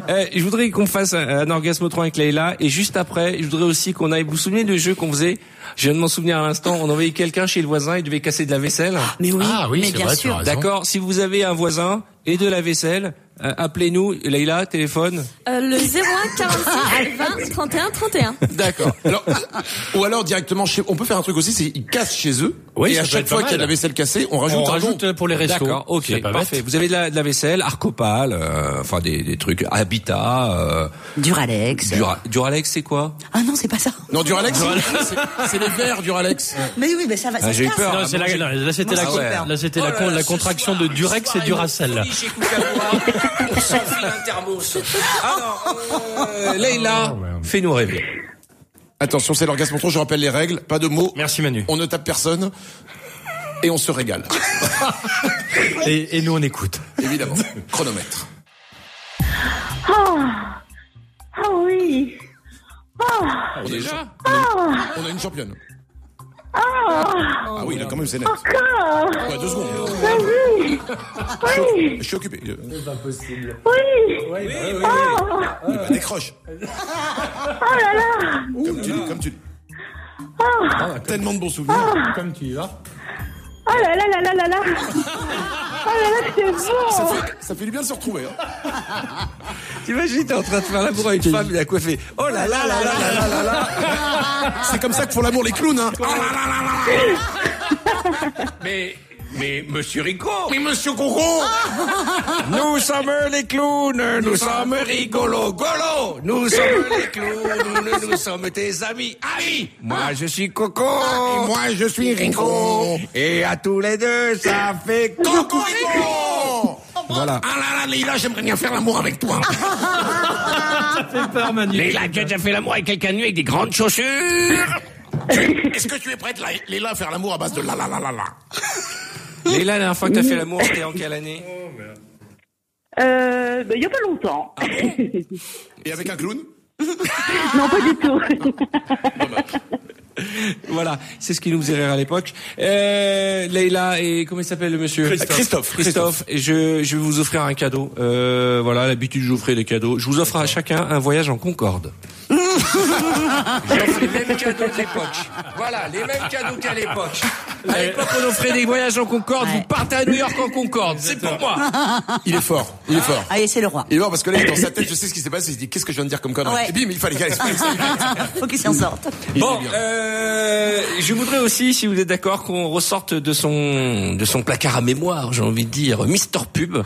[SPEAKER 7] Euh, je voudrais qu'on fasse un, un orgasmotron avec Leïla et juste après, je voudrais aussi qu'on aille. Vous vous souvenez du jeu qu'on faisait Je viens de m'en souvenir à l'instant. On envoyait quelqu'un chez le voisin, il devait casser de la vaisselle.
[SPEAKER 8] Mais oui,
[SPEAKER 4] Ah oui,
[SPEAKER 8] mais
[SPEAKER 4] c'est
[SPEAKER 8] bien
[SPEAKER 4] vrai, tu as
[SPEAKER 8] sûr.
[SPEAKER 4] raison.
[SPEAKER 7] D'accord. Si vous avez un voisin et de la vaisselle, euh, appelez-nous. Leïla, téléphone.
[SPEAKER 2] Euh, le 01 46 20 31 31.
[SPEAKER 3] D'accord. Alors, ou alors directement chez. On peut faire un truc aussi, c'est ils cassent chez eux.
[SPEAKER 4] Oui,
[SPEAKER 3] et
[SPEAKER 4] ça
[SPEAKER 3] à
[SPEAKER 4] peut
[SPEAKER 3] chaque
[SPEAKER 4] être
[SPEAKER 3] fois
[SPEAKER 4] pas
[SPEAKER 3] qu'il y a de la
[SPEAKER 4] mal.
[SPEAKER 3] vaisselle cassée, on rajoute.
[SPEAKER 4] On
[SPEAKER 3] un
[SPEAKER 4] rajoute
[SPEAKER 3] don.
[SPEAKER 4] pour les restos.
[SPEAKER 7] D'accord,
[SPEAKER 4] C'est
[SPEAKER 7] ok,
[SPEAKER 4] pas
[SPEAKER 7] parfait.
[SPEAKER 4] bête.
[SPEAKER 7] Vous avez de la, de la vaisselle, Arcopal, euh, enfin des, des trucs, Habitat. Euh,
[SPEAKER 8] Duralex.
[SPEAKER 7] Dura- Duralex, c'est quoi
[SPEAKER 8] Ah non, c'est pas ça.
[SPEAKER 3] Non, Duralex. c'est- C'est les verres Duralex.
[SPEAKER 8] Mais oui, mais ça va.
[SPEAKER 7] Ah,
[SPEAKER 8] ça se
[SPEAKER 7] j'ai eu
[SPEAKER 8] casse.
[SPEAKER 7] peur.
[SPEAKER 21] Non, c'est la, non, là, c'était la,
[SPEAKER 7] Ah ouais.
[SPEAKER 21] là, c'était
[SPEAKER 7] Oh
[SPEAKER 21] la,
[SPEAKER 7] là
[SPEAKER 21] con-
[SPEAKER 7] là,
[SPEAKER 21] la
[SPEAKER 7] ce
[SPEAKER 21] contraction de Durex et Duracell.
[SPEAKER 7] Chez Coca-Cola, on s'enfile un thermos. Alors, euh, Leïla, fais-nous rêver.
[SPEAKER 3] Attention, c'est l'orgasme trop. Je rappelle les règles. Pas de mots.
[SPEAKER 4] Merci Manu.
[SPEAKER 3] On ne tape personne. Et on se régale.
[SPEAKER 4] Et, et nous on écoute.
[SPEAKER 3] Évidemment. Chronomètre.
[SPEAKER 16] Oh, oh oui Oh,
[SPEAKER 4] Ah,
[SPEAKER 8] Ah,
[SPEAKER 3] On, est-
[SPEAKER 16] oh,
[SPEAKER 3] on a une championne.
[SPEAKER 16] oh
[SPEAKER 3] Ah oui, là, quand même, c'est net.
[SPEAKER 16] Encore
[SPEAKER 3] Ouais, deux secondes.
[SPEAKER 16] Ah oui Oui
[SPEAKER 3] Je suis occupé. Euh,
[SPEAKER 16] Oui Oh
[SPEAKER 3] bah, décroche.
[SPEAKER 16] Oh là là
[SPEAKER 3] Comme tu dis, comme tu dis.
[SPEAKER 16] Oh Ah.
[SPEAKER 3] Tellement de bons souvenirs.
[SPEAKER 16] Oh là là là là là là
[SPEAKER 3] ça, fait, ça fait du bien de se retrouver. hein.
[SPEAKER 7] T'imagines, t'es en train de faire l'amour avec une femme, il a coiffé. Oh là là là là là là là là.
[SPEAKER 3] C'est comme ça que font l'amour les clowns. Hein.
[SPEAKER 7] Ah, Mais, mais, monsieur Rico.
[SPEAKER 3] Oui, monsieur Coco.
[SPEAKER 7] Nous sommes les clowns, nous sommes rigolos, golo. Nous sommes les clowns, nous, nous sommes tes amis, amis. Moi, je suis Coco.
[SPEAKER 3] Et moi, je suis Rico.
[SPEAKER 7] Et à tous les deux, ça fait
[SPEAKER 3] Coco
[SPEAKER 7] Coco
[SPEAKER 3] Rico. Voilà. Ah là là, Leïla, j'aimerais bien faire l'amour avec toi.
[SPEAKER 7] Mais là, tu as déjà fait l'amour avec quelqu'un de nu avec des grandes chaussures.
[SPEAKER 3] Est-ce que tu es prête, Laï- Leïla, à faire l'amour à base de la la la la la
[SPEAKER 7] Et là, la dernière fois que t'as fait l'amour, c'était en quelle année
[SPEAKER 8] Euh, ben, il y a pas longtemps.
[SPEAKER 3] Et avec un clown Ah
[SPEAKER 8] non, pas du tout.
[SPEAKER 7] Voilà, c'est ce qui nous faisait rire à l'époque. Euh, Leïla et comment il s'appelle le monsieur
[SPEAKER 3] Christophe.
[SPEAKER 7] Christophe. Christophe. Et je, je vais vous offrir un cadeau. Euh, voilà, l'habitude j'offrais des cadeaux. Je vous offre à chacun un voyage en Concorde. J'offre les mêmes cadeaux qu'à l'époque. Voilà, les mêmes cadeaux qu'à l'époque. À l'époque, on offrait des voyages en Concorde. Vous partez à New York en Concorde. C'est pour moi.
[SPEAKER 3] Il est fort, il est
[SPEAKER 8] Ah,
[SPEAKER 3] fort.
[SPEAKER 15] Allez, c'est le roi.
[SPEAKER 3] Il est fort parce que là, dans sa tête, je sais ce qui s'est passé. Il se dit, qu'est-ce que je viens de dire comme connerie
[SPEAKER 15] Ouais.
[SPEAKER 3] Et bim, il fallait qu'elle
[SPEAKER 15] Faut qu'il s'en sorte.
[SPEAKER 7] Bon, euh, je voudrais aussi, si vous êtes d'accord, qu'on ressorte de son de son placard à mémoire, j'ai envie de dire, Mister Pub,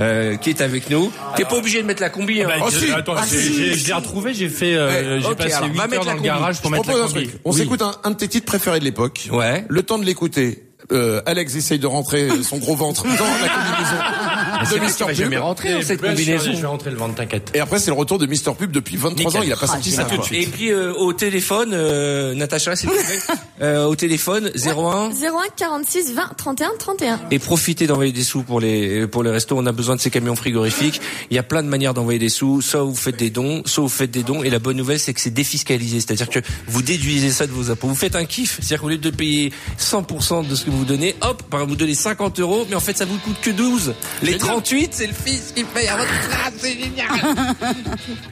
[SPEAKER 7] euh, qui est avec nous. T'es pas obligé de mettre la combi. Hein.
[SPEAKER 9] Bah,
[SPEAKER 3] Oh,
[SPEAKER 9] je-
[SPEAKER 3] si.
[SPEAKER 9] Attends,
[SPEAKER 3] Ah,
[SPEAKER 9] j'ai-
[SPEAKER 3] si,
[SPEAKER 9] j'ai-
[SPEAKER 3] si.
[SPEAKER 9] je l'ai retrouvé, j'ai fait, euh,
[SPEAKER 7] Ouais,
[SPEAKER 9] j'ai
[SPEAKER 7] ok,
[SPEAKER 9] passé
[SPEAKER 7] alors,
[SPEAKER 9] 8
[SPEAKER 7] va
[SPEAKER 9] heures
[SPEAKER 7] mettre
[SPEAKER 9] dans
[SPEAKER 7] la
[SPEAKER 9] le
[SPEAKER 7] combi.
[SPEAKER 9] garage pour
[SPEAKER 3] Je
[SPEAKER 9] mettre la
[SPEAKER 3] propose un
[SPEAKER 9] combi.
[SPEAKER 3] truc. On
[SPEAKER 9] Oui.
[SPEAKER 3] s'écoute un, un de tes titres préférés de l'époque.
[SPEAKER 7] Ouais.
[SPEAKER 3] Le temps de l'écouter. Euh, Alex essaye de rentrer son gros ventre dans
[SPEAKER 7] Ah,
[SPEAKER 3] la combinaison Ah, de Mister
[SPEAKER 7] va
[SPEAKER 3] Pub. Eh ben,
[SPEAKER 7] jamais rentrer dans cette
[SPEAKER 9] Ouais, je suis-
[SPEAKER 7] combinaison.
[SPEAKER 9] Je vais rentrer le ventre, t'inquiète.
[SPEAKER 3] hein, Et après, c'est le retour de Mister Pub depuis 23 ans. Il a pas
[SPEAKER 15] Ah,
[SPEAKER 3] sorti
[SPEAKER 15] j'ai
[SPEAKER 3] ça.
[SPEAKER 15] pas
[SPEAKER 3] quoi.
[SPEAKER 7] Et puis euh, au téléphone, euh, Natacha, s'il te plaît, euh, au téléphone 01
[SPEAKER 2] 01 46 20 31 31.
[SPEAKER 7] et profitez d'envoyer des sous pour les pour les restos. On a besoin de ces camions frigorifiques. Il y a plein de manières d'envoyer des sous. Soit vous faites des dons, soit vous faites des dons. Et la bonne nouvelle, c'est que c'est défiscalisé, c'est-à-dire que vous déduisez ça de vos impôts. Vous faites un kiff, c'est-à-dire qu'au lieu de payer 100% de ce que vous donnez, hop, par exemple, vous donnez 50 euros, mais en fait ça vous coûte que 12. Les 38, c'est le fils qui paye à votre place. C'est génial.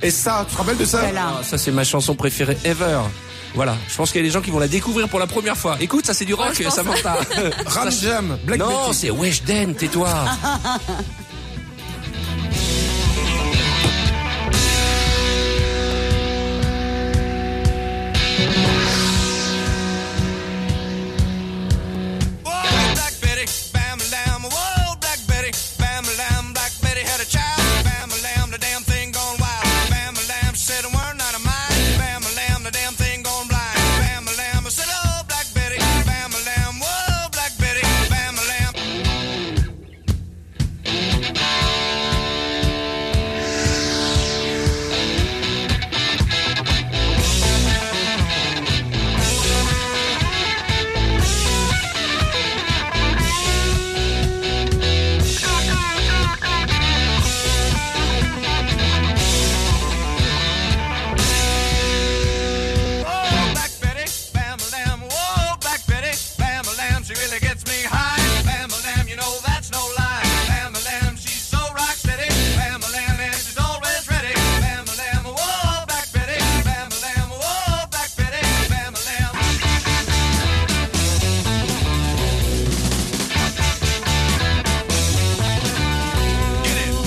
[SPEAKER 3] Et ça, tu te rappelles de ça
[SPEAKER 7] Ah, ça c'est ma chanson préférée ever. Voilà, je pense qu'il y a des gens qui vont la découvrir pour la première fois. Écoute, ça c'est du rock, ça Samantha.
[SPEAKER 3] Ram Jam, Black
[SPEAKER 7] non,
[SPEAKER 3] Betty.
[SPEAKER 7] c'est Weshden, tais-toi.
[SPEAKER 4] Whoa, Black Betty, bam a lamb. Whoa, Black Betty, bam a lamb. Black Betty had a child. Bam a lamb, the damn thing gone wild. Bam a lamb, she said a word not a mine. Bam a lamb, the damn thing gone blind. Bam a lamb, I said, oh, Black Betty. Bam a lamb, whoa, Black Betty, bam a lamb. Whoa, Black Betty, bam a lamb. Whoa, Black Betty, bam a lamb. She really gets me high. Bam a lamb, you know that's no lie. Bam a lamb, she's so rock steady. Bam a lamb, and she's always ready. Bam a lamb, whoa, Black Betty. Bam a lamb, whoa, Black Betty. Bam a lamb. Get it.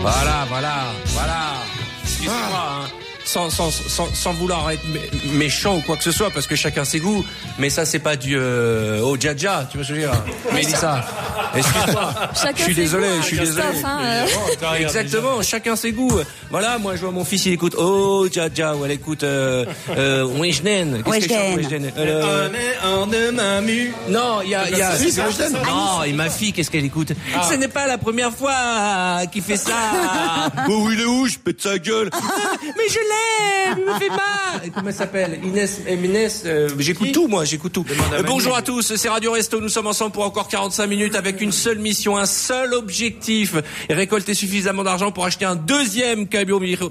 [SPEAKER 7] Voilà, voilà, voilà. Excusez-moi, hein. sans, sans, sans, sans vouloir être mé- méchant ou quoi que ce soit, parce que chacun ses goûts, mais ça, c'est pas du euh, au jaja, tu vois ce que je veux dire Mais dis ça. Excuse-moi.
[SPEAKER 2] Chacun
[SPEAKER 7] Je suis
[SPEAKER 2] ses
[SPEAKER 7] désolé,
[SPEAKER 2] goûts, hein,
[SPEAKER 7] je suis
[SPEAKER 2] Christophe,
[SPEAKER 7] désolé.
[SPEAKER 2] hein, euh.
[SPEAKER 7] Oh, Exactement, chacun ses goûts. Voilà, moi, je vois mon fils, il écoute oh jaja, ou elle écoute euh, euh, Weshden. Qu'est-ce que je chante, Weshden Euh,
[SPEAKER 9] Un de ma mu.
[SPEAKER 7] Non, il y a, il y a...
[SPEAKER 9] Si, c'est Weshden.
[SPEAKER 7] Non, et ma fille, qu'est-ce qu'elle écoute
[SPEAKER 9] Ah.
[SPEAKER 7] Ce n'est pas la première fois euh, qu'il fait ça. oh oui, il est où Je pète sa gueule. Mais je l'aime, il me fait mal. Ah, Comment ça s'appelle Inès, eh, Inès euh, j'écoute tout moi, j'écoute tout. Euh, bonjour à tous, c'est Radio Resto, nous sommes ensemble pour encore 45 minutes avec une seule mission, un seul objectif, récolter suffisamment d'argent pour acheter un deuxième camion micro-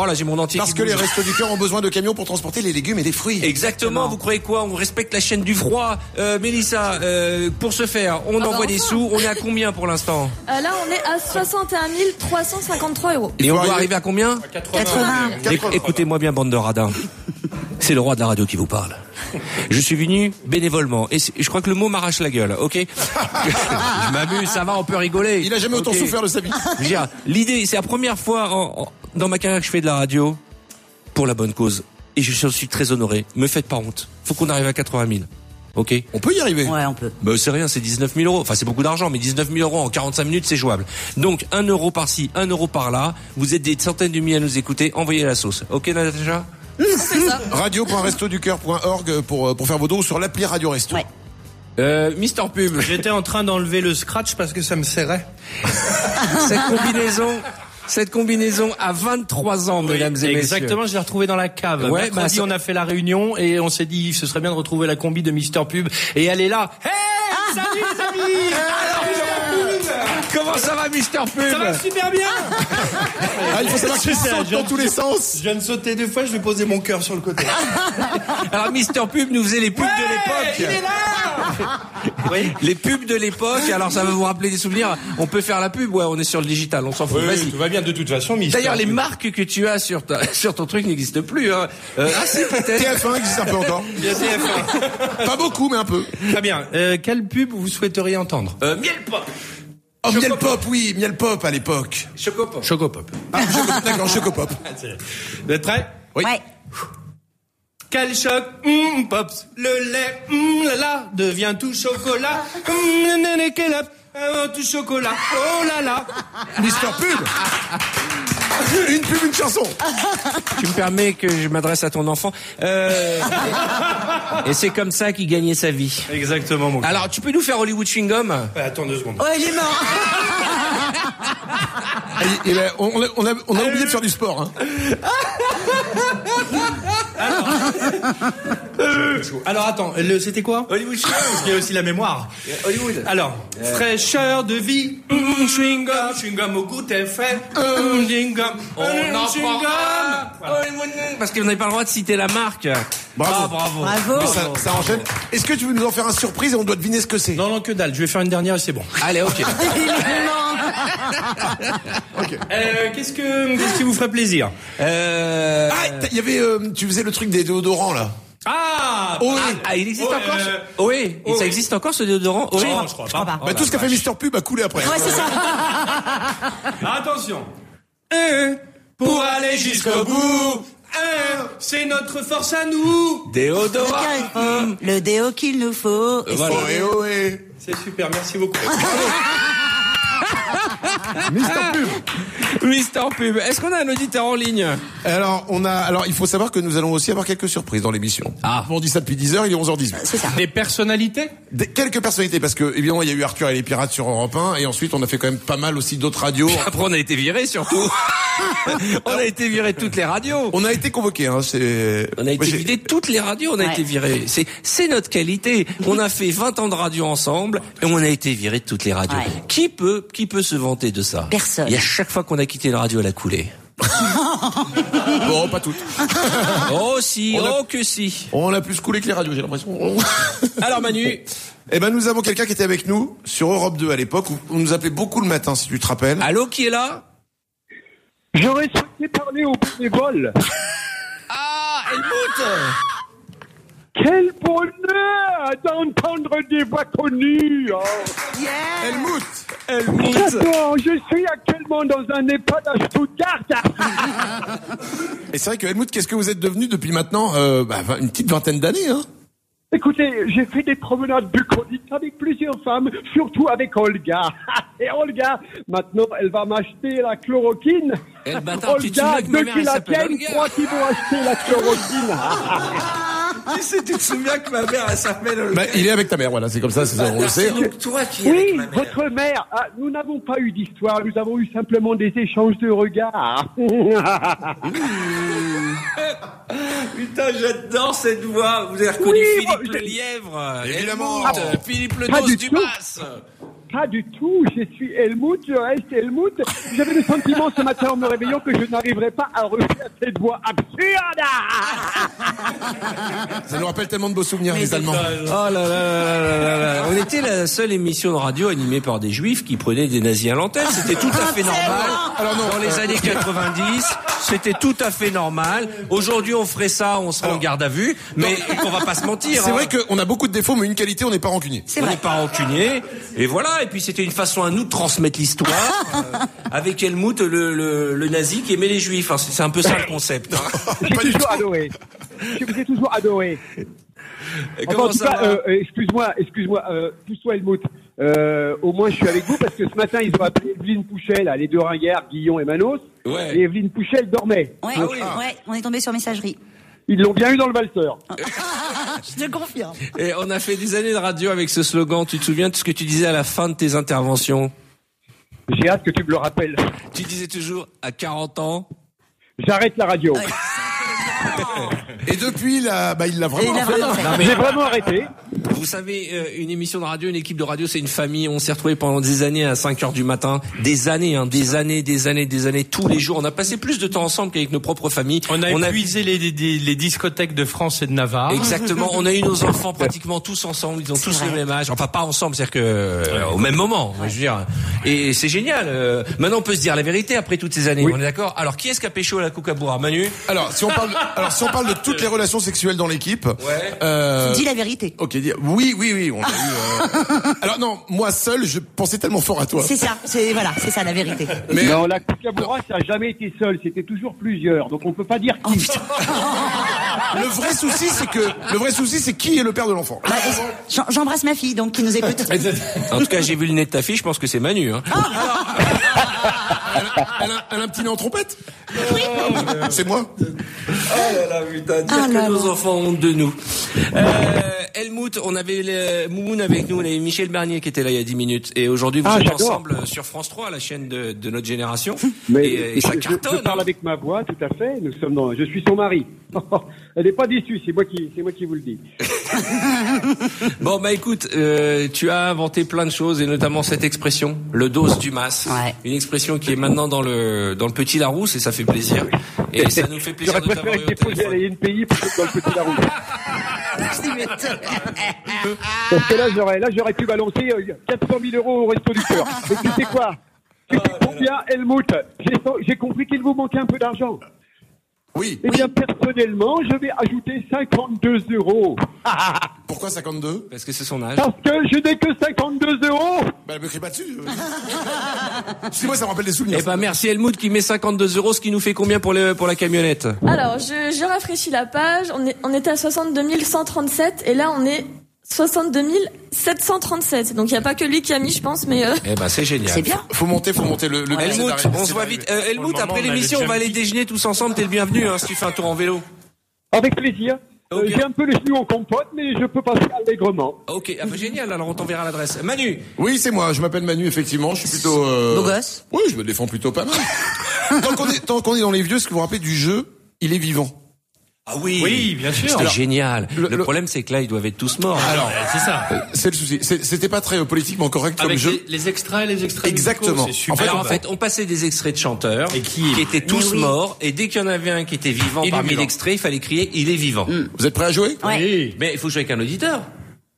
[SPEAKER 7] Oh là, j'ai mon entier.
[SPEAKER 3] Parce
[SPEAKER 7] qui
[SPEAKER 3] que les
[SPEAKER 7] bouge.
[SPEAKER 3] restos du cœur ont besoin de camions pour transporter les légumes et les fruits.
[SPEAKER 7] Exactement, vous croyez quoi On respecte la chaîne du froid. Euh, Mélissa, euh, pour ce faire, on
[SPEAKER 2] Ah bah
[SPEAKER 7] envoie des
[SPEAKER 2] enfin.
[SPEAKER 7] sous, on est à combien pour l'instant
[SPEAKER 2] Euh, là, on est à 61 353 euros.
[SPEAKER 7] Et on va arriver à combien
[SPEAKER 2] 80.
[SPEAKER 7] Éc- Écoutez-moi bien, bande de radins. C'est le roi de la radio qui vous parle. Je suis venu bénévolement. Et c'est- je crois que le mot m'arrache la gueule, ok Je m'amuse, ça va, on peut rigoler. Il
[SPEAKER 3] a jamais autant souffert de sa vie.
[SPEAKER 7] Je veux dire, L'idée, c'est la première fois en- en- dans ma carrière que je fais de la radio pour la bonne cause. Et je suis très honoré. Me faites pas honte. Faut qu'on arrive à 80 000. Ok On peut y arriver. Ouais, on peut. Bah, c'est rien, c'est 19 000 euros. Enfin, c'est beaucoup d'argent, mais 19 000 euros en 45 minutes, c'est jouable. Donc, 1 euro par-ci, 1 euro par-là. Vous êtes des centaines de milliers à nous écouter. Envoyez la sauce. Ok, Natacha
[SPEAKER 3] Radio.restoducœur.org pour, euh, pour faire vos dons sur l'appli Radio Resto.
[SPEAKER 7] Euh, Mister Pub.
[SPEAKER 9] J'étais en train d'enlever le scratch parce que ça me serrait.
[SPEAKER 7] Cette combinaison, cette combinaison à 23 ans, mesdames et messieurs.
[SPEAKER 9] Exactement, je l'ai retrouvé dans la cave.
[SPEAKER 7] Ouais,
[SPEAKER 9] Ouais,
[SPEAKER 7] bah, ça-
[SPEAKER 9] on a fait la réunion et on s'est dit ce serait bien de retrouver la combi de Mister Pub et elle est là.
[SPEAKER 7] Eh,
[SPEAKER 8] Eh,
[SPEAKER 9] Hey, salut les amis.
[SPEAKER 7] Comment ça va, Mister Pub
[SPEAKER 9] Ça va super bien.
[SPEAKER 3] Ah, il faut savoir que tu
[SPEAKER 9] C'est ça,
[SPEAKER 3] sautes
[SPEAKER 9] je-
[SPEAKER 3] dans tous les sens.
[SPEAKER 9] Je viens de sauter deux fois, je vais poser mon cœur sur le côté.
[SPEAKER 7] Alors, Mister Pub nous faisait les pubs de l'époque. Les pubs de l'époque, alors ça va vous rappeler des souvenirs. On peut faire la pub, ouais, on est sur le digital, on s'en fout. Vas-y.
[SPEAKER 9] va bien de toute façon, Mister.
[SPEAKER 7] D'ailleurs, les marques que tu as sur, ta- sur ton truc n'existent plus. Hein. Euh, ah si, peut-être.
[SPEAKER 3] TF1 existe un peu encore. Pas beaucoup, mais un peu.
[SPEAKER 9] Très bien. Euh, quelle pub vous souhaiteriez entendre
[SPEAKER 7] Euh, miel pop.
[SPEAKER 3] Oh, miel pop, oui, miel pop à l'époque.
[SPEAKER 7] Chocopop.
[SPEAKER 9] Chocopop.
[SPEAKER 3] Ah, Choco- d'accord, chocopop.
[SPEAKER 9] Vous êtes prêts
[SPEAKER 3] Oui.
[SPEAKER 9] Quel choc, hum, pops, le lait, hum, là là, devient tout chocolat, hum, nanana, quel up, euh, tout chocolat, oh là là.
[SPEAKER 3] Mister Pub. Une pub, une chanson.
[SPEAKER 7] Tu me permets que je m'adresse à ton enfant. Euh, et c'est comme ça qu'il gagnait sa vie.
[SPEAKER 9] Exactement, mon Bah,
[SPEAKER 7] Alors, tu peux nous faire Hollywood Chewing Gum
[SPEAKER 9] attends deux secondes.
[SPEAKER 13] Ouais, il est mort.
[SPEAKER 3] Ah, il- il a- on, a, on a- on a oublié de faire du sport.
[SPEAKER 7] Ah,
[SPEAKER 3] hein.
[SPEAKER 9] Alors attends, le- c'était quoi Hollywood Chewing Gum, parce qu'il y a aussi la mémoire.
[SPEAKER 7] Hollywood.
[SPEAKER 9] Alors, fraîcheur de vie, hum, chewing gum, chewing gum au goût est frais, hum, chewing gum,
[SPEAKER 7] On
[SPEAKER 9] hum,
[SPEAKER 7] en
[SPEAKER 9] chewing
[SPEAKER 7] prend
[SPEAKER 9] gum.
[SPEAKER 7] un. Hollywood Chewing Gum. Parce que vous n'avez pas le droit de citer la marque.
[SPEAKER 3] Bravo.
[SPEAKER 7] Ah, bravo.
[SPEAKER 3] Mais ça, ça enchaîne. Est-ce que tu veux nous en faire un surprise et on doit deviner ce que c'est
[SPEAKER 9] Non, non, que dalle, je vais faire une dernière et c'est bon.
[SPEAKER 7] Allez, ok.
[SPEAKER 9] Euh, qu'est-ce que, qu'est-ce qui vous ferait plaisir
[SPEAKER 7] Euh...
[SPEAKER 3] Ah, t'as- il y avait, euh, tu faisais le truc des déodorants là.
[SPEAKER 9] Ah
[SPEAKER 3] Oh,
[SPEAKER 7] Ah, ah, il existe
[SPEAKER 9] Oh,
[SPEAKER 7] encore
[SPEAKER 9] euh,
[SPEAKER 7] ce- Oui,
[SPEAKER 9] oh,
[SPEAKER 7] ça
[SPEAKER 9] oui.
[SPEAKER 7] existe encore ce déodorant Oui.
[SPEAKER 9] Non, je crois pas.
[SPEAKER 3] Bah, tout ce qu'a fait Mister Pub a coulé après.
[SPEAKER 13] Ouais, c'est ça.
[SPEAKER 9] Attention. Un, pour aller jusqu'au bout. Un, c'est notre force à nous.
[SPEAKER 13] Le
[SPEAKER 7] Déodorant.
[SPEAKER 13] gars, il faut Le déo qu'il nous faut. Et
[SPEAKER 3] Voilà. Ohé,
[SPEAKER 13] c'est-
[SPEAKER 3] ohé.
[SPEAKER 9] C'est super, merci beaucoup. Ah,
[SPEAKER 7] Mister Pub. Est-ce qu'on a un auditeur en ligne
[SPEAKER 3] Alors, on a, alors, il faut savoir que nous allons aussi avoir quelques surprises dans l'émission.
[SPEAKER 7] Ah.
[SPEAKER 3] On dit ça depuis 10h, il est 11h18.
[SPEAKER 13] C'est ça.
[SPEAKER 9] Des personnalités
[SPEAKER 3] Des- quelques personnalités, parce que, évidemment, il y a eu Arthur et les pirates sur Europe 1, et ensuite, on a fait quand même pas mal aussi d'autres radios.
[SPEAKER 7] Après, on a été viré surtout. on a été viré de toutes les radios.
[SPEAKER 3] On a été convoqués, hein, c'est...
[SPEAKER 7] On a
[SPEAKER 3] Moi,
[SPEAKER 7] été
[SPEAKER 3] j'ai-
[SPEAKER 7] vidé de toutes les radios, on a
[SPEAKER 13] Ouais.
[SPEAKER 7] été viré. C'est c'est notre qualité. On a fait 20 ans de radio ensemble et on a été viré de toutes les radios.
[SPEAKER 13] Ouais.
[SPEAKER 7] Qui peut qui peut se vanter de ça
[SPEAKER 13] Personne.
[SPEAKER 7] Et à chaque fois qu'on a quitté la radio, elle a coulé.
[SPEAKER 3] Bon, pas toutes.
[SPEAKER 13] Ah.
[SPEAKER 7] oh si,
[SPEAKER 3] On a-
[SPEAKER 7] oh que si.
[SPEAKER 3] On a plus coulé que les radios, j'ai l'impression.
[SPEAKER 7] Alors Manu,
[SPEAKER 3] eh ben, nous avons quelqu'un qui était avec nous sur Europe 2 à l'époque, où on nous appelait beaucoup le matin, si tu te rappelles.
[SPEAKER 7] allô qui est là
[SPEAKER 8] J'aurais souhaité parler aux bénévoles.
[SPEAKER 7] Ah, Helmut
[SPEAKER 9] Quel bonheur d'entendre des voix connues oh.
[SPEAKER 3] Helmut
[SPEAKER 9] J'adore, je suis actuellement dans un EHPAD à Stuttgart
[SPEAKER 3] Et c'est vrai que Helmut, qu'est-ce que vous êtes devenu depuis maintenant euh, bah, une petite vingtaine d'années hein
[SPEAKER 9] Écoutez, j'ai fait des promenades bucoliques avec plusieurs femmes, surtout avec Olga. Et Olga, maintenant, elle va m'acheter la chloroquine.
[SPEAKER 7] Eh, le bâtard, tu te
[SPEAKER 9] Olga,
[SPEAKER 7] souviens que ma
[SPEAKER 9] deux
[SPEAKER 7] mère,
[SPEAKER 9] qui
[SPEAKER 7] elle
[SPEAKER 9] la
[SPEAKER 7] s'appelle
[SPEAKER 9] tiennent,
[SPEAKER 7] Olga
[SPEAKER 9] trois qui vont acheter la chloroquine.
[SPEAKER 7] Tu sais, tu te souviens que ma mère, elle s'appelle Olga. Bah,
[SPEAKER 3] Bah, Il est avec ta mère, voilà, c'est comme ça, c'est ça, on le sait. hein.
[SPEAKER 9] oui, votre mère. Ah, nous n'avons pas eu d'histoire, nous avons eu simplement des échanges de regards.
[SPEAKER 7] Putain, j'adore cette voix. Vous avez reconnu
[SPEAKER 9] Oui,
[SPEAKER 7] Philippe
[SPEAKER 9] moi,
[SPEAKER 7] le
[SPEAKER 9] j'ai-
[SPEAKER 7] Lièvre.
[SPEAKER 9] Évidemment.
[SPEAKER 7] Helmut,
[SPEAKER 9] Ah,
[SPEAKER 7] Philippe le
[SPEAKER 9] pas
[SPEAKER 7] Dos
[SPEAKER 9] du
[SPEAKER 7] du
[SPEAKER 9] tout.
[SPEAKER 7] Mas.
[SPEAKER 9] Pas du tout, je suis Helmut, je reste Helmut. J'avais le sentiment ce matin en me réveillant que je n'arriverais pas à refaire cette voix absurde.
[SPEAKER 3] Ça nous rappelle tellement de beaux souvenirs, les Allemands.
[SPEAKER 7] Oh là là là là là là. On était la seule émission de radio animée par des juifs qui prenaient des nazis à l'antenne. C'était tout à fait normal.
[SPEAKER 3] Alors non. Euh.
[SPEAKER 7] Dans les années 90, c'était tout à fait normal. Aujourd'hui, on ferait ça, on serait en garde à vue. Mais on va pas se mentir.
[SPEAKER 3] C'est
[SPEAKER 7] hein.
[SPEAKER 3] vrai qu'on a beaucoup de défauts, mais une qualité, on n'est pas rancunier.
[SPEAKER 7] on n'est pas rancunier. Et voilà. Et puis c'était une façon à nous de transmettre l'histoire euh, avec Helmut, le, le, le nazi qui aimait les juifs. Enfin, c'est c'est un peu ça le concept. hein.
[SPEAKER 9] J'ai toujours adoré. Je vous ai toujours adoré.
[SPEAKER 7] Et
[SPEAKER 9] Enfin,
[SPEAKER 7] comment
[SPEAKER 9] en tout
[SPEAKER 7] ça
[SPEAKER 9] cas,
[SPEAKER 7] va
[SPEAKER 9] euh, euh, excuse-moi, excuse-moi, euh, pousse-toi Helmut. Euh, au moins, je suis avec vous parce que ce matin, ils ont appelé Evelyne Pouchel, là, les deux ringards, Guillon et Manos.
[SPEAKER 7] Ouais. Ah
[SPEAKER 9] Et Evelyne Pouchel dormait.
[SPEAKER 8] Ouais,
[SPEAKER 3] Ah
[SPEAKER 9] Donc,
[SPEAKER 8] ouais, on est tombé sur messagerie.
[SPEAKER 9] Ils l'ont bien eu dans le valseur.
[SPEAKER 8] Je te confirme.
[SPEAKER 7] Et on a fait des années de radio avec ce slogan. Tu te souviens de ce que tu disais à la fin de tes interventions
[SPEAKER 9] J'ai hâte que tu me le rappelles.
[SPEAKER 7] Tu disais toujours à 40 ans.
[SPEAKER 9] J'arrête la radio.
[SPEAKER 3] Et depuis, là, bah, il l'a vraiment fait.
[SPEAKER 7] Non, mais
[SPEAKER 9] J'ai vraiment arrêté.
[SPEAKER 7] vous savez, euh, une émission de radio, une équipe de radio, c'est une famille. On s'est retrouvés pendant des années à 5 heures du matin, des années, hein, des années, des années, des années, tous les jours. On a passé plus de temps ensemble qu'avec nos propres familles.
[SPEAKER 4] On a épuisé les, les- les discothèques de France et de Navarre.
[SPEAKER 7] Exactement. On a eu nos enfants pratiquement tous ensemble. Ils ont tous le même âge. Enfin, pas ensemble, c'est-à-dire que euh, au même moment. Je veux dire. Et c'est génial. euh, maintenant, on peut se dire la vérité après toutes ces années. On est d'accord. Alors, qui est-ce qui a pécho à la Koukaboura, Manu
[SPEAKER 3] Alors, si on parle, alors, si on parle de toutes les relations sexuelles dans l'équipe, euh,
[SPEAKER 8] Dis la vérité.
[SPEAKER 3] Ok, dis- oui, oui, oui. on a eu, euh, Alors non, moi seul, je pensais tellement fort à toi.
[SPEAKER 8] C'est ça, c'est voilà, c'est ça la vérité.
[SPEAKER 3] Mais-
[SPEAKER 9] Non, la Koukaboura, ça n'a jamais été seul. C'était toujours plusieurs. Donc, on peut pas dire qui.
[SPEAKER 3] Le vrai souci, c'est que le vrai souci, c'est qui est le père de l'enfant.
[SPEAKER 8] Bah, est-ce- j'en- J'embrasse ma fille, donc qui nous écoute.
[SPEAKER 7] En tout cas, j'ai vu le nez de ta fille. Je pense que c'est Manu. Hein.
[SPEAKER 3] Elle a, elle a un petit nez en trompette.
[SPEAKER 7] Euh,
[SPEAKER 3] C'est moi.
[SPEAKER 7] Oh là là, putain, dire que nos enfants ont honte de nous. Euh, Helmut, on avait le, Moumoun avec nous, on avait Michel Bernier qui était là il y a 10 minutes. Et aujourd'hui, vous
[SPEAKER 9] Ah,
[SPEAKER 7] êtes
[SPEAKER 9] j'adore.
[SPEAKER 7] ensemble sur France 3, la chaîne de, de notre génération.
[SPEAKER 9] Mais
[SPEAKER 7] et, et ça
[SPEAKER 9] je- je,
[SPEAKER 7] cartonne.
[SPEAKER 9] je parle
[SPEAKER 7] hein.
[SPEAKER 9] avec ma voix, tout à fait. Nous sommes dans. Je suis son mari. Elle n'est pas déçue. C'est moi qui, c'est moi qui vous le dis.
[SPEAKER 7] Bon, bah écoute, euh, tu as inventé plein de choses, et notamment cette expression, le dos du mas. Une expression qui est maintenant dans le, dans le petit Larousse, et ça fait plaisir. Et ça nous fait plaisir
[SPEAKER 9] J'aurais
[SPEAKER 7] de t'avoir eu
[SPEAKER 9] préféré
[SPEAKER 7] au
[SPEAKER 9] que tu
[SPEAKER 7] téléphone.
[SPEAKER 9] à la NPI plutôt que dans le petit Larousse. Parce que là, j'aurais, là, j'aurais pu balancer euh, 400 000 euros au resto du cœur. Mais tu sais quoi Tu
[SPEAKER 7] Oh
[SPEAKER 9] sais combien, Helmut j'ai, j'ai compris qu'il vous manquait un peu d'argent.
[SPEAKER 3] Oui.
[SPEAKER 9] Eh bien, personnellement, je vais ajouter 52 euros.
[SPEAKER 3] Pourquoi 52
[SPEAKER 7] Parce que c'est son âge.
[SPEAKER 9] Parce que je n'ai que 52 euros
[SPEAKER 3] Bah, elle me crie pas dessus. Si moi, ça me rappelle des souvenirs.
[SPEAKER 7] Eh ben merci Helmut qui met 52 euros, ce qui nous fait combien pour, le, pour la camionnette
[SPEAKER 2] Alors, je, je rafraîchis la page. On, est, on était à 62 137 et là, on est 62 737. Donc, il n'y a pas que lui qui a mis, je pense, mais... euh,
[SPEAKER 7] Eh ben c'est génial.
[SPEAKER 3] Faut monter, faut monter le. le
[SPEAKER 7] Helmut,
[SPEAKER 3] c'est d'arriver,
[SPEAKER 7] on
[SPEAKER 3] c'est
[SPEAKER 7] se voit
[SPEAKER 3] d'arriver.
[SPEAKER 7] vite. Euh,
[SPEAKER 4] Pour le
[SPEAKER 7] Helmut,
[SPEAKER 4] moment,
[SPEAKER 7] après
[SPEAKER 4] on a
[SPEAKER 7] l'émission,
[SPEAKER 4] le
[SPEAKER 7] on va aller
[SPEAKER 4] Champions.
[SPEAKER 7] déjeuner tous ensemble. T'es le bienvenu hein, si tu fais un tour en vélo.
[SPEAKER 9] Avec plaisir. Euh,
[SPEAKER 7] Ok.
[SPEAKER 9] j'ai un peu les genoux en compote, mais je peux passer allègrement.
[SPEAKER 7] Ok, ah bah, génial. Alors on t'enverra l'adresse. Manu,
[SPEAKER 3] Oui, c'est moi. Je m'appelle Manu, effectivement. Je suis plutôt. Euh...
[SPEAKER 8] Beau gosse.
[SPEAKER 3] Oui, je me défends plutôt pas mal. tant qu'on est, tant qu'on est dans les vieux, ce que vous vous rappelez du jeu, il est vivant.
[SPEAKER 7] ah oui,
[SPEAKER 4] Oui, bien sûr.
[SPEAKER 7] C'était
[SPEAKER 4] Alors,
[SPEAKER 7] génial. Le,
[SPEAKER 3] le-
[SPEAKER 7] problème, c'est que là, ils doivent être tous morts. hein.
[SPEAKER 3] Alors,
[SPEAKER 4] euh, c'est ça.
[SPEAKER 3] c'est le souci. C'est- C'était pas très euh, politiquement correct comme
[SPEAKER 4] Avec
[SPEAKER 3] jeu.
[SPEAKER 4] les, les extras et les extraits.
[SPEAKER 3] Exactement.
[SPEAKER 4] musicaux, C'est super.
[SPEAKER 3] En fait,
[SPEAKER 7] Alors,
[SPEAKER 4] Alors,
[SPEAKER 7] en fait, on passait des extraits de chanteurs
[SPEAKER 4] Et qui-
[SPEAKER 7] étaient tous
[SPEAKER 8] oui.
[SPEAKER 7] morts, et dès qu'il y en avait un qui était vivant
[SPEAKER 4] Il est
[SPEAKER 7] parmi
[SPEAKER 4] vivant.
[SPEAKER 7] l'extrait, il fallait crier "Il est vivant".
[SPEAKER 3] Mm. Vous êtes prêts à jouer
[SPEAKER 8] Ouais.
[SPEAKER 4] Oui.
[SPEAKER 7] Mais il faut jouer avec un auditeur.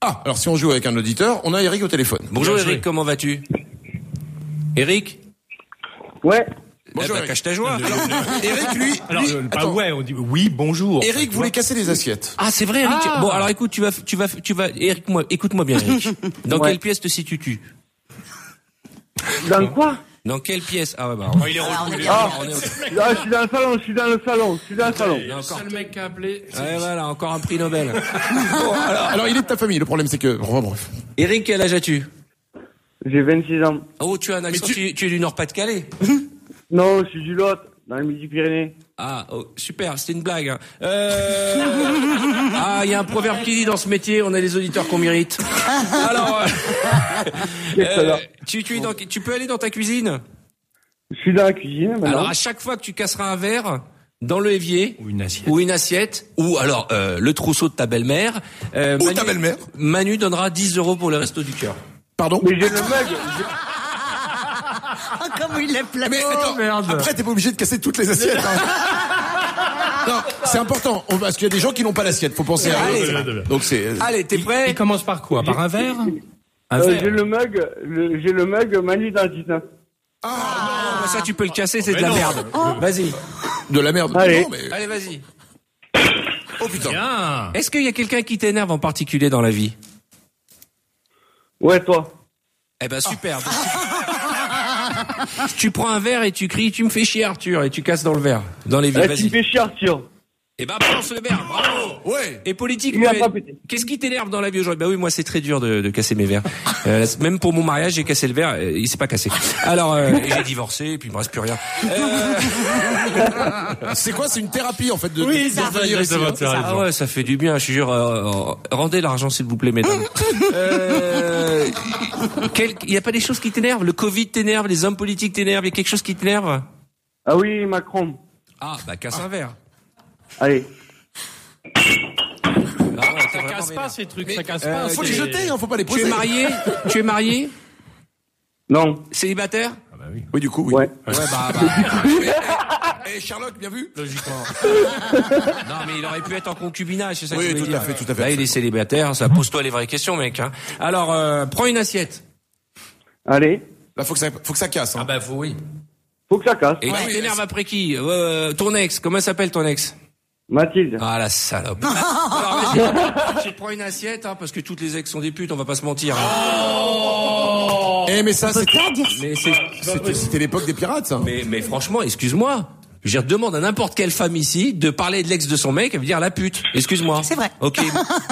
[SPEAKER 3] Ah, alors si on joue avec un auditeur, on a Eric au téléphone.
[SPEAKER 7] Bonjour
[SPEAKER 4] Bien
[SPEAKER 7] Eric,
[SPEAKER 4] joué.
[SPEAKER 7] comment vas-tu Eric,
[SPEAKER 9] Ouais.
[SPEAKER 3] Bonjour,
[SPEAKER 7] Eh ben,
[SPEAKER 3] Eric.
[SPEAKER 7] cache ta joie.
[SPEAKER 3] Le- le- Eric, lui-
[SPEAKER 4] Alors,
[SPEAKER 3] lui-
[SPEAKER 4] euh,
[SPEAKER 7] bah
[SPEAKER 4] pas
[SPEAKER 3] attends.
[SPEAKER 4] ouais, on dit oui, bonjour.
[SPEAKER 3] Eric voulait casser les assiettes.
[SPEAKER 7] Ah, c'est vrai, Eric.
[SPEAKER 3] Ah.
[SPEAKER 7] Bon, alors écoute, tu vas, tu vas, tu vas, Eric, moi, écoute-moi bien, Eric. Dans quelle pièce te situes-tu
[SPEAKER 9] Dans quoi
[SPEAKER 7] Dans quelle pièce Ah ouais, bah. il est
[SPEAKER 9] Ah, là, je suis dans le salon, je suis dans le salon, je suis dans le salon.
[SPEAKER 7] seul mec qui a appelé. Ouais, voilà, encore un prix Nobel.
[SPEAKER 3] alors, il est de ta famille. Le problème, c'est que. Bon, bref.
[SPEAKER 7] Eric, quel âge as-tu
[SPEAKER 9] J'ai 26 ans.
[SPEAKER 7] Oh, tu as un accent, tu... tu es du Nord-Pas-de-Calais.
[SPEAKER 9] Non, je suis du Lot, dans les Midi-Pyrénées.
[SPEAKER 7] Ah, oh, super, c'était une blague. hein. Euh... ah, il y a un proverbe qui dit dans ce métier, on a les auditeurs qu'on mérite. Alors, euh, euh, tu, tu, es dans- tu peux aller dans ta cuisine
[SPEAKER 9] Je suis dans la cuisine maintenant.
[SPEAKER 7] Alors, à chaque fois que tu casseras un verre dans le évier ou une assiette ou, alors euh, le trousseau de ta belle-mère euh,
[SPEAKER 3] Ou
[SPEAKER 7] Manu-
[SPEAKER 3] Oh, ta belle-mère.
[SPEAKER 7] Manu donnera 10 euros pour le resto du cœur.
[SPEAKER 3] Pardon
[SPEAKER 9] Mais j'ai le mug.
[SPEAKER 8] Oh, comment il est plat.
[SPEAKER 3] Mais attends, après, t'es pas obligé de casser toutes les assiettes. hein. non, c'est important. on- Parce qu'il y a des gens qui n'ont pas l'assiette. Faut penser à
[SPEAKER 7] Allez.
[SPEAKER 3] eux. Donc, c'est. euh,
[SPEAKER 7] Allez, t'es prêt Il
[SPEAKER 4] commence par quoi Par un verre Un
[SPEAKER 9] Euh,
[SPEAKER 4] verre.
[SPEAKER 9] j'ai le mug, le- j'ai le mug Manu hein. dans le 19.
[SPEAKER 7] Ah, bah ça tu peux le casser, c'est de
[SPEAKER 9] Mais
[SPEAKER 7] la
[SPEAKER 9] non. Oh.
[SPEAKER 7] merde. Vas-y.
[SPEAKER 3] De la merde.
[SPEAKER 9] Allez.
[SPEAKER 3] Non, mais-
[SPEAKER 7] Allez, vas-y.
[SPEAKER 3] Oh putain.
[SPEAKER 7] Est-ce qu'il y a quelqu'un qui t'énerve en particulier dans la vie
[SPEAKER 9] Ouais, toi.
[SPEAKER 7] Eh ben super. tu prends un verre et tu cries, tu me fais chier Arthur et tu casses dans le verre, dans les vies.
[SPEAKER 9] Eh, tu
[SPEAKER 7] Vas-y.
[SPEAKER 9] fais chier, Arthur.
[SPEAKER 7] Eh ben balance le verre, bravo.
[SPEAKER 3] Ouais.
[SPEAKER 7] Et politique.
[SPEAKER 9] Il a
[SPEAKER 7] mais-
[SPEAKER 9] pas pété.
[SPEAKER 7] Qu'est-ce qui t'énerve dans la vie aujourd'hui Bah oui, moi c'est très dur de, de casser mes verres. Euh, la- même pour mon mariage, j'ai cassé le verre, euh, il s'est pas cassé. Alors euh, et j'ai divorcé et puis il me reste plus rien. Euh.
[SPEAKER 3] C'est quoi C'est une thérapie en fait de.
[SPEAKER 7] Oui,
[SPEAKER 3] de-
[SPEAKER 7] Ah, ça,
[SPEAKER 3] de venir
[SPEAKER 7] ça,
[SPEAKER 3] ici,
[SPEAKER 7] ça,
[SPEAKER 3] hein.
[SPEAKER 7] ça. Ah ouais, ça fait du bien, je jure. euh, euh, rendez l'argent, s'il vous plaît, mesdames. Euh, quel- Il n'y a pas des choses qui t'énervent Le Covid t'énerve, Ah, les hommes politiques t'énervent, il y a quelque chose qui t'énerve
[SPEAKER 9] Ah oui, Macron.
[SPEAKER 7] Ah, bah casse un verre. Ah
[SPEAKER 9] Allez.
[SPEAKER 7] ça casse
[SPEAKER 21] pas Ah, ces trucs, ça casse
[SPEAKER 7] Euh,
[SPEAKER 21] pas.
[SPEAKER 7] faut
[SPEAKER 21] c'est-
[SPEAKER 7] les jeter,
[SPEAKER 3] hein, faut pas les
[SPEAKER 7] Tu es marié Tu es marié
[SPEAKER 9] Non.
[SPEAKER 7] Célibataire
[SPEAKER 3] Oui, du coup, oui.
[SPEAKER 9] Ouais.
[SPEAKER 7] Ouais, bah, bah.
[SPEAKER 3] Eh, Sherlock, bien vu
[SPEAKER 7] Logiquement. non, mais il aurait pu être en concubinage, c'est ça
[SPEAKER 3] Oui,
[SPEAKER 7] que je voulais
[SPEAKER 3] tout à
[SPEAKER 7] dire.
[SPEAKER 3] fait, tout à fait.
[SPEAKER 7] Là, il est célibataire, ça pose-toi les vraies questions, mec. hein. Alors, euh, prends une assiette.
[SPEAKER 9] Allez.
[SPEAKER 3] Là, faut que ça, faut que ça casse. hein. Ah,
[SPEAKER 7] Ah bah, faut, oui.
[SPEAKER 9] Faut que ça casse.
[SPEAKER 7] Et tu t'énerves après qui Euh, Ton ex, comment s'appelle ton ex
[SPEAKER 9] Mathilde.
[SPEAKER 7] Ah la salope. Alors, vas-y, tu prends une assiette, hein, parce que toutes les ex sont des putes, on va pas se mentir. hein.
[SPEAKER 3] Oh, Eh, mais ça, c'était.
[SPEAKER 7] Mais c'est-
[SPEAKER 3] C'était c'était l'époque des pirates, ça.
[SPEAKER 7] Mais, mais franchement, excuse-moi. Je demande à n'importe quelle femme ici de parler de l'ex de son mec et me dire la pute. Excuse-moi. C'est
[SPEAKER 8] vrai.
[SPEAKER 7] Ok.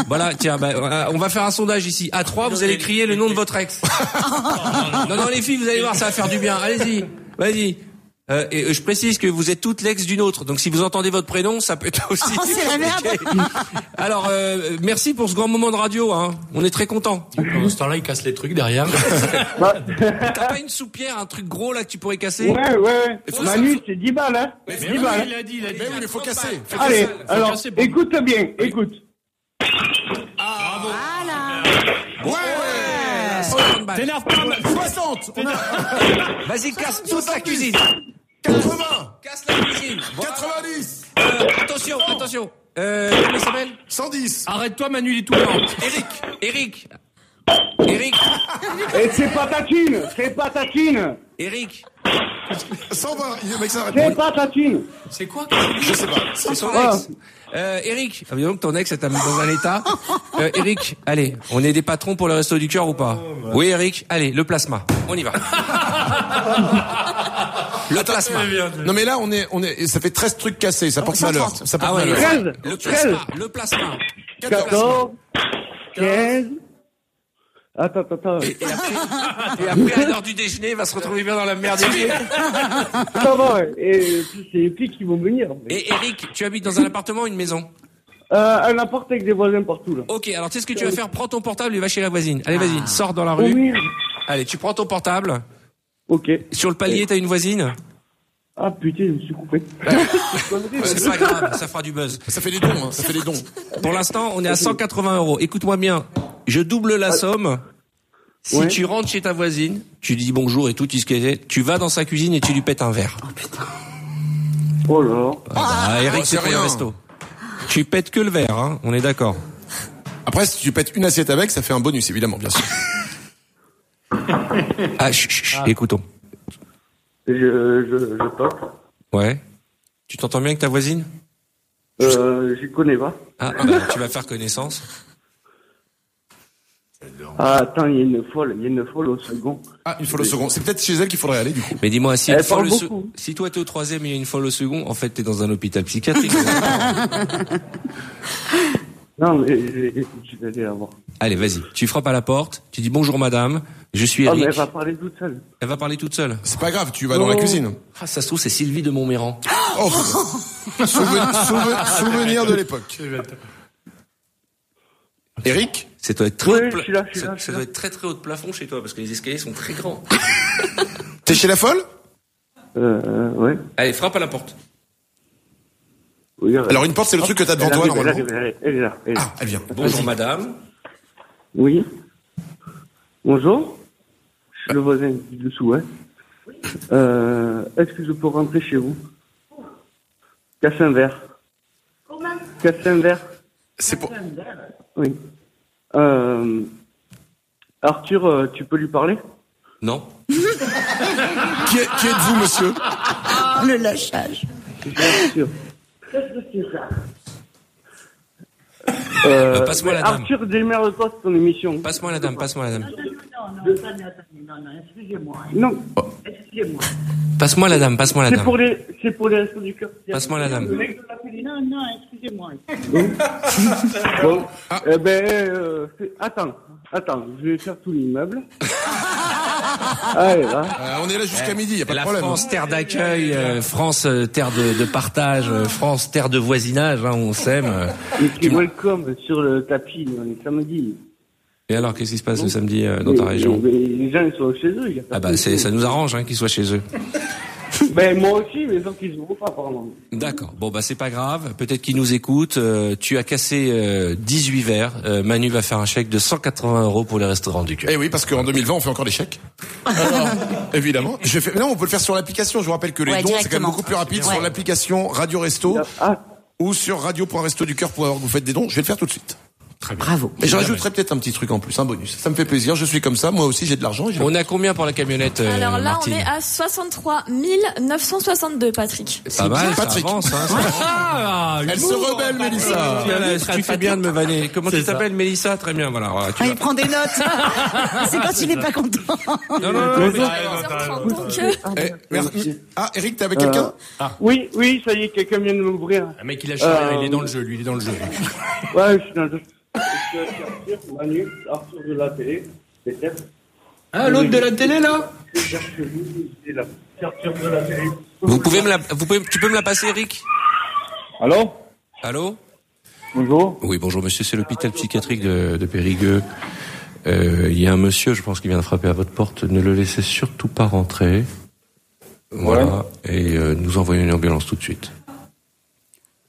[SPEAKER 7] voilà, tiens, bah, euh, on va faire un sondage ici. À trois, vous allez crier le nom de votre ex. non, non, les filles, vous allez voir, ça va faire du bien. Allez-y. Vas-y. Euh, et euh, je précise que vous êtes toutes l'ex d'une autre. Donc si vous entendez votre prénom, ça peut être aussi.
[SPEAKER 8] Oh, c'est la merde.
[SPEAKER 7] compliqué. Alors, euh, merci pour ce grand moment de radio. Hein. On est très contents.
[SPEAKER 21] Pendant ce temps-là, il casse les trucs derrière.
[SPEAKER 7] T'as pas une soupière, un truc gros là que tu pourrais casser
[SPEAKER 9] Ouais, ouais, ouais.
[SPEAKER 7] Faut-
[SPEAKER 9] Manu, c'est 10 balles, hein.
[SPEAKER 7] Mais
[SPEAKER 9] 10 balles.
[SPEAKER 21] Il a dit, il a dit.
[SPEAKER 3] Mais oui, mais faut casser.
[SPEAKER 9] Allez, alors, écoute bien, écoute.
[SPEAKER 7] Oh,
[SPEAKER 21] T'énerve pas, ma-
[SPEAKER 3] 60
[SPEAKER 7] Vas-y, casse toute la cuisine.
[SPEAKER 3] 80
[SPEAKER 7] Casse la cuisine. Voilà.
[SPEAKER 3] 90
[SPEAKER 7] Euh, attention, attention. Euh, comment il s'appelle
[SPEAKER 3] 110
[SPEAKER 21] Arrête-toi, Manu, il est tout lent.
[SPEAKER 7] Eric. Eric. Eric.
[SPEAKER 9] Et c'est patatine, c'est patatine,
[SPEAKER 7] Eric.
[SPEAKER 3] 120 Il- Mec, ça
[SPEAKER 9] c'est
[SPEAKER 3] répond.
[SPEAKER 9] patatine.
[SPEAKER 7] C'est quoi
[SPEAKER 3] Je sais pas.
[SPEAKER 7] C'est son
[SPEAKER 9] Ah.
[SPEAKER 7] ex. Euh, Eric. Ah, dis donc, ton ex, elle t'a mis dans un état. Euh, Eric, allez, on est des patrons pour le resto du cœur ou pas
[SPEAKER 21] Oh, bah.
[SPEAKER 7] Oui, Eric. Allez, le plasma. Ah On y va. le plasma.
[SPEAKER 3] Non, mais là, on est, on est, ça fait 13 trucs cassés. Ça porte malheur. Ça porte
[SPEAKER 7] Ah ouais,
[SPEAKER 3] malheur.
[SPEAKER 9] treize,
[SPEAKER 7] Le
[SPEAKER 9] treize,
[SPEAKER 7] plasma. Le plasma.
[SPEAKER 9] 14, 15. Attends, attends, attends.
[SPEAKER 7] Et après, à l'heure du déjeuner, il va se retrouver bien dans la merde.
[SPEAKER 9] Ça va, et puis c'est les filles qui vont venir. mais-
[SPEAKER 7] Et Eric, tu habites dans un appartement ou une maison
[SPEAKER 9] Euh, elle apporte avec des voisins partout, là.
[SPEAKER 7] Ok, alors tu sais ce que tu vas faire Prends ton portable et va chez la voisine. Allez, vas-y, sors dans la rue.
[SPEAKER 9] Oh, merde.
[SPEAKER 7] Allez, tu prends ton portable.
[SPEAKER 9] Ok.
[SPEAKER 7] Sur le palier, t'as une voisine
[SPEAKER 9] Ah putain, je me suis coupé.
[SPEAKER 7] C'est pas grave, ça fera du buzz.
[SPEAKER 3] Ça fait des dons, hein, ça fait des dons.
[SPEAKER 7] Pour l'instant, on est à 180 euros. Écoute-moi bien, je double la somme. Si
[SPEAKER 9] Ah. Ouais.
[SPEAKER 7] tu rentres chez ta voisine, tu dis bonjour et tout, tu, sais, tu vas dans sa cuisine et tu lui pètes un verre.
[SPEAKER 9] Oh là là.
[SPEAKER 7] Ah, Eric,
[SPEAKER 3] Oh,
[SPEAKER 7] c'est
[SPEAKER 3] c'est
[SPEAKER 7] pour le
[SPEAKER 3] rien.
[SPEAKER 7] resto. Tu pètes que le verre, hein, on est d'accord.
[SPEAKER 3] Après, si tu pètes une assiette avec, ça fait un bonus, évidemment, bien sûr.
[SPEAKER 7] Ah, chut, chut, chut, écoutons.
[SPEAKER 9] Je, je, je toque.
[SPEAKER 7] Ouais. Tu t'entends bien avec ta voisine
[SPEAKER 9] Euh, je connais pas.
[SPEAKER 7] Ah, ah, bah, tu vas faire connaissance.
[SPEAKER 9] Ah, attends, il y a une folle, il y a une folle au second.
[SPEAKER 3] Ah, une folle au second. C'est peut-être chez elle qu'il faudrait aller, du coup.
[SPEAKER 7] Mais dis-moi, si,
[SPEAKER 3] Elle
[SPEAKER 7] une folle
[SPEAKER 3] parle
[SPEAKER 7] au se-
[SPEAKER 3] beaucoup.
[SPEAKER 7] si toi t'es au troisième et il y a une folle au second, en fait t'es dans un hôpital psychiatrique.
[SPEAKER 9] Non, mais je vais, je vais aller la voir.
[SPEAKER 7] Allez, vas-y. Tu frappes à la porte, tu dis bonjour madame, je suis
[SPEAKER 9] Ah, mais
[SPEAKER 7] Eric.
[SPEAKER 9] elle va parler toute seule.
[SPEAKER 7] Elle va parler toute seule.
[SPEAKER 3] C'est pas grave, tu
[SPEAKER 9] vas dans la cuisine.
[SPEAKER 7] Ah, ça se trouve, c'est Sylvie de Montméran.
[SPEAKER 3] Oh.
[SPEAKER 7] Oh.
[SPEAKER 3] Souve- souve- souvenir de l'époque. Eric
[SPEAKER 7] C'est doit être très haut de pla-
[SPEAKER 3] je suis là, je suis
[SPEAKER 7] ça-
[SPEAKER 3] là, je
[SPEAKER 7] ça
[SPEAKER 3] suis
[SPEAKER 7] doit
[SPEAKER 3] là.
[SPEAKER 7] être très très haut de plafond chez toi parce que les escaliers sont très grands.
[SPEAKER 3] T'es chez la folle
[SPEAKER 9] Euh, ouais.
[SPEAKER 7] Allez, frappe à la porte.
[SPEAKER 9] Oui, euh,
[SPEAKER 3] Alors, une porte, c'est le truc que t'as devant
[SPEAKER 9] elle
[SPEAKER 3] toi,
[SPEAKER 9] arrive,
[SPEAKER 3] normalement. Ah,
[SPEAKER 9] Elle, arrive, elle est là, elle est là.
[SPEAKER 3] Elle vient.
[SPEAKER 7] Bonjour madame.
[SPEAKER 9] Oui. Bonjour. Je suis le voisin du dessous, hein. Euh, est-ce que je peux rentrer chez vous Casse un verre. Casse un verre.
[SPEAKER 3] C'est pour.
[SPEAKER 9] Oui. Euh, Arthur, euh, tu peux lui parler
[SPEAKER 7] Non.
[SPEAKER 3] Qui, est- qui êtes-vous, monsieur
[SPEAKER 8] Ah, Le lâchage.
[SPEAKER 9] Arthur.
[SPEAKER 22] Qu'est-ce que c'est ça
[SPEAKER 7] Euh, passe-moi la dame.
[SPEAKER 9] Arthur, démerde-toi de ton émission.
[SPEAKER 7] Passe-moi la dame, passe-moi la dame.
[SPEAKER 22] Non, non, attendez, attendez, non, non, excusez-moi. hein.
[SPEAKER 9] Non,
[SPEAKER 3] Oh.
[SPEAKER 22] Excusez-moi.
[SPEAKER 7] Passe-moi la dame, passe-moi la
[SPEAKER 9] c'est
[SPEAKER 7] dame.
[SPEAKER 9] pour les, c'est pour les restos du cœur.
[SPEAKER 7] Passe-moi la dame.
[SPEAKER 22] Non, non, excusez-moi.
[SPEAKER 9] Bon, eh ben, euh, c'est- attends, attends, je vais faire tout l'immeuble. Allez, là.
[SPEAKER 3] Euh, on est là jusqu'à
[SPEAKER 7] Eh,
[SPEAKER 3] midi, y a pas de
[SPEAKER 7] la
[SPEAKER 3] problème. hein.
[SPEAKER 7] France, terre d'accueil, euh, France, euh, terre de, de partage, euh, France, terre de voisinage, hein, on s'aime. euh.
[SPEAKER 9] Et puis, welcome sur le tapis, on est samedi.
[SPEAKER 7] Et alors, qu'est-ce qui se passe le samedi euh, dans ta
[SPEAKER 9] Mais-
[SPEAKER 7] région
[SPEAKER 9] mais Les gens, ils sont chez eux, il y a
[SPEAKER 7] Ah bah, c'est- ça nous arrange hein, qu'ils soient chez eux.
[SPEAKER 9] Ben, moi aussi, mais sauf qu'ils se voient pas, apparemment.
[SPEAKER 7] D'accord. Bon bah c'est pas grave. Peut-être qu'ils nous écoutent. Euh, tu as cassé euh, 18 verres. Euh, Manu va faire un chèque de 180 euros pour les restaurants du cœur.
[SPEAKER 3] Eh oui, parce qu'en 2020, on fait encore des chèques. Alors, évidemment. Je fais... Non, on peut le faire sur l'application. Je vous rappelle que les
[SPEAKER 8] Ouais,
[SPEAKER 3] dons, c'est quand même
[SPEAKER 8] directement.
[SPEAKER 3] beaucoup plus rapide
[SPEAKER 8] Ouais.
[SPEAKER 3] sur l'application Radio Resto
[SPEAKER 9] Ah.
[SPEAKER 3] ou sur radio.restoducœur.org. Vous faites des dons. Je vais le faire tout de suite.
[SPEAKER 8] Bravo.
[SPEAKER 3] Et je rajouterai peut-être un petit truc en plus, un bonus. Ça me fait plaisir. Je suis comme ça. Moi aussi, j'ai de l'argent. et j'ai-
[SPEAKER 7] On a combien pour la camionnette euh,
[SPEAKER 2] Alors là,
[SPEAKER 7] Martine
[SPEAKER 2] on est à 63 962, Patrick.
[SPEAKER 7] Pas mal, ça
[SPEAKER 3] Patrick. Ah,
[SPEAKER 7] avance, hein, ça avance.
[SPEAKER 3] Elle se rebelle, Mélissa.
[SPEAKER 7] Tu as la- tu fais bien de me vanner. Comment tu t'appelles, Mélissa Très bien, voilà. voilà, tu
[SPEAKER 8] Ah,
[SPEAKER 7] vas-
[SPEAKER 8] il prend des notes. c'est quand il est pas content.
[SPEAKER 7] Non, non, non, mais-
[SPEAKER 2] Donc, euh,
[SPEAKER 3] Eh, mer- Ah, Eric, t'es avec quelqu'un
[SPEAKER 9] Euh, Oui, oui, ça y est, quelqu'un vient de m'ouvrir.
[SPEAKER 7] Le mec, il a
[SPEAKER 9] Euh,
[SPEAKER 7] il est dans le jeu, lui, il est dans le jeu.
[SPEAKER 9] Ouais, je suis dans le... Je suis Arthur, Manu, Arthur de la télé, peut-être.
[SPEAKER 10] Ah, l'autre de la télé, là
[SPEAKER 9] Je cherche lui, il est là. Arthur de la télé.
[SPEAKER 7] Vous pouvez me la, vous pouvez, tu peux me la passer, Eric
[SPEAKER 9] Allô
[SPEAKER 7] Allô
[SPEAKER 9] Bonjour.
[SPEAKER 7] Oui, bonjour, monsieur, c'est l'hôpital psychiatrique de, de Périgueux. Euh, Il y a un monsieur, je pense, qui vient de frapper à votre porte. Ne le laissez surtout pas rentrer. Voilà. Et euh, nous envoyons une ambulance tout de suite.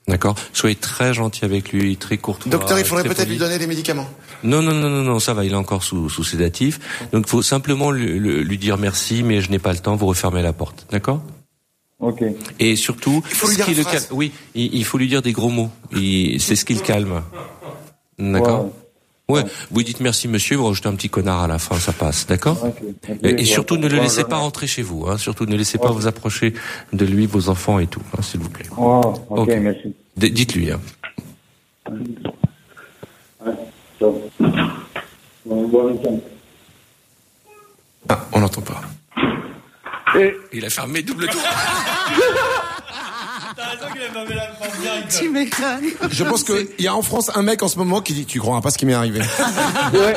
[SPEAKER 7] D'accord Soyez très gentil avec lui, très courtois.
[SPEAKER 3] Docteur, il faudrait
[SPEAKER 7] très
[SPEAKER 3] peut-être
[SPEAKER 7] Ah, poli.
[SPEAKER 3] lui donner des médicaments.
[SPEAKER 7] Non, non, non, non, non, ça va, il est encore sous, sous sédatif. Donc, faut simplement lui, lui- lui dire merci, mais je n'ai pas le temps, vous refermez la porte. D'accord
[SPEAKER 9] Ok.
[SPEAKER 7] Et surtout,
[SPEAKER 3] Il faut lui
[SPEAKER 7] ce
[SPEAKER 3] dire
[SPEAKER 7] qui
[SPEAKER 3] une
[SPEAKER 7] le
[SPEAKER 3] phrase.
[SPEAKER 7] calme- oui, il, il faut lui dire des gros mots. Il- C'est ce qui le calme. D'accord Ouais, vous dites merci monsieur, vous rajoutez un petit connard à la fin, ça passe, d'accord et, et surtout ne le laissez pas rentrer chez vous, hein, surtout ne laissez pas vous approcher de lui, vos enfants et tout, hein, s'il vous plaît.
[SPEAKER 9] Oh,
[SPEAKER 7] ok,
[SPEAKER 9] merci.
[SPEAKER 7] D- Dites-lui. hein.
[SPEAKER 17] Oh,
[SPEAKER 3] Ah, on l'entend pas.
[SPEAKER 7] Il a fermé double tour.
[SPEAKER 8] tu m'étonnes.
[SPEAKER 3] Je pense qu'il y a en France un mec en ce moment qui dit Tu crois hein, pas ce qui m'est arrivé
[SPEAKER 9] Ouais,
[SPEAKER 3] il-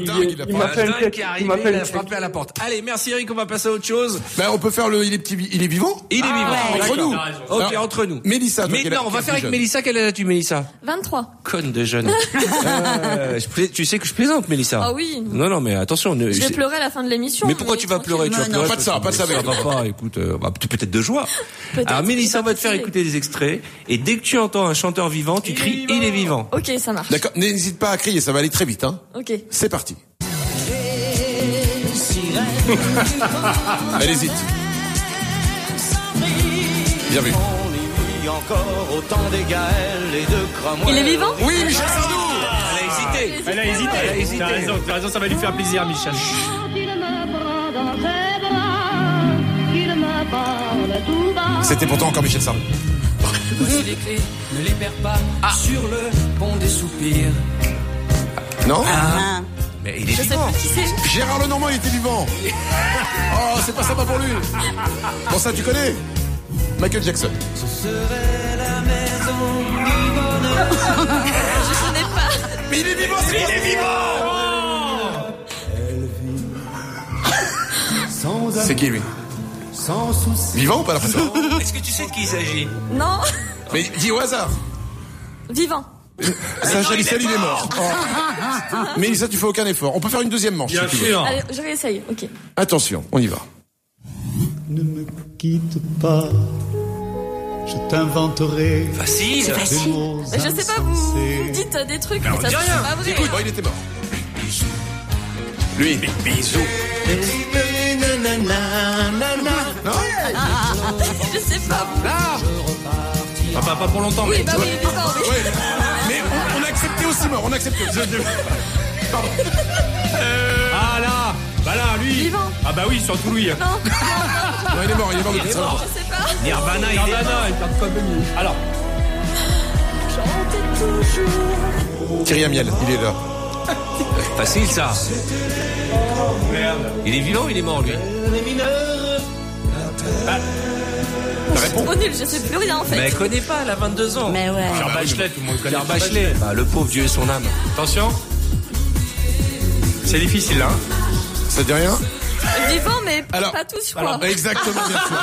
[SPEAKER 9] il,
[SPEAKER 3] dingue, il a il pas- m'a
[SPEAKER 7] Ah,
[SPEAKER 9] fait une
[SPEAKER 7] dingue qui est arrivé, il a frappé à la porte. Allez, merci Eric, on va passer à autre chose.
[SPEAKER 3] Ben, on peut faire le Il est, petit, il est vivant
[SPEAKER 7] Il est vivant.
[SPEAKER 3] Entre nous.
[SPEAKER 7] Ok,
[SPEAKER 3] Alors,
[SPEAKER 7] entre nous.
[SPEAKER 3] Mélissa, toi,
[SPEAKER 7] Mais
[SPEAKER 3] quelle-
[SPEAKER 7] non, on va
[SPEAKER 3] quelle
[SPEAKER 7] faire avec
[SPEAKER 3] jeune
[SPEAKER 7] Mélissa. Quelle âge as-tu, Euh, Mélissa
[SPEAKER 2] 23.
[SPEAKER 7] Conne de jeune. Euh, je pla- tu sais que je plaisante, Mélissa.
[SPEAKER 2] Ah oui.
[SPEAKER 7] Non, non, mais attention. ne-
[SPEAKER 2] Je vais
[SPEAKER 7] c'est-
[SPEAKER 2] pleurer à la fin de l'émission.
[SPEAKER 7] Mais pourquoi tu vas
[SPEAKER 2] tranquille.
[SPEAKER 7] pleurer Tu vas
[SPEAKER 8] Non,
[SPEAKER 7] pleurer
[SPEAKER 3] pas de ça,
[SPEAKER 7] parce que
[SPEAKER 3] pas de ça,
[SPEAKER 7] Ça va pas, écoute, euh, bah, peut- peut-être de joie.
[SPEAKER 2] Peut-être,
[SPEAKER 7] Alors Ah, Mélissa, on
[SPEAKER 2] peut-être
[SPEAKER 7] va te faire
[SPEAKER 2] qu'il est.
[SPEAKER 7] écouter des extraits, et dès que tu entends un chanteur vivant, tu cries « Il est vivant
[SPEAKER 2] Ok, ça marche.
[SPEAKER 3] D'accord, n'hésite pas à crier, ça va aller très vite. Hein.
[SPEAKER 2] Ok.
[SPEAKER 3] C'est parti. Elle hésite. Bien vu.
[SPEAKER 13] encore au temps des Gaël et de Cromwell.
[SPEAKER 2] Il est vivant
[SPEAKER 3] Oui, Michel Sardou
[SPEAKER 7] Elle a hésité.
[SPEAKER 21] Elle a hésité. T'as raison, t'as raison, ça va lui faire plaisir, Michel.
[SPEAKER 22] Qu'il me prend dans ses bras, qu'il me
[SPEAKER 3] C'était pourtant encore Michel Sardou.
[SPEAKER 13] Voici les clés, ne les perds pas sur le pont des soupirs.
[SPEAKER 3] Non
[SPEAKER 13] Ah.
[SPEAKER 3] Mais
[SPEAKER 13] il est Je sais vivant. pas qui c'est.
[SPEAKER 3] Gérard Lenormand, il était vivant. Oh, c'est pas sympa pour lui. Bon, ça, tu connais Michael Jackson.
[SPEAKER 13] Je connais pas.
[SPEAKER 3] Mais il est vivant, il est
[SPEAKER 8] Oh.
[SPEAKER 13] vivant
[SPEAKER 3] C'est qui, lui Vivant ou pas, la personne
[SPEAKER 7] Est-ce que tu sais de qui il s'agit
[SPEAKER 2] Non,
[SPEAKER 3] Mais dis au hasard.
[SPEAKER 2] vivant.
[SPEAKER 3] Sacha Distel, il est mort. Oh. Mais ça, tu fais aucun effort. On peut faire une deuxième manche. si tu veux.
[SPEAKER 2] Allez, je réessaye. Ok.
[SPEAKER 3] Attention, on y va.
[SPEAKER 23] quitte pas. Je t'inventerai.
[SPEAKER 7] Facile.
[SPEAKER 2] C'est facile. Mais Je sais pas, vous, vous me dites euh, des trucs, mais ça c'est pas vrai.
[SPEAKER 3] Écoute, bon, il était mort. Lui. Bisous.
[SPEAKER 13] Non Je sais pas.
[SPEAKER 4] Ah, pas, pas pour longtemps, mais.
[SPEAKER 13] Oui, bah oui, il est vivant, oui.
[SPEAKER 3] Mais on, on a accepté aussi mort, on a accepté. Pardon.
[SPEAKER 9] Euh,
[SPEAKER 4] Ah là Bah là, lui Ah bah oui, surtout lui.
[SPEAKER 2] Non,
[SPEAKER 3] Non, il est mort, il est mort de
[SPEAKER 4] Il est
[SPEAKER 3] ça.
[SPEAKER 4] mort.
[SPEAKER 2] je sais pas.
[SPEAKER 4] Nirvana, il est mort. Alors,
[SPEAKER 2] Chanter toujours.
[SPEAKER 3] Thierry Amiel, il est là.
[SPEAKER 7] Facile ça. Il est vivant ou il est mort lui
[SPEAKER 8] Bah.
[SPEAKER 2] C'est trop nul, je sais plus rien en fait.
[SPEAKER 7] Mais elle connaît pas, elle a 22 ans.
[SPEAKER 2] Mais ouais.
[SPEAKER 8] bah,
[SPEAKER 2] Ah, bah,
[SPEAKER 7] Pierre
[SPEAKER 4] Bachelet, tout le monde connaît.
[SPEAKER 7] Pierre Bachelet. Bah, le pauvre Dieu et son âme.
[SPEAKER 4] Attention. C'est difficile
[SPEAKER 7] hein.
[SPEAKER 4] là.
[SPEAKER 3] Ça dit rien
[SPEAKER 2] Vivant, mais
[SPEAKER 3] Alors-
[SPEAKER 2] pas tous, je crois.
[SPEAKER 3] Alors, exactement, bien sûr.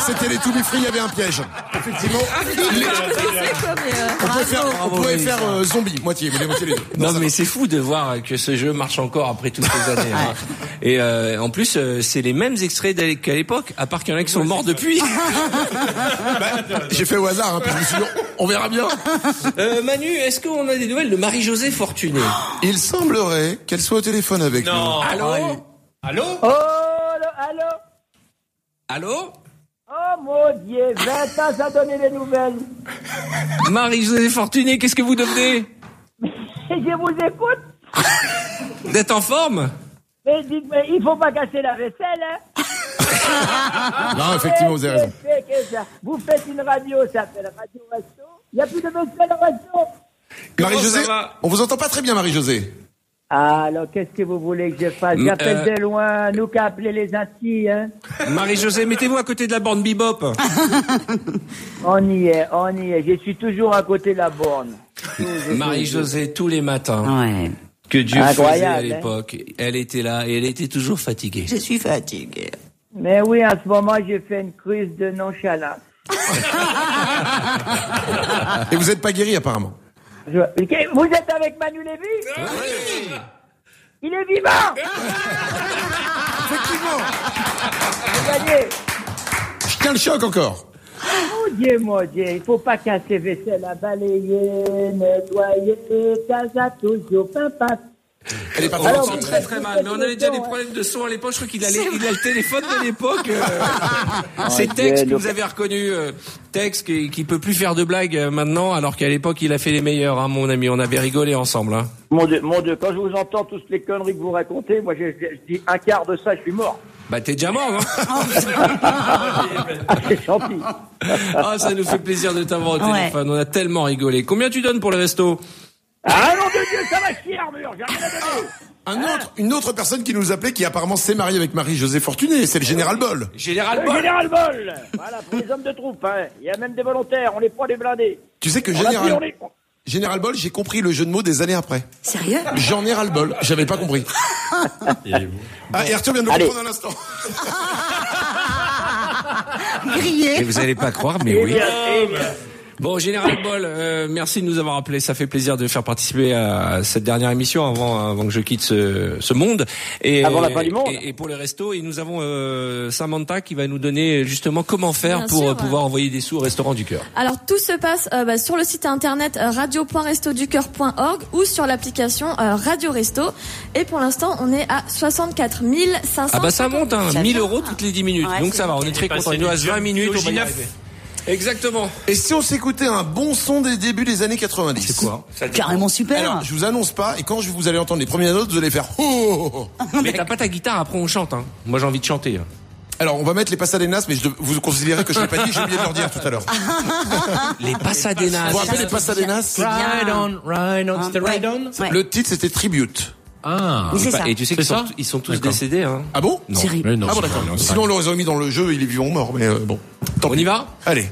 [SPEAKER 3] C'était les To Be Free, il y avait un piège. Effectivement.
[SPEAKER 2] Ah,
[SPEAKER 3] les-
[SPEAKER 2] Je connaissais, quoi, mais. euh,
[SPEAKER 3] On peut faire, on
[SPEAKER 7] bravo,
[SPEAKER 3] pourrait
[SPEAKER 7] oui,
[SPEAKER 3] faire
[SPEAKER 7] ça.
[SPEAKER 3] euh, zombie, moitié, mais moitié les deux.
[SPEAKER 7] Non, mais c'est fou de voir que ce jeu marche encore après toutes ces années. hein. Et euh, en plus, euh, c'est les mêmes extraits d'à- qu'à l'époque, à part qu'il y en a qui sont morts depuis.
[SPEAKER 3] Bah, J'ai fait au hasard, hein, puis je me suis dit, on verra bien.
[SPEAKER 7] Euh, Manu, est-ce qu'on a des nouvelles de Marie-Josée Fortuné
[SPEAKER 3] Il semblerait qu'elle soit au téléphone avec
[SPEAKER 7] Non.
[SPEAKER 3] nous.
[SPEAKER 7] Allô Allô
[SPEAKER 2] Oh
[SPEAKER 17] allô
[SPEAKER 7] Allô
[SPEAKER 17] Oh mon Dieu, 20 ans ça donner des nouvelles.
[SPEAKER 7] Marie-Josée Fortuné, qu'est-ce que vous devenez
[SPEAKER 17] Je vous écoute,
[SPEAKER 7] D'être en forme
[SPEAKER 17] mais dites mais il faut pas casser la vaisselle. Hein
[SPEAKER 3] Non, effectivement, vous avez raison.
[SPEAKER 17] Qu'est-ce que ça Vous faites une radio, ça s'appelle Radio Resto. Il n'y a plus de vaisselle resto.
[SPEAKER 3] Marie-Josée, on vous entend pas très bien, Marie-Josée.
[SPEAKER 17] Alors, qu'est-ce que vous voulez que je fasse
[SPEAKER 7] Mm,
[SPEAKER 17] J'appelle
[SPEAKER 7] euh,
[SPEAKER 17] de loin, nous qu'à appeler les Antilles. Hein
[SPEAKER 7] Marie-Josée, mettez-vous à côté de la borne bebop.
[SPEAKER 17] on y est, on y est. Je suis toujours à côté de la borne.
[SPEAKER 7] Marie-Josée, tous les matins. Que Dieu faisait
[SPEAKER 17] Incroyable,
[SPEAKER 7] à
[SPEAKER 17] hein.
[SPEAKER 7] l'époque. Elle était là et elle était toujours fatiguée.
[SPEAKER 17] Je suis fatigué. Mais oui, en ce moment, j'ai fait une crise de nonchalance.
[SPEAKER 3] Et vous n'êtes pas guéri, apparemment.
[SPEAKER 17] Je- Ok, Vous êtes avec Manu Lévy Il est vivant
[SPEAKER 3] Effectivement
[SPEAKER 17] Vous voyez
[SPEAKER 3] Je tiens le choc encore.
[SPEAKER 17] Mon Dieu, mon Dieu, il faut pas casser vaisselle à balayer, nettoyer, casa toujours, papa.
[SPEAKER 3] Elle est pas
[SPEAKER 7] On
[SPEAKER 17] Alors,
[SPEAKER 7] sent
[SPEAKER 17] vous
[SPEAKER 7] très
[SPEAKER 17] faites
[SPEAKER 7] très
[SPEAKER 17] une
[SPEAKER 7] mal, mais on avait déjà
[SPEAKER 17] question,
[SPEAKER 7] des
[SPEAKER 17] hein.
[SPEAKER 7] problèmes de son à l'époque. Je crois qu'il allait, il a le téléphone de l'époque. euh, Ces
[SPEAKER 17] Oh,
[SPEAKER 7] textes que
[SPEAKER 17] Dieu,
[SPEAKER 7] vous avez reconnus, euh, textes qui, qui peut plus faire de blagues euh, maintenant, alors qu'à l'époque il a fait les meilleurs, hein, mon ami. On avait rigolé ensemble. Hein.
[SPEAKER 17] Mon Dieu, mon Dieu, quand je vous entends toutes les conneries que vous racontez, moi, je, je- je dis un quart de ça, je suis mort.
[SPEAKER 7] Bah t'es déjà mort. Hein
[SPEAKER 17] C'est gentil.
[SPEAKER 7] ah, ça nous fait plaisir de t'avoir au
[SPEAKER 17] Ouais.
[SPEAKER 7] téléphone. On a tellement rigolé. Combien tu donnes pour le resto
[SPEAKER 17] Ah non, de Dieu, ça va chier, armure, j'ai rien à donner.
[SPEAKER 3] Un
[SPEAKER 7] Ah.
[SPEAKER 3] autre, une autre personne qui nous appelait, qui apparemment s'est mariée avec Marie-Josée Fortuné, c'est le général Boll.
[SPEAKER 7] Général
[SPEAKER 17] Le
[SPEAKER 7] Boll.
[SPEAKER 17] général Boll Voilà, pour les hommes de troupe, hein. Il y a même des volontaires, on les prend des blindés.
[SPEAKER 3] Tu sais que
[SPEAKER 17] On a pris, on
[SPEAKER 3] général,
[SPEAKER 17] les-
[SPEAKER 3] général Boll, j'ai compris le jeu de mots des années après.
[SPEAKER 17] Sérieux
[SPEAKER 3] J'en ai ras le bol, j'avais pas compris. Ah, et Arthur vient de le
[SPEAKER 17] Allez.
[SPEAKER 3] comprendre à l'instant.
[SPEAKER 7] Et vous allez pas croire, mais
[SPEAKER 17] Eh
[SPEAKER 7] oui.
[SPEAKER 17] bien, eh bien.
[SPEAKER 7] Bon, Général Boll, euh, merci de nous avoir appelés. Ça fait plaisir de faire participer à cette dernière émission avant, avant que je quitte ce, ce monde. Et,
[SPEAKER 17] Avant la fin du monde.
[SPEAKER 7] Et, et pour le resto, et nous avons euh, Samantha qui va nous donner justement comment faire
[SPEAKER 2] Bien
[SPEAKER 7] pour
[SPEAKER 2] sûr.
[SPEAKER 7] euh, pouvoir envoyer des sous au restaurant du cœur.
[SPEAKER 2] Alors tout se passe euh, bah, sur le site internet euh, radio.restoducœur.org ou sur l'application euh, Radio Resto. Et pour l'instant, on est à 64 500.
[SPEAKER 7] Ah bah ça monte, hein, 1000 euros toutes les 10 minutes.
[SPEAKER 2] Ouais,
[SPEAKER 7] Donc
[SPEAKER 2] c'est
[SPEAKER 7] ça va, on est
[SPEAKER 2] nickel.
[SPEAKER 7] très
[SPEAKER 2] Passer
[SPEAKER 7] content. Il nous
[SPEAKER 2] du
[SPEAKER 7] reste 20
[SPEAKER 2] Dieu
[SPEAKER 7] minutes,
[SPEAKER 2] au
[SPEAKER 7] on va y
[SPEAKER 2] Ginaf.
[SPEAKER 7] arriver. Exactement.
[SPEAKER 3] Et si on s'écoutait un bon son des débuts des années 90 C'est
[SPEAKER 7] quoi
[SPEAKER 3] Carrément super Alors, je vous annonce pas, et quand je vous allez entendre les premières notes, vous allez faire Oh, oh, oh.
[SPEAKER 7] Mais t'as pas ta guitare, après on chante. Hein. Moi j'ai envie de chanter. hein.
[SPEAKER 3] Alors, on va mettre les passadenas, mais je dev- vous considérez que je l'ai pas dit, j'ai oublié de leur dire tout à l'heure.
[SPEAKER 7] Les Pasadenas.
[SPEAKER 3] Vous vous rappelez les Pasadenas
[SPEAKER 7] C'est bien. Ride on, ride on, c'était ride on
[SPEAKER 3] C'est- Le titre, c'était Tribute.
[SPEAKER 7] Ah.
[SPEAKER 3] C'est
[SPEAKER 7] Et
[SPEAKER 3] ça.
[SPEAKER 7] Et tu sais qu'ils
[SPEAKER 3] C'est
[SPEAKER 7] sont,
[SPEAKER 3] ça
[SPEAKER 7] ils sont tous
[SPEAKER 3] D'accord.
[SPEAKER 7] décédés. Hein.
[SPEAKER 3] Ah bon
[SPEAKER 7] Non. Sérieux. Mais non,
[SPEAKER 3] Ah bon,
[SPEAKER 7] c'est
[SPEAKER 3] d'accord.
[SPEAKER 7] pas- non, c'est
[SPEAKER 3] Sinon,
[SPEAKER 7] pas-
[SPEAKER 3] on l'aurait mis dans le jeu, il est vivant ou mort, mais euh, bon. on y
[SPEAKER 7] va
[SPEAKER 3] Allez.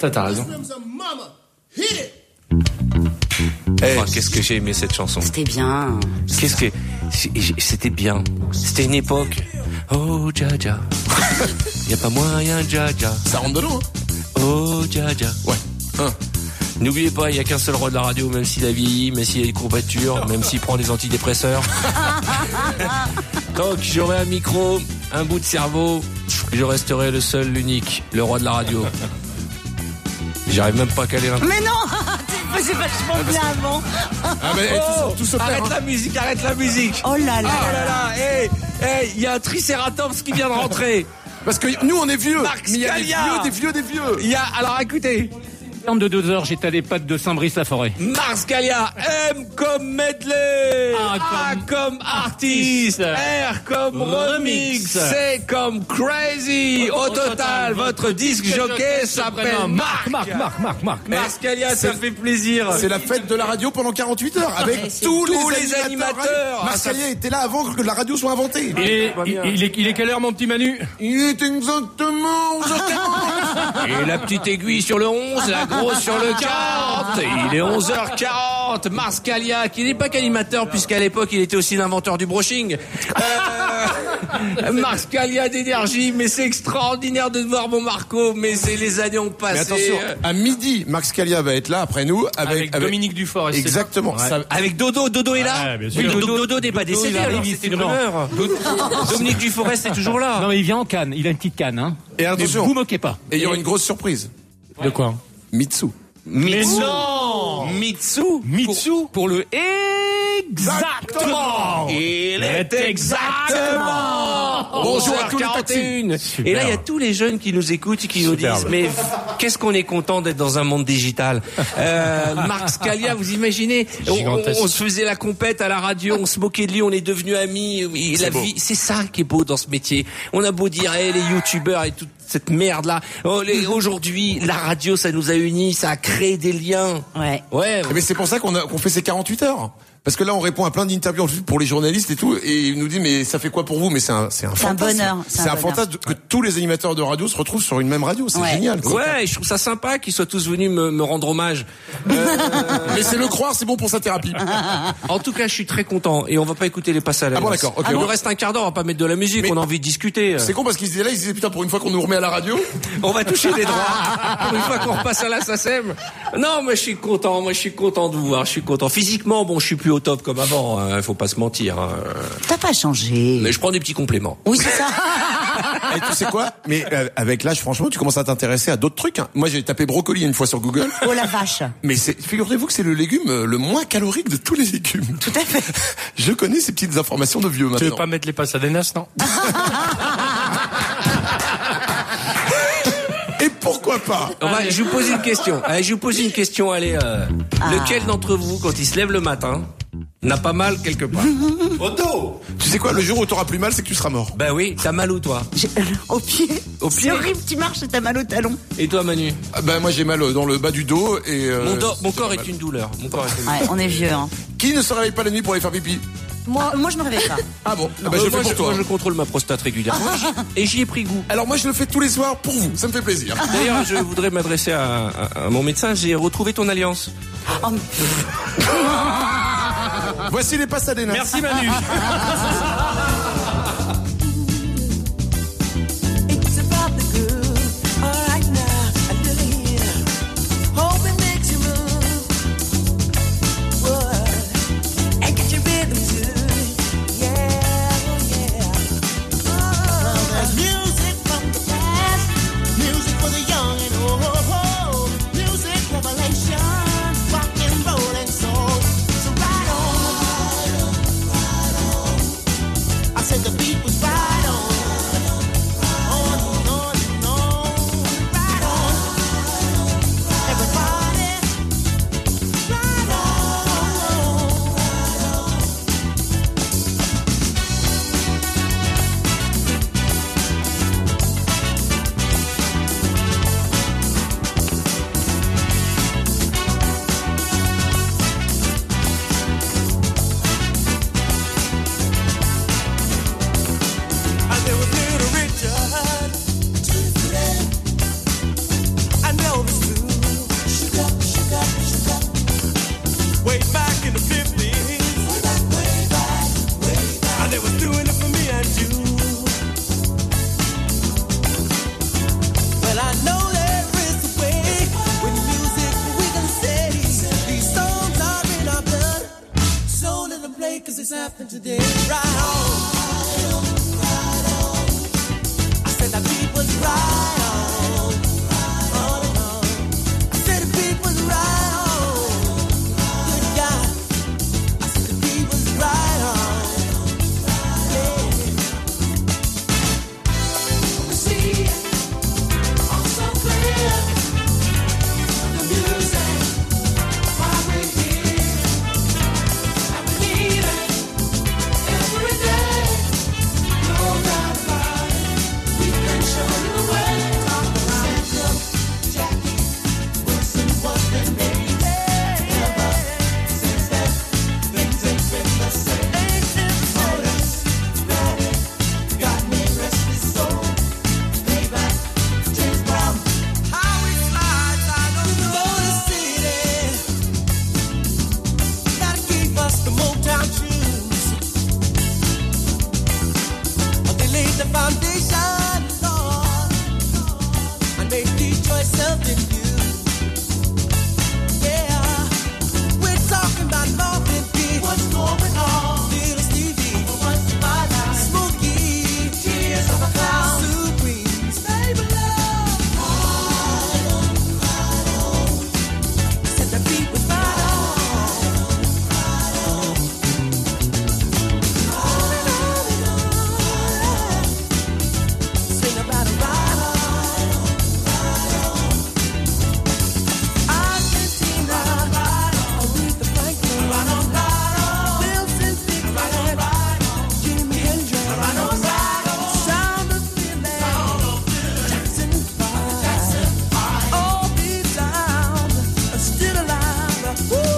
[SPEAKER 7] T'as, t'as raison. Oh, qu'est-ce que j'ai aimé cette chanson. C'était bien. Qu'est-ce que j'ai- j'ai- c'était bien. C'était une époque. Oh ja ja. y a pas moyen ja ja.
[SPEAKER 3] Ça rentre de l'eau. hein.
[SPEAKER 7] Oh ja ja.
[SPEAKER 3] Ouais. Hein.
[SPEAKER 7] N'oubliez pas, il n'y a qu'un seul roi de la radio, même s'il a vieilli, même s'il a des courbatures, même s'il prend des antidépresseurs. Tant que j'aurai un micro, un bout de cerveau, je resterai le seul, l'unique, le roi de la radio. J'arrive même pas à caler un
[SPEAKER 8] Mais non C'est vachement bien avant.
[SPEAKER 7] Ah, mais, eh,
[SPEAKER 3] Oh,
[SPEAKER 7] tout- tout se perd, Arrête hein. la musique, arrête la musique.
[SPEAKER 8] Oh là là.
[SPEAKER 7] Oh là là, hé, hé, il y a un tricératops qui vient de rentrer.
[SPEAKER 3] Parce que nous, on est vieux.
[SPEAKER 7] Marc
[SPEAKER 3] Mais il y a des
[SPEAKER 7] Scalia.
[SPEAKER 3] vieux, des vieux, des vieux.
[SPEAKER 7] Il y a, alors écoutez.
[SPEAKER 21] de deux heures, j'étais à l'EHPAD de Saint-Brice-la-Forêt.
[SPEAKER 7] Mars Galia, M comme medley, A, comme artiste, R comme remix,
[SPEAKER 21] remix,
[SPEAKER 7] C comme crazy. Au total, votre disque jockey s'appelle Marc.
[SPEAKER 21] Marc, Marc, Marc, Marc.
[SPEAKER 7] Mars Galia, ça
[SPEAKER 3] C'est-
[SPEAKER 7] fait plaisir.
[SPEAKER 3] C'est la fête de la radio pendant 48 heures
[SPEAKER 7] Mais
[SPEAKER 3] avec
[SPEAKER 7] c'est
[SPEAKER 3] tous,
[SPEAKER 7] tous
[SPEAKER 3] les,
[SPEAKER 7] les
[SPEAKER 3] animateurs. Ah,
[SPEAKER 7] animateurs.
[SPEAKER 3] Marc
[SPEAKER 7] Ah, ça-
[SPEAKER 3] Scalia était là avant que la radio soit inventée.
[SPEAKER 21] Il est, il, il est, il est quelle heure, mon petit Manu
[SPEAKER 3] Il est exactement
[SPEAKER 7] Et la petite aiguille sur le 11, la grosse sur le 40. Il est 11h40. Mars Kalia, qui n'est pas qu'animateur, puisqu'à l'époque, il était aussi l'inventeur du brushing. Euh, Mars Kalia d'énergie, mais c'est extraordinaire de voir mon Marco, mais c'est les années ont passé.
[SPEAKER 3] Mais attention, à midi, Marc Scalia va être là après nous euh. avec,
[SPEAKER 21] Avec Dominique Dufort et ses-
[SPEAKER 3] Exactement.
[SPEAKER 21] Ouais.
[SPEAKER 7] Avec Dodo, Dodo est là
[SPEAKER 21] Ouais, bien
[SPEAKER 7] Oui,
[SPEAKER 21] sûr.
[SPEAKER 7] Dodo, Dodo n'est pas
[SPEAKER 21] Dodo,
[SPEAKER 7] décédé,
[SPEAKER 21] il arrive,
[SPEAKER 7] alors
[SPEAKER 21] il
[SPEAKER 7] c'est
[SPEAKER 21] est
[SPEAKER 7] une
[SPEAKER 21] mort.
[SPEAKER 7] rumeur. Dominique Duforest est toujours là.
[SPEAKER 21] Non, mais il vient en canne. Il a une petite canne, hein.
[SPEAKER 3] Et
[SPEAKER 21] Mais
[SPEAKER 3] attention.
[SPEAKER 21] vous moquez pas.
[SPEAKER 3] Et il y aura une grosse surprise.
[SPEAKER 21] De quoi
[SPEAKER 3] Mitsu.
[SPEAKER 21] Mais
[SPEAKER 7] Mitsu.
[SPEAKER 21] non
[SPEAKER 7] Mitsu
[SPEAKER 21] Mitsu pour, le
[SPEAKER 7] Exactement.
[SPEAKER 21] exactement
[SPEAKER 7] Il est exactement
[SPEAKER 21] Bonjour à tous les
[SPEAKER 7] 11h41.
[SPEAKER 21] taxis.
[SPEAKER 7] Et là, il y a tous les jeunes qui nous écoutent et qui nous
[SPEAKER 21] Superbe.
[SPEAKER 7] disent Mais f- qu'est-ce qu'on est content d'être dans un monde digital euh, Marc Scalia, vous imaginez on,
[SPEAKER 21] Gigantesque.
[SPEAKER 7] on- on se faisait la compète à la radio, on se moquait de lui, on est devenus amis. Et
[SPEAKER 21] C'est
[SPEAKER 7] la
[SPEAKER 21] beau.
[SPEAKER 7] vie, c'est ça qui est beau dans ce métier. On a beau dire Eh, les youtubeurs et toute cette merde là. Aujourd'hui, la radio, ça nous a unis, ça a créé des liens.
[SPEAKER 3] Ouais.
[SPEAKER 7] Ouais.
[SPEAKER 3] Mais Eh ben, c'est pour ça qu'on a- qu'on fait ces 48 heures. Parce que là, on répond à plein d'interviews pour les journalistes et tout, et ils nous disent mais ça fait quoi pour vous Mais c'est un, c'est un
[SPEAKER 7] C'est un
[SPEAKER 3] fantasme.
[SPEAKER 7] bonheur, c'est un
[SPEAKER 3] C'est un,
[SPEAKER 7] bonheur.
[SPEAKER 3] fantasme que tous les animateurs de radio se retrouvent sur une même radio. C'est génial. quoi.
[SPEAKER 7] Ouais, je trouve ça sympa qu'ils soient tous venus me, me rendre hommage. Euh,
[SPEAKER 3] Laissez-le croire, c'est bon pour sa thérapie.
[SPEAKER 7] En tout cas, je suis très content et on va pas écouter les passes à la
[SPEAKER 3] Ah bon,
[SPEAKER 7] glace.
[SPEAKER 3] d'accord, ok.
[SPEAKER 7] Il
[SPEAKER 3] Ah
[SPEAKER 7] nous
[SPEAKER 3] bon
[SPEAKER 7] reste un quart d'heure, on va pas mettre de la musique, on a envie de discuter.
[SPEAKER 3] C'est con parce qu'ils étaient là, ils se disaient putain pour une fois qu'on nous remet à la radio,
[SPEAKER 7] on va toucher des droits. Pour une fois qu'on repasse à la SACEM. E Non, moi je suis content, moi je suis content de vous voir, je suis content. Physiquement, bon, je suis plus au top comme avant, hein, faut pas se mentir.
[SPEAKER 1] T'as pas changé.
[SPEAKER 7] Mais je prends des petits compléments.
[SPEAKER 1] Oui, c'est ça.
[SPEAKER 3] Et tu sais quoi Mais euh, avec l'âge, franchement, tu commences à t'intéresser à d'autres trucs. hein. Moi, j'ai tapé brocoli une fois sur Google.
[SPEAKER 1] Oh la vache.
[SPEAKER 3] Mais c'est- figurez-vous que c'est le légume euh, le moins calorique de tous les légumes. Tout à fait. Je connais ces petites informations de vieux
[SPEAKER 21] Tu veux
[SPEAKER 3] maintenant.
[SPEAKER 21] pas mettre les passadenas, non
[SPEAKER 3] Et pourquoi pas
[SPEAKER 7] On va- je vous pose une question. Allez, je vous pose une question. Allez, euh, lequel d'entre vous, quand il se lève le matin, n'a pas mal quelque part Otto
[SPEAKER 3] Tu sais quoi Le jour où t'auras plus mal, c'est que tu seras mort.
[SPEAKER 7] Ben oui, t'as mal où toi
[SPEAKER 1] Au pied.
[SPEAKER 7] Au
[SPEAKER 1] C'est
[SPEAKER 7] pied.
[SPEAKER 1] horrible, tu marches et t'as mal au talon.
[SPEAKER 7] Et toi, Manu
[SPEAKER 3] Ben moi, j'ai mal euh, dans le bas du dos et. euh,
[SPEAKER 7] mon, do- mon corps est une douleur. Mon corps est une douleur.
[SPEAKER 1] Ouais, on est vieux. Hein.
[SPEAKER 3] Qui ne se réveille pas la nuit pour aller faire pipi
[SPEAKER 1] Moi, moi, je me réveille pas.
[SPEAKER 3] Ah bon Ah ben,
[SPEAKER 7] Euh,
[SPEAKER 3] je le
[SPEAKER 7] moi,
[SPEAKER 3] fais pour
[SPEAKER 7] je-
[SPEAKER 3] toi.
[SPEAKER 7] moi, je contrôle ma prostate régulièrement. Et j'y ai pris goût.
[SPEAKER 3] Alors moi, je le fais tous les soirs pour vous. Ça me fait plaisir.
[SPEAKER 7] D'ailleurs, je voudrais m'adresser à, à- à mon médecin. J'ai retrouvé ton alliance.
[SPEAKER 1] Oh,
[SPEAKER 3] Voici les passadenas. Merci
[SPEAKER 7] Manu.
[SPEAKER 8] It's about the good, all right now, I really hear. Hope it makes you move, Whoa. and get your rhythm too. Yeah, oh yeah. Oh, there's music from the past, music for the young and old, music revelation, rock and roll and soul. So ride on, ride on, ride on. Oh, laughing today. Right on. I said the beat was right on. On and on. I said the beat was right on. Good God. I said the beat was right on. Yeah. We see it all so clear. The music vibrating. Foundation, Lord, and make Detroit something new. Yeah, we're talking about love and peace. What's going on? Little Stevie, what's the matter? Smokey, tears of a clown. Supreme, baby love. Right on, right on. I said the beat was right on. Right on. On and on and on. Sing about a ride on, ride on. Argentina, Aretha Franklin, Wilson Pickett, Jimi Hendrix, Sound of Philly, Jackson Five, all be down, still alive. Woo!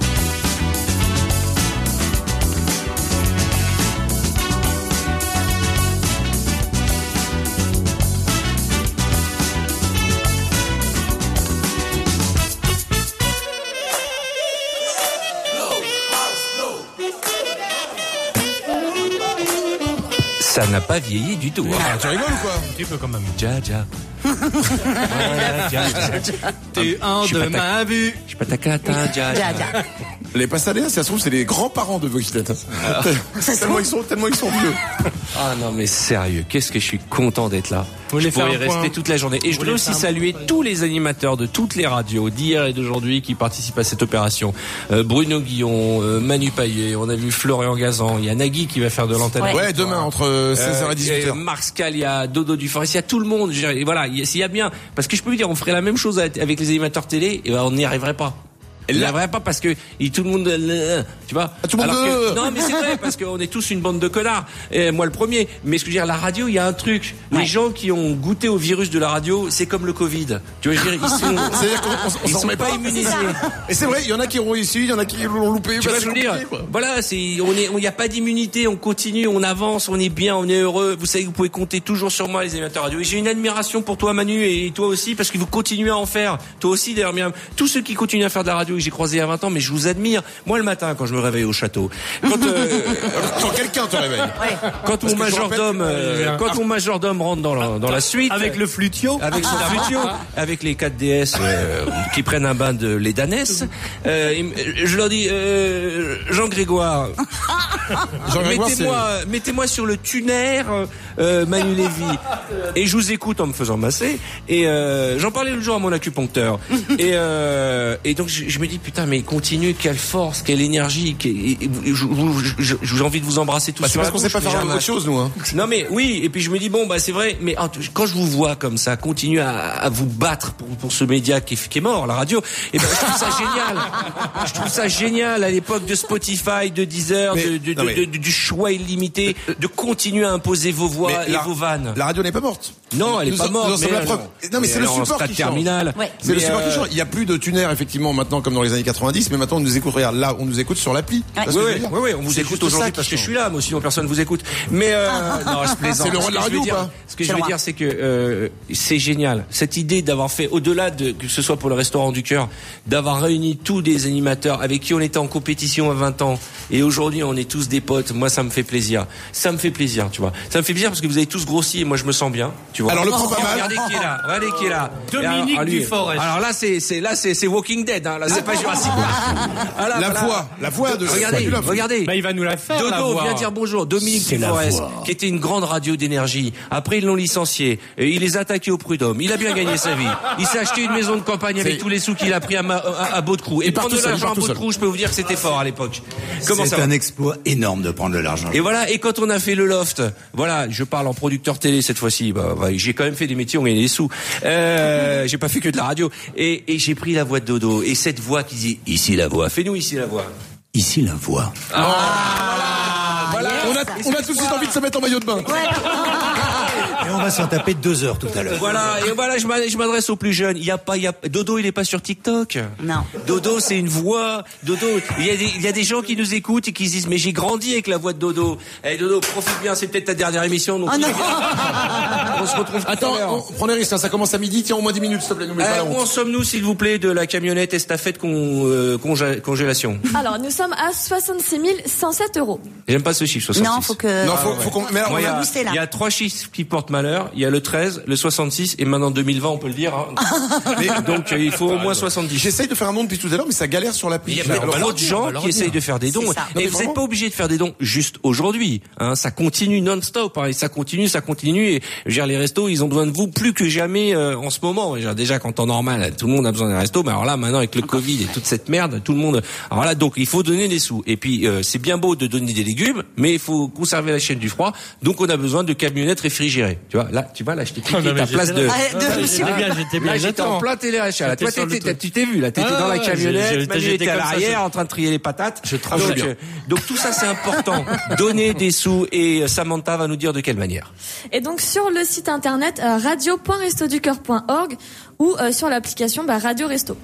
[SPEAKER 7] Ça n'a pas vieilli du tout.
[SPEAKER 3] Ah, tu rigoles ou quoi
[SPEAKER 7] Un petit peu quand même. Ja, ja.
[SPEAKER 4] T'es un
[SPEAKER 7] Je suis
[SPEAKER 4] de
[SPEAKER 7] pas ta-
[SPEAKER 4] ma vue.
[SPEAKER 7] Je suis pas ta cata, ja, ja.
[SPEAKER 3] Les Pasadena, ça se trouve, c'est les grands-parents de Voxlet. tellement, ils sont, tellement ils sont vieux.
[SPEAKER 7] Ah non mais sérieux, qu'est-ce que je suis content d'être là.
[SPEAKER 4] Vous voulez
[SPEAKER 7] je pourrais
[SPEAKER 4] faire un point
[SPEAKER 7] rester toute la journée. Et
[SPEAKER 4] Vous
[SPEAKER 7] je voulais
[SPEAKER 4] voulez
[SPEAKER 7] aussi
[SPEAKER 4] faire un
[SPEAKER 7] saluer tous les animateurs de toutes les radios d'hier et d'aujourd'hui qui participent à cette opération. Euh, Bruno Guillon, euh, Manu Payet, on a vu Florian Gazan, il y a Nagui qui va faire de l'antenne.
[SPEAKER 3] Ouais,
[SPEAKER 7] avec toi.
[SPEAKER 3] demain, entre euh, 16h
[SPEAKER 7] Euh,
[SPEAKER 3] et 18h.
[SPEAKER 7] euh, Marc Scal, il y a Dodo du Forest, il y a tout le monde. Je dirais, Et voilà, il y a- s'il y a bien, parce que je peux vous dire, on ferait la même chose avec les animateurs télé, et ben on n'y arriverait pas. On n'y arriverait pas parce que il- tout le monde, euh, tu vois.
[SPEAKER 3] tout le monde,
[SPEAKER 7] Alors que-
[SPEAKER 3] euh.
[SPEAKER 7] non mais c'est vrai parce qu'on est tous une bande de connards. Et moi le premier. Mais ce que je veux dire, la radio, il y a un truc. Les gens qui ont goûté au virus de la radio, c'est comme le Covid. Tu vois, je veux dire, ils sont,
[SPEAKER 3] C'est-à-dire qu'on on s'en
[SPEAKER 7] ils sont
[SPEAKER 3] remet
[SPEAKER 7] pas immunisés.
[SPEAKER 3] Et c'est vrai, il y en a qui ont réussi, il y en a qui l'ont loupé.
[SPEAKER 7] Tu
[SPEAKER 3] bah,
[SPEAKER 7] vois,
[SPEAKER 3] c'est
[SPEAKER 7] je veux dire,
[SPEAKER 3] compliqué, quoi.
[SPEAKER 7] voilà, c'est, on est, on n'y a pas d'immunité, on continue, on avance, on est bien, on est heureux. Vous savez, que vous pouvez compter toujours sur moi, les animateurs radio. Et j'ai une admiration pour toi, Manu, et toi aussi, parce que vous continuez à en faire. Toi aussi, d'ailleurs, Myriam. Tous ceux qui continuent à faire de la radio, que j'ai croisé il y a 20 ans, mais je vous admire. Moi, le matin, quand je me réveille au château, quand, euh,
[SPEAKER 3] Quand quelqu'un te réveille.
[SPEAKER 7] quand
[SPEAKER 3] Parce
[SPEAKER 7] mon
[SPEAKER 3] que je rappelle
[SPEAKER 7] majordome,
[SPEAKER 3] que- ah.
[SPEAKER 7] euh, quand mon majordome rentre dans la, dans la suite.
[SPEAKER 4] Avec le flutio.
[SPEAKER 7] Avec
[SPEAKER 9] Ah,
[SPEAKER 7] le flutio, Ah, avec les 4 DS euh, qui prennent un bain de les danès, euh, ils me- je leur dis euh, Jean Grégoire,
[SPEAKER 3] Jean Grégoire,
[SPEAKER 7] mettez-moi euh, mettez-moi sur le tuner euh, Manu Lévy et je vous écoute en me faisant masser et euh, j'en parlais le jour à mon acupuncteur et euh, et donc je, je me dis putain mais continue quelle force quelle énergie quelle- et- et- je- je- je- j'ai envie de vous embrasser tous
[SPEAKER 3] Bah, c'est
[SPEAKER 7] sur
[SPEAKER 3] parce
[SPEAKER 7] la
[SPEAKER 3] qu'on sait
[SPEAKER 7] bouche,
[SPEAKER 3] pas
[SPEAKER 7] mais
[SPEAKER 3] faire
[SPEAKER 7] j'ai un
[SPEAKER 3] autre chose, nous. Hein.
[SPEAKER 7] non mais oui, et puis je me dis bon bah c'est vrai, mais en tout- quand je vous vois comme ça, continue à, à vous battre pour, pour ce média qui, est- qui est mort, la radio, et ben je trouve ça génial. Je trouve ça génial à l'époque de Spotify, de Deezer,
[SPEAKER 3] Mais-
[SPEAKER 7] de- de-
[SPEAKER 3] non,
[SPEAKER 7] de-
[SPEAKER 3] mais- euh,
[SPEAKER 7] de- du choix illimité, de continuer à imposer vos voix
[SPEAKER 3] Mais
[SPEAKER 7] et
[SPEAKER 3] la-
[SPEAKER 7] vos vannes.
[SPEAKER 3] La radio n'est pas morte.
[SPEAKER 7] Non, elle est
[SPEAKER 3] Nous
[SPEAKER 7] pas
[SPEAKER 3] sommes-
[SPEAKER 7] morte.
[SPEAKER 3] nous sommes la preuve. Non, mais c'est le
[SPEAKER 7] alors, en
[SPEAKER 3] support
[SPEAKER 7] stade
[SPEAKER 3] qui change.
[SPEAKER 7] terminal.
[SPEAKER 3] C'est le
[SPEAKER 7] Mais,
[SPEAKER 3] support qui
[SPEAKER 7] euh,
[SPEAKER 3] change. Il n'y a plus de tuner, effectivement, maintenant, comme dans les années 90, mais maintenant, on nous écoute, regarde, là, on nous écoute sur l'appli. Tu vois ce
[SPEAKER 7] Oui,
[SPEAKER 3] que je
[SPEAKER 7] oui,
[SPEAKER 3] veux dire
[SPEAKER 7] oui, oui, on vous
[SPEAKER 3] C'est
[SPEAKER 7] écoute
[SPEAKER 3] juste ça
[SPEAKER 7] aujourd'hui
[SPEAKER 3] qui
[SPEAKER 7] parce que je
[SPEAKER 3] change.
[SPEAKER 7] suis là, moi sinon personne vous écoute. Mais euh, non, je plaisante.
[SPEAKER 3] Ah. C'est le roi de la
[SPEAKER 7] Ce que
[SPEAKER 3] radio
[SPEAKER 7] je veux
[SPEAKER 3] ou
[SPEAKER 7] dire-
[SPEAKER 3] pas
[SPEAKER 7] Ce
[SPEAKER 3] C'est
[SPEAKER 7] que je
[SPEAKER 3] le
[SPEAKER 7] veux
[SPEAKER 3] roi.
[SPEAKER 7] dire, c'est que euh, c'est génial. Cette idée d'avoir fait, au-delà de que ce soit pour le restaurant du cœur, d'avoir réuni tous des animateurs avec qui on était en compétition à 20 ans et aujourd'hui on est tous des potes. Moi, ça me fait plaisir. Ça me fait plaisir, tu vois. Ça me fait plaisir parce que vous avez tous grossi et moi je me sens bien, tu
[SPEAKER 24] vois.
[SPEAKER 7] Alors, le prend pas mal. Regardez qui est là. Regardez qui est là.
[SPEAKER 25] Dominique
[SPEAKER 7] Et alors, ah, lui,
[SPEAKER 25] Dufort.
[SPEAKER 7] Alors là, c'est, c'est, là, c'est, c'est Walking Dead, hein. Là,
[SPEAKER 3] Ah,
[SPEAKER 7] c'est pas Jurassic Park. Ah, là,
[SPEAKER 25] La
[SPEAKER 7] voilà.
[SPEAKER 25] voix, la voix de-
[SPEAKER 7] Regardez,
[SPEAKER 25] du love.
[SPEAKER 7] regardez.
[SPEAKER 25] Bah, il va nous la faire,
[SPEAKER 7] Dodo
[SPEAKER 25] la voix.
[SPEAKER 7] vient dire bonjour. Dominique
[SPEAKER 25] C'est la
[SPEAKER 7] Duforest,
[SPEAKER 25] voix.
[SPEAKER 7] qui était une grande radio d'énergie. Après, ils l'ont licencié. Et il les a attaqués au prud'homme. Il a bien gagné sa vie. Il s'est acheté une maison de campagne avec
[SPEAKER 25] C'est-
[SPEAKER 7] tous les sous qu'il a pris à, ma, à, à Beaudecroux. Et
[SPEAKER 5] Il part
[SPEAKER 7] prendre de
[SPEAKER 5] tout seul,
[SPEAKER 7] l'argent
[SPEAKER 5] il part
[SPEAKER 7] à
[SPEAKER 5] tout seul.
[SPEAKER 7] Beaudecroux, je peux vous dire que c'était fort à l'époque. Comment ça
[SPEAKER 5] C'est
[SPEAKER 7] va
[SPEAKER 5] un exploit énorme de prendre de l'argent.
[SPEAKER 7] et voilà, et quand on a fait le loft, voilà, je parle en producteur télé cette fois-ci, bah, bah, j'ai quand même fait des métiers, on gagnait des sous. Euh, j'ai pas fait que de la radio. Et, et j'ai pris la voix de Dodo, et cette voix qui dit, ici la voix, fais-nous ici la voix.
[SPEAKER 5] Ici, la voix.
[SPEAKER 7] Ah, Bah,
[SPEAKER 3] Voilà, on, a, on a tout de suite envie de se mettre en maillot de bain.
[SPEAKER 5] Et on va s'en taper deux heures tout à l'heure.
[SPEAKER 7] Voilà, et voilà, je m'adresse- je m'adresse aux plus jeunes. Il y a pas, il y a, Dodo, il est pas sur TikTok.
[SPEAKER 13] Non.
[SPEAKER 7] Dodo, c'est une voix. Dodo, il y, a des, il y a des gens qui nous écoutent et qui se disent, mais j'ai grandi avec la voix de Dodo. Eh, Dodo, profite bien, c'est peut-être ta dernière émission. Donc
[SPEAKER 3] Oh non.
[SPEAKER 7] on se retrouve tout à l'heure.
[SPEAKER 3] Attends, on prend les risques, hein, ça commence à midi, tiens au moins 10 minutes s'il te plaît, nous mets pas
[SPEAKER 7] Euh,
[SPEAKER 3] la
[SPEAKER 7] où en
[SPEAKER 3] honte.
[SPEAKER 7] sommes-nous, s'il vous plaît, de la camionnette estafette con, euh, conge- congélation
[SPEAKER 2] Alors, nous sommes à 66 107 euros.
[SPEAKER 7] J'aime pas ce chiffre, 66.
[SPEAKER 2] Non, faut que-
[SPEAKER 13] Non, faut- faut qu'on- mais on
[SPEAKER 7] Moi,
[SPEAKER 13] va
[SPEAKER 7] il y a-
[SPEAKER 13] booster, là.
[SPEAKER 7] Il y a trois chiffres qui portent malheur. Il y a le 13, le 66 et maintenant 2020, on peut le dire. hein. Mais donc, euh, il faut au moins 70.
[SPEAKER 3] J'essaye de faire un nom depuis tout à l'heure, mais ça galère sur l'appli.
[SPEAKER 7] Il y a peut-être
[SPEAKER 3] Alors,
[SPEAKER 7] trop de gens qui essayent de faire des dons.
[SPEAKER 3] Non,
[SPEAKER 7] Et
[SPEAKER 3] mais
[SPEAKER 7] vous
[SPEAKER 3] vraiment.
[SPEAKER 7] n'êtes pas obligé de faire des dons juste aujourd'hui. hein. ça continue non-stop. hein. Et ça continue, ça continue. Et je veux dire, les restos, ils ont besoin de vous plus que jamais euh, en ce moment. Je veux dire, déjà, qu'en temps normal, tout le monde a besoin des restos. Mais alors là, maintenant, avec le Covid et toute cette merde, tout le monde... Alors là, donc, il faut donner des sous. Et puis, euh, c'est bien beau de donner des légumes, mais il faut conserver la chaîne du froid. Donc, on a besoin de camionnettes réfrigérées. Tu vois, là, tu vois, là, je t'ai
[SPEAKER 26] Ah,
[SPEAKER 7] cliqué
[SPEAKER 26] non, mais
[SPEAKER 7] ta place
[SPEAKER 26] j'étais
[SPEAKER 7] de...
[SPEAKER 26] là. Ah, de- j'étais bien, j'étais bien,
[SPEAKER 7] Là, j'étais en
[SPEAKER 26] j'attends.
[SPEAKER 7] plein téléachat. Là,
[SPEAKER 26] J'étais
[SPEAKER 7] toi,
[SPEAKER 26] sur le
[SPEAKER 7] t'étais-
[SPEAKER 26] truc.
[SPEAKER 7] tu t'es vu, là, t'étais
[SPEAKER 26] Ah,
[SPEAKER 7] dans la
[SPEAKER 26] ouais, j'ai- j'ai-
[SPEAKER 7] camionnette, Manu
[SPEAKER 26] j'étais
[SPEAKER 7] était à
[SPEAKER 26] comme ça,
[SPEAKER 7] l'arrière,
[SPEAKER 26] je-
[SPEAKER 7] en train de trier les patates. Je
[SPEAKER 26] travaille
[SPEAKER 7] donc,
[SPEAKER 26] bien.
[SPEAKER 7] euh, donc tout ça, c'est important. Donner des sous et euh, Samantha va nous dire de quelle manière.
[SPEAKER 2] Et donc sur le site internet euh, radio.restoducœur.org ou euh, sur l'application bah, Radio Resto.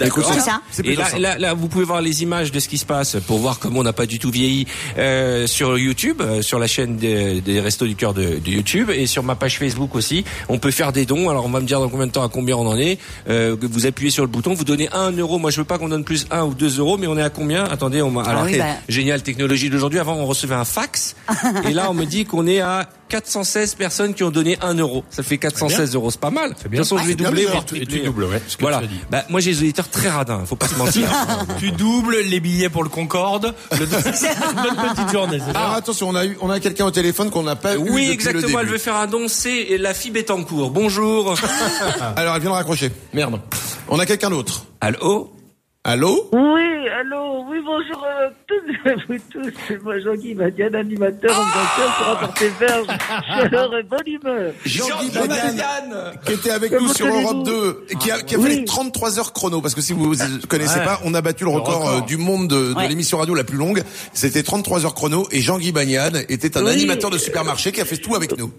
[SPEAKER 13] C'est ça. C'est
[SPEAKER 7] Et
[SPEAKER 13] plutôt
[SPEAKER 7] là,
[SPEAKER 13] ça.
[SPEAKER 7] là, là, vous pouvez voir les images de ce qui se passe pour voir comment on n'a pas du tout vieilli euh, sur YouTube, euh, sur la chaîne des, des Restos du Cœur de, de YouTube et sur ma page Facebook aussi. On peut faire des dons. Alors, on va me dire dans combien de temps, à combien on en est. Euh, que vous appuyez sur le bouton, vous donnez un euro. Moi, je veux pas qu'on donne plus un ou deux euros, mais on est à combien Attendez, on m'a.
[SPEAKER 13] Ah
[SPEAKER 7] Alors,
[SPEAKER 13] oui,
[SPEAKER 7] eh,
[SPEAKER 13] bah.
[SPEAKER 7] génial technologie d'aujourd'hui. Avant, on recevait un fax et là, on me dit qu'on est à 416 personnes qui ont donné un euro. Ça fait 416 euros, c'est pas mal. De toute façon,
[SPEAKER 25] Ah,
[SPEAKER 7] je vais
[SPEAKER 25] c'est bien
[SPEAKER 7] doubler.
[SPEAKER 25] meilleur.
[SPEAKER 7] voire
[SPEAKER 25] Et tu
[SPEAKER 7] tripler.
[SPEAKER 25] doubles, ouais, ce que
[SPEAKER 7] Voilà.
[SPEAKER 25] tu as dit.
[SPEAKER 7] Bah, moi, j'ai des auditeurs très radins, faut pas se mentir.
[SPEAKER 25] tu doubles les billets pour le Concorde. Le... Bonne petite journée. c'est ça
[SPEAKER 3] Ah, attention, on a, eu, on a quelqu'un au téléphone qu'on n'a pas eu
[SPEAKER 7] Oui,
[SPEAKER 3] depuis le
[SPEAKER 7] exactement,
[SPEAKER 3] début.
[SPEAKER 7] elle veut faire un don, c'est la fille Bettencourt. Bonjour. Ah.
[SPEAKER 3] Alors, elle vient de raccrocher. Merde. On a quelqu'un d'autre.
[SPEAKER 7] Allô
[SPEAKER 3] Allô
[SPEAKER 9] Oui, allô, oui, bonjour euh, toutes et vous tous. C'est moi, Jean-Guy Badian,
[SPEAKER 3] Ah
[SPEAKER 9] animateur, auditeur sur Apporté Verge, chaleur et bonne humeur.
[SPEAKER 3] Jean-Guy
[SPEAKER 9] Jean-Guy
[SPEAKER 3] Badian, qui était avec
[SPEAKER 9] Comment
[SPEAKER 3] nous sur
[SPEAKER 9] allez-vous
[SPEAKER 3] Europe 2 et qui a, qui a fait les 33 heures chrono parce que si vous ne connaissez
[SPEAKER 25] Ouais.
[SPEAKER 3] pas on a battu le
[SPEAKER 25] Le
[SPEAKER 3] record,
[SPEAKER 25] record.
[SPEAKER 3] euh, du monde de, de
[SPEAKER 25] Ouais.
[SPEAKER 3] l'émission radio la plus longue c'était 33 heures chrono et Jean-Guy Bagnan était un
[SPEAKER 9] Oui.
[SPEAKER 3] animateur de supermarché qui a fait tout avec nous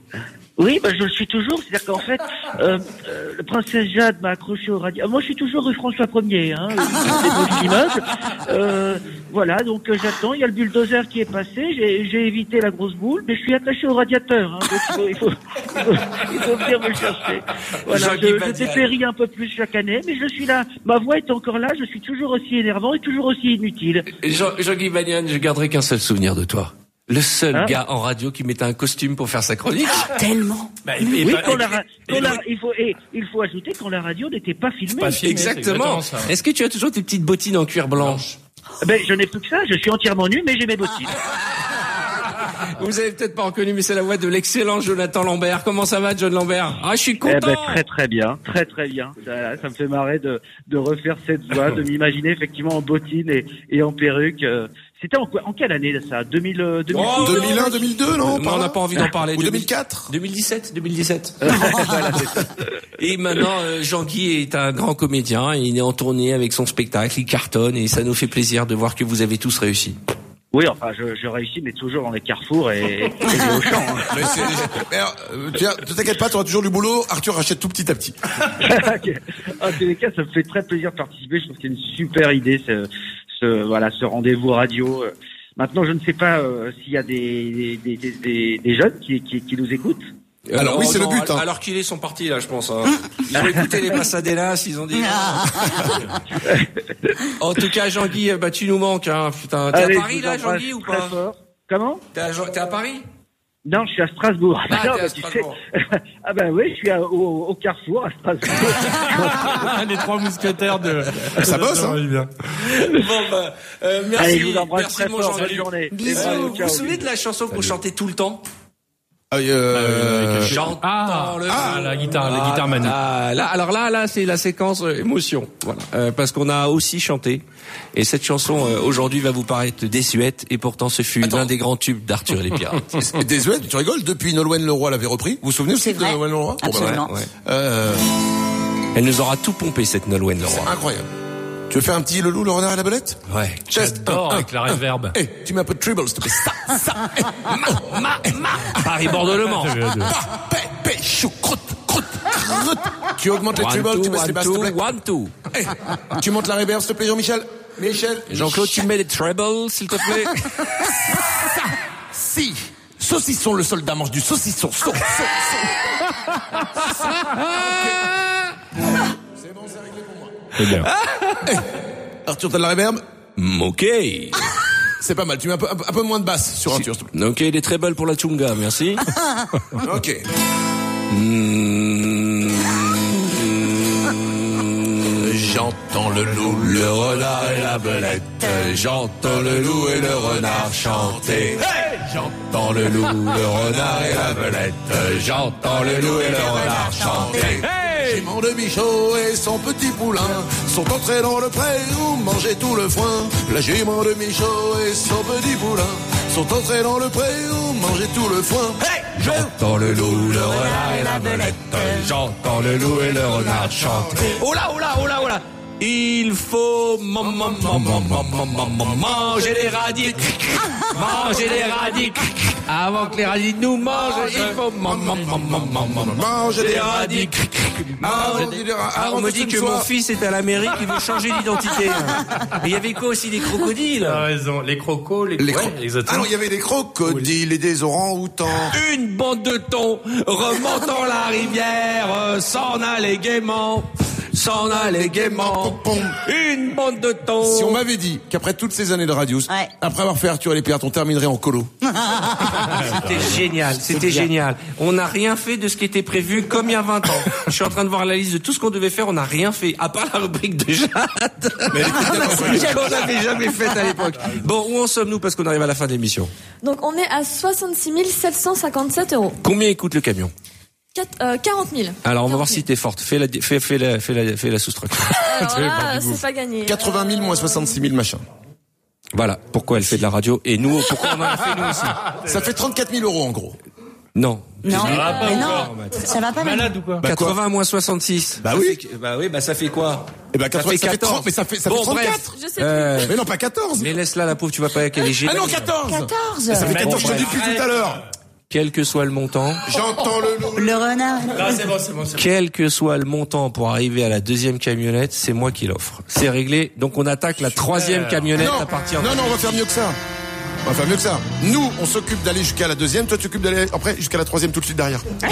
[SPEAKER 9] Oui, bah, je le suis toujours. C'est-à-dire qu'en fait, euh, euh, le princesse Jade m'a accroché au radio. Ah, Moi, je suis toujours rue François 1er, hein, c'est mon immeuble. Euh, voilà, donc euh, j'attends. Il y a le bulldozer qui est passé. J'ai j'ai évité la grosse boule, mais je suis attaché au radiateur. Hein, donc il faut, il faut, il faut venir me le chercher. Voilà,
[SPEAKER 8] Jean-Guy
[SPEAKER 9] je, je
[SPEAKER 8] Badial.
[SPEAKER 9] dépéris un peu plus chaque année, mais je suis là. Ma voix est encore là. Je suis toujours aussi énervant et toujours aussi inutile.
[SPEAKER 7] Jean- Jean-Guy Bagnan, je garderai qu'un seul souvenir de toi. Le seul
[SPEAKER 9] Hein
[SPEAKER 7] gars en radio qui mettait un costume pour faire sa chronique.
[SPEAKER 9] Tellement.
[SPEAKER 7] Bah, et- et
[SPEAKER 9] oui,
[SPEAKER 7] pas-
[SPEAKER 9] quand
[SPEAKER 7] et-
[SPEAKER 9] la, ra-
[SPEAKER 7] et-
[SPEAKER 9] quand la- il faut et il faut ajouter quand la radio n'était pas filmée.
[SPEAKER 7] Pas filmé, exactement. Est-ce que tu as toujours tes petites bottines en cuir blanche
[SPEAKER 9] Ben je n'ai plus que ça. Je suis entièrement nu, mais j'ai mes bottines.
[SPEAKER 7] Vous avez peut-être pas reconnu, mais c'est la voix de l'excellent Jonathan Lambert. Comment ça va, John Lambert Ah, je suis content.
[SPEAKER 9] Eh ben, très très bien, très très bien. Ça, ça me fait marrer de, de refaire cette voix, de m'imaginer effectivement en bottine et, et en perruque. euh. C'était en, quoi- en quelle année ça 2000, euh, 2000
[SPEAKER 7] Oh,
[SPEAKER 3] 2001 2002 non,
[SPEAKER 7] Non,
[SPEAKER 3] par
[SPEAKER 7] on
[SPEAKER 3] là
[SPEAKER 7] n'a pas envie d'en parler.
[SPEAKER 3] ou 2004
[SPEAKER 7] 2017 2017
[SPEAKER 3] Euh,
[SPEAKER 7] Et maintenant, euh, Jean-Guy est un grand comédien. Il est en tournée avec son spectacle. Il cartonne et ça nous fait plaisir de voir que vous avez tous réussi.
[SPEAKER 9] Oui, enfin je, je réussis, mais toujours dans les carrefours et, et les Auchan. hein.
[SPEAKER 3] Mais c'est- mais, euh, tiens, ne t'inquiète pas, tu auras toujours du boulot. Arthur rachète tout petit à petit.
[SPEAKER 9] Ok. En tous les cas, ça me fait très plaisir de participer. Je trouve que c'est une super idée, ce, ce- voilà, ce rendez-vous radio. Euh, Maintenant, je ne sais pas euh, s'il y a des, des, des, des- des jeunes qui, qui, qui nous écoutent.
[SPEAKER 7] Euh, oh non,
[SPEAKER 22] hein.
[SPEAKER 7] al- Alors qu'il est, son parti là, je pense. hein. Ils ont écouté les Pasadelas, ils ont dit. en tout cas, Jean-Guy, bah tu nous manques. Hein. Putain, t'es à
[SPEAKER 9] Allez,
[SPEAKER 7] Paris
[SPEAKER 9] je vous
[SPEAKER 7] là,
[SPEAKER 9] embrasse
[SPEAKER 7] Jean-Guy ou
[SPEAKER 9] très
[SPEAKER 7] pas
[SPEAKER 9] fort. Comment
[SPEAKER 7] T'es à, Jean- t'es à Paris
[SPEAKER 22] Non, je suis à Strasbourg.
[SPEAKER 8] Ah,
[SPEAKER 22] Non,
[SPEAKER 8] t'es à
[SPEAKER 22] bah, tu sais-
[SPEAKER 8] Strasbourg.
[SPEAKER 22] ah ben oui, je suis à- au, au carrefour à
[SPEAKER 9] Ah,
[SPEAKER 22] Strasbourg.
[SPEAKER 4] Les trois mousquetaires de.
[SPEAKER 22] Ça bosse, hein.
[SPEAKER 4] bien.
[SPEAKER 7] Bon, bah, euh, merci.
[SPEAKER 22] Allez, je vous embrasse
[SPEAKER 7] merci,
[SPEAKER 22] très
[SPEAKER 7] mon
[SPEAKER 22] fort.
[SPEAKER 7] Jean-Luc.
[SPEAKER 22] Bonne journée.
[SPEAKER 7] Bisous.
[SPEAKER 22] Allez,
[SPEAKER 7] Vous vous
[SPEAKER 22] ciao.
[SPEAKER 7] souvenez de la chanson qu'on chantait tout le temps
[SPEAKER 10] J'entends
[SPEAKER 7] le-
[SPEAKER 10] ah, la guitare, la
[SPEAKER 7] Ah,
[SPEAKER 10] guitare manie.
[SPEAKER 7] ah, là, alors là, là, c'est la séquence euh, émotion, voilà, Euh, parce qu'on a aussi chanté. Et cette chanson euh, aujourd'hui va vous paraître désuète, et pourtant ce fut l'un des grands tubes d'Arthur et les pirates.
[SPEAKER 3] Désuète, tu rigoles, depuis Nolwenn Leroy l'avait repris. Vous vous souvenez aussi de Nolwenn Leroy Bon, bah, ouais, ouais.
[SPEAKER 7] Elle nous aura tout pompé cette Nolwenn Leroy.
[SPEAKER 3] C'est incroyable. Tu veux faire un petit le loup, le renard et la belette
[SPEAKER 7] Ouais.
[SPEAKER 3] Chest.
[SPEAKER 7] J'adore avec la reverb.
[SPEAKER 3] Eh, tu mets un peu de treble, s'il te plaît. Ça, ça, eh, ma, ma, ma.
[SPEAKER 7] Paris bordeaux le Mans.
[SPEAKER 3] Pa, pé, pé, chou, croûte, croûte, croûte. Tu augmentes les
[SPEAKER 7] One,
[SPEAKER 3] trebles,
[SPEAKER 7] two,
[SPEAKER 3] tu baisses les
[SPEAKER 7] one,
[SPEAKER 3] basses, s'il te plaît.
[SPEAKER 7] two, one, two.
[SPEAKER 3] Eh, tu montes la reverb, s'il te plaît, Jean-Michel. Michel.
[SPEAKER 7] Jean-Claude, tu mets les trebles, s'il te plaît.
[SPEAKER 3] Ça, si. Saucisson, le soldat mange du saucisson. Sau- sau-
[SPEAKER 7] C'est bien.
[SPEAKER 3] Ah, Arthur, t'as de la reverb
[SPEAKER 7] Mm, Ok.
[SPEAKER 3] C'est pas mal. Tu mets un peu, un peu- un peu moins de basse sur Arthur, s'il te
[SPEAKER 7] Ok, des trebles pour la chunga, merci.
[SPEAKER 3] plaît. Ok.
[SPEAKER 7] Mm. J'entends le loup, le renard et la belette. J'entends le loup et le renard chanter. J'entends le loup, le renard et la belette. J'entends le loup et le renard chanter.
[SPEAKER 3] Mon demi-chaud et son petit poulain sont entrés dans le pré où mangeait tout le foin. La jument demi-chaud et son petit poulain sont entrés dans le pré où mangeait tout le foin.
[SPEAKER 7] J'entends le loup, le renard et la belette. J'entends le loup et le renard chanter. Oh là, oh là, oh là, oh là. Il faut man- man- man- man- man- man- man- man- manger des radis. Manger des radis. Avant que les radis nous mangent, il faut man- man- man- man- man- man- manger des radis. Manger des radis. Ah, on me dit que mon fils est à la mairie qui veut changer d'identité. Et Il y avait quoi aussi des crocodiles
[SPEAKER 4] T'as raison, les crocos, les,
[SPEAKER 7] Les
[SPEAKER 4] Ouais,
[SPEAKER 7] cro-
[SPEAKER 4] exactement.
[SPEAKER 7] Ah non, il y avait
[SPEAKER 3] des crocodiles et des orangs-outans.
[SPEAKER 7] Une bande de thons remontant la rivière euh, s'en allait gaiement. S'en allait gaiement. Une bande de thons.
[SPEAKER 3] Si on m'avait dit qu'après toutes ces années de Radius, après avoir fait Arthur et les pirates, on terminerait en colo.
[SPEAKER 7] Ah, C'était génial, c'était génial. On n'a rien fait de ce qui était prévu comme il y a 20 ans. Je suis en train de voir la liste de tout ce qu'on devait faire, on n'a rien fait, à part la rubrique de Jade. qu'on n'avait jamais faite à l'époque. Bon, où en sommes-nous parce qu'on arrive à la fin de l'émission
[SPEAKER 2] Donc on est à 66 757 euros.
[SPEAKER 7] Combien écoute le camion
[SPEAKER 2] Quatre- euh, 40 000.
[SPEAKER 7] Alors on va voir si t'es forte. Fais la, fais, fais la, fais la, fais la soustraction.
[SPEAKER 2] Alors là,
[SPEAKER 7] bon, du
[SPEAKER 2] c'est pas gagné.
[SPEAKER 3] 80 000 moins 66 000 machin.
[SPEAKER 7] Voilà pourquoi elle fait de la radio et nous pourquoi on en a fait Ah, nous aussi.
[SPEAKER 3] Ça fait 34 000 euros en gros.
[SPEAKER 7] Non.
[SPEAKER 11] Non,
[SPEAKER 7] Ça va pas
[SPEAKER 11] mais
[SPEAKER 7] ou
[SPEAKER 11] non,
[SPEAKER 7] quoi,
[SPEAKER 11] ça va pas.
[SPEAKER 7] Malade
[SPEAKER 11] mais-
[SPEAKER 7] ou quoi Bah, 80 moins 66.
[SPEAKER 3] Bah
[SPEAKER 7] Ça
[SPEAKER 3] oui.
[SPEAKER 7] fait- bah oui, bah ça fait quoi
[SPEAKER 3] Eh ben, 80, ça fait
[SPEAKER 7] 14.
[SPEAKER 3] 30, mais ça fait- ça fait
[SPEAKER 7] bon,
[SPEAKER 3] 34.
[SPEAKER 7] bref.
[SPEAKER 3] Je sais plus. Mais non, pas 14.
[SPEAKER 7] Mais laisse-la, la pauvre, tu vas pas qu'elle est
[SPEAKER 3] Ah non,
[SPEAKER 7] gênée.
[SPEAKER 3] 14
[SPEAKER 11] 14.
[SPEAKER 3] Ça fait
[SPEAKER 7] Bon,
[SPEAKER 3] 14, je te
[SPEAKER 7] bref.
[SPEAKER 3] dis depuis tout à l'heure.
[SPEAKER 7] Quel que soit le montant,
[SPEAKER 3] J'entends le loup.
[SPEAKER 11] Le renard.
[SPEAKER 7] Ah, quel que soit le montant pour arriver à la deuxième camionnette, c'est moi qui l'offre. C'est réglé. Donc on attaque la troisième camionnette
[SPEAKER 3] Euh, non,
[SPEAKER 7] à partir de...
[SPEAKER 3] Non, non, on va faire mieux que ça. On va faire mieux que ça. Nous, on s'occupe d'aller jusqu'à la deuxième, toi tu t'occupes d'aller après jusqu'à la troisième tout de suite derrière.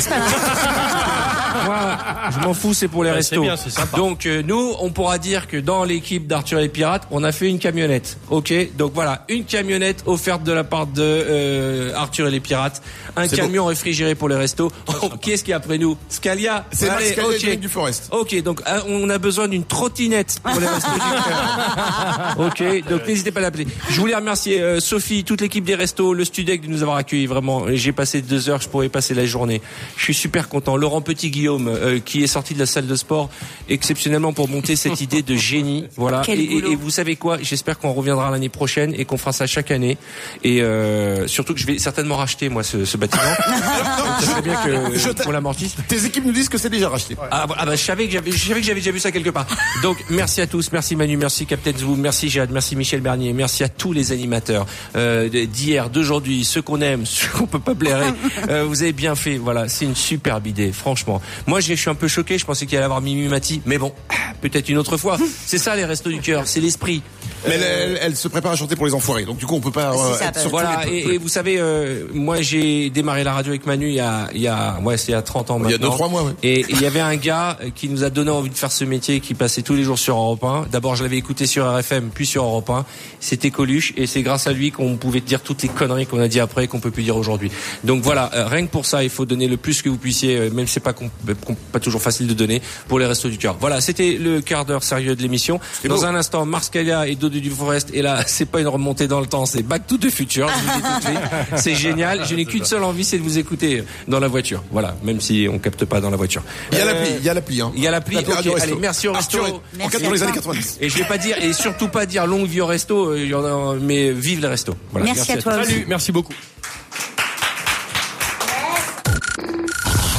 [SPEAKER 7] Moi, je m'en fous, c'est pour les
[SPEAKER 4] Bah, c'est
[SPEAKER 7] restos.
[SPEAKER 4] bien, c'est sympa.
[SPEAKER 7] Donc euh, nous, on pourra dire que dans l'équipe d'Arthur et les Pirates, on a fait une camionnette. Ok, donc voilà, une camionnette offerte de la part de euh, Arthur et les Pirates, un
[SPEAKER 3] C'est
[SPEAKER 7] camion réfrigéré pour les restos. Oh, qui est-ce qui est après nous Scalia.
[SPEAKER 3] C'est Max
[SPEAKER 7] Allez,
[SPEAKER 3] Scalia et
[SPEAKER 7] ok.
[SPEAKER 3] Dominique Duforest.
[SPEAKER 7] Ok, donc euh, on a besoin d'une trottinette pour les restos. du cœur. ok, donc n'hésitez pas à l'appeler. Je voulais remercier euh, Sophie, toute l'équipe des restos, le Studec de nous avoir accueillis. Vraiment, j'ai passé deux heures, je pourrais passer la journée. Je suis super content. Laurent Petit Guillaume, euh, qui est sorti de la salle de sport exceptionnellement pour monter cette idée de génie. Voilà.
[SPEAKER 11] Quel
[SPEAKER 7] et, et-
[SPEAKER 11] boulot.
[SPEAKER 7] et vous savez quoi J'espère qu'on reviendra l'année prochaine et qu'on fera ça chaque année. Et euh, surtout que je vais certainement racheter moi ce, ce bâtiment. Donc, ça serait bien que
[SPEAKER 3] Je
[SPEAKER 7] qu'on l'amortisse.
[SPEAKER 3] Tes équipes nous disent que c'est déjà racheté.
[SPEAKER 7] Ah, bah, ah bah, je savais que j'avais, je savais que j'avais déjà vu ça quelque part. Donc merci à tous, merci Manu, merci Captain Zoom, merci Jade, merci Michel Bernier, merci à tous les animateurs euh, d'hier, d'aujourd'hui, ceux qu'on aime, ceux qu'on peut pas blairer. Euh, vous avez bien fait, voilà, c'est une superbe idée, franchement. Moi je suis un peu choqué, je pensais qu'il allait y avoir Mimi Mati, mais bon, peut-être une autre fois. C'est ça les restos du cœur, c'est l'esprit.
[SPEAKER 3] Mais elle, elle- elle se prépare à chanter pour les enfoirés, donc du coup on peut pas euh, être sur tous
[SPEAKER 7] bah, voilà,
[SPEAKER 3] les-
[SPEAKER 7] et, et vous savez, euh, moi j'ai démarré la radio avec Manu il y a, il y a, ouais, c'est il y a 30 ans
[SPEAKER 3] Il
[SPEAKER 7] maintenant.
[SPEAKER 3] y a deux, trois mois, ouais.
[SPEAKER 7] Et et il y avait un gars euh, qui nous a donné envie de faire ce métier, qui passait tous les jours sur Europe 1. D'abord, je l'avais écouté sur RFM, puis sur Europe 1. C'était Coluche, et c'est grâce à lui qu'on pouvait dire toutes les conneries qu'on a dit après, et qu'on peut plus dire aujourd'hui. Donc voilà, euh, rien que pour ça, il faut donner le plus que vous puissiez, euh, même si c'est pas com- com- pas toujours facile de donner pour les restos du cœur. Voilà, c'était le quart d'heure sérieux de l'émission. Dans un instant, Mars Kalia et Dodo du Forest. Et là, c'est pas une remontée dans le temps, c'est Back to the Future. Je vous le dis tout de suite. C'est génial. Je n'ai qu'une seule envie, c'est de vous écouter dans la voiture. Voilà, même si on capte pas dans la voiture.
[SPEAKER 3] Il y a
[SPEAKER 7] Euh,
[SPEAKER 3] l'appli, il y a l'appli. Hein.
[SPEAKER 7] il y a l'appli.
[SPEAKER 3] L'appli
[SPEAKER 7] ok,
[SPEAKER 3] Radio Resto.
[SPEAKER 7] allez, merci au resto.
[SPEAKER 3] Arthur est- en Merci quatre- dans à les toi. années 90.
[SPEAKER 7] Et je vais pas dire, et surtout pas dire longue vie au resto, euh, il y en a- mais vive les restos. Voilà,
[SPEAKER 15] Merci à toi
[SPEAKER 7] tous.
[SPEAKER 15] aussi.
[SPEAKER 7] Salut, merci beaucoup.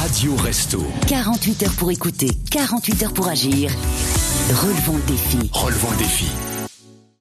[SPEAKER 5] Radio Resto.
[SPEAKER 15] 48 heures pour écouter, 48 heures pour agir. Relevons le défi.
[SPEAKER 5] Relevons le défi.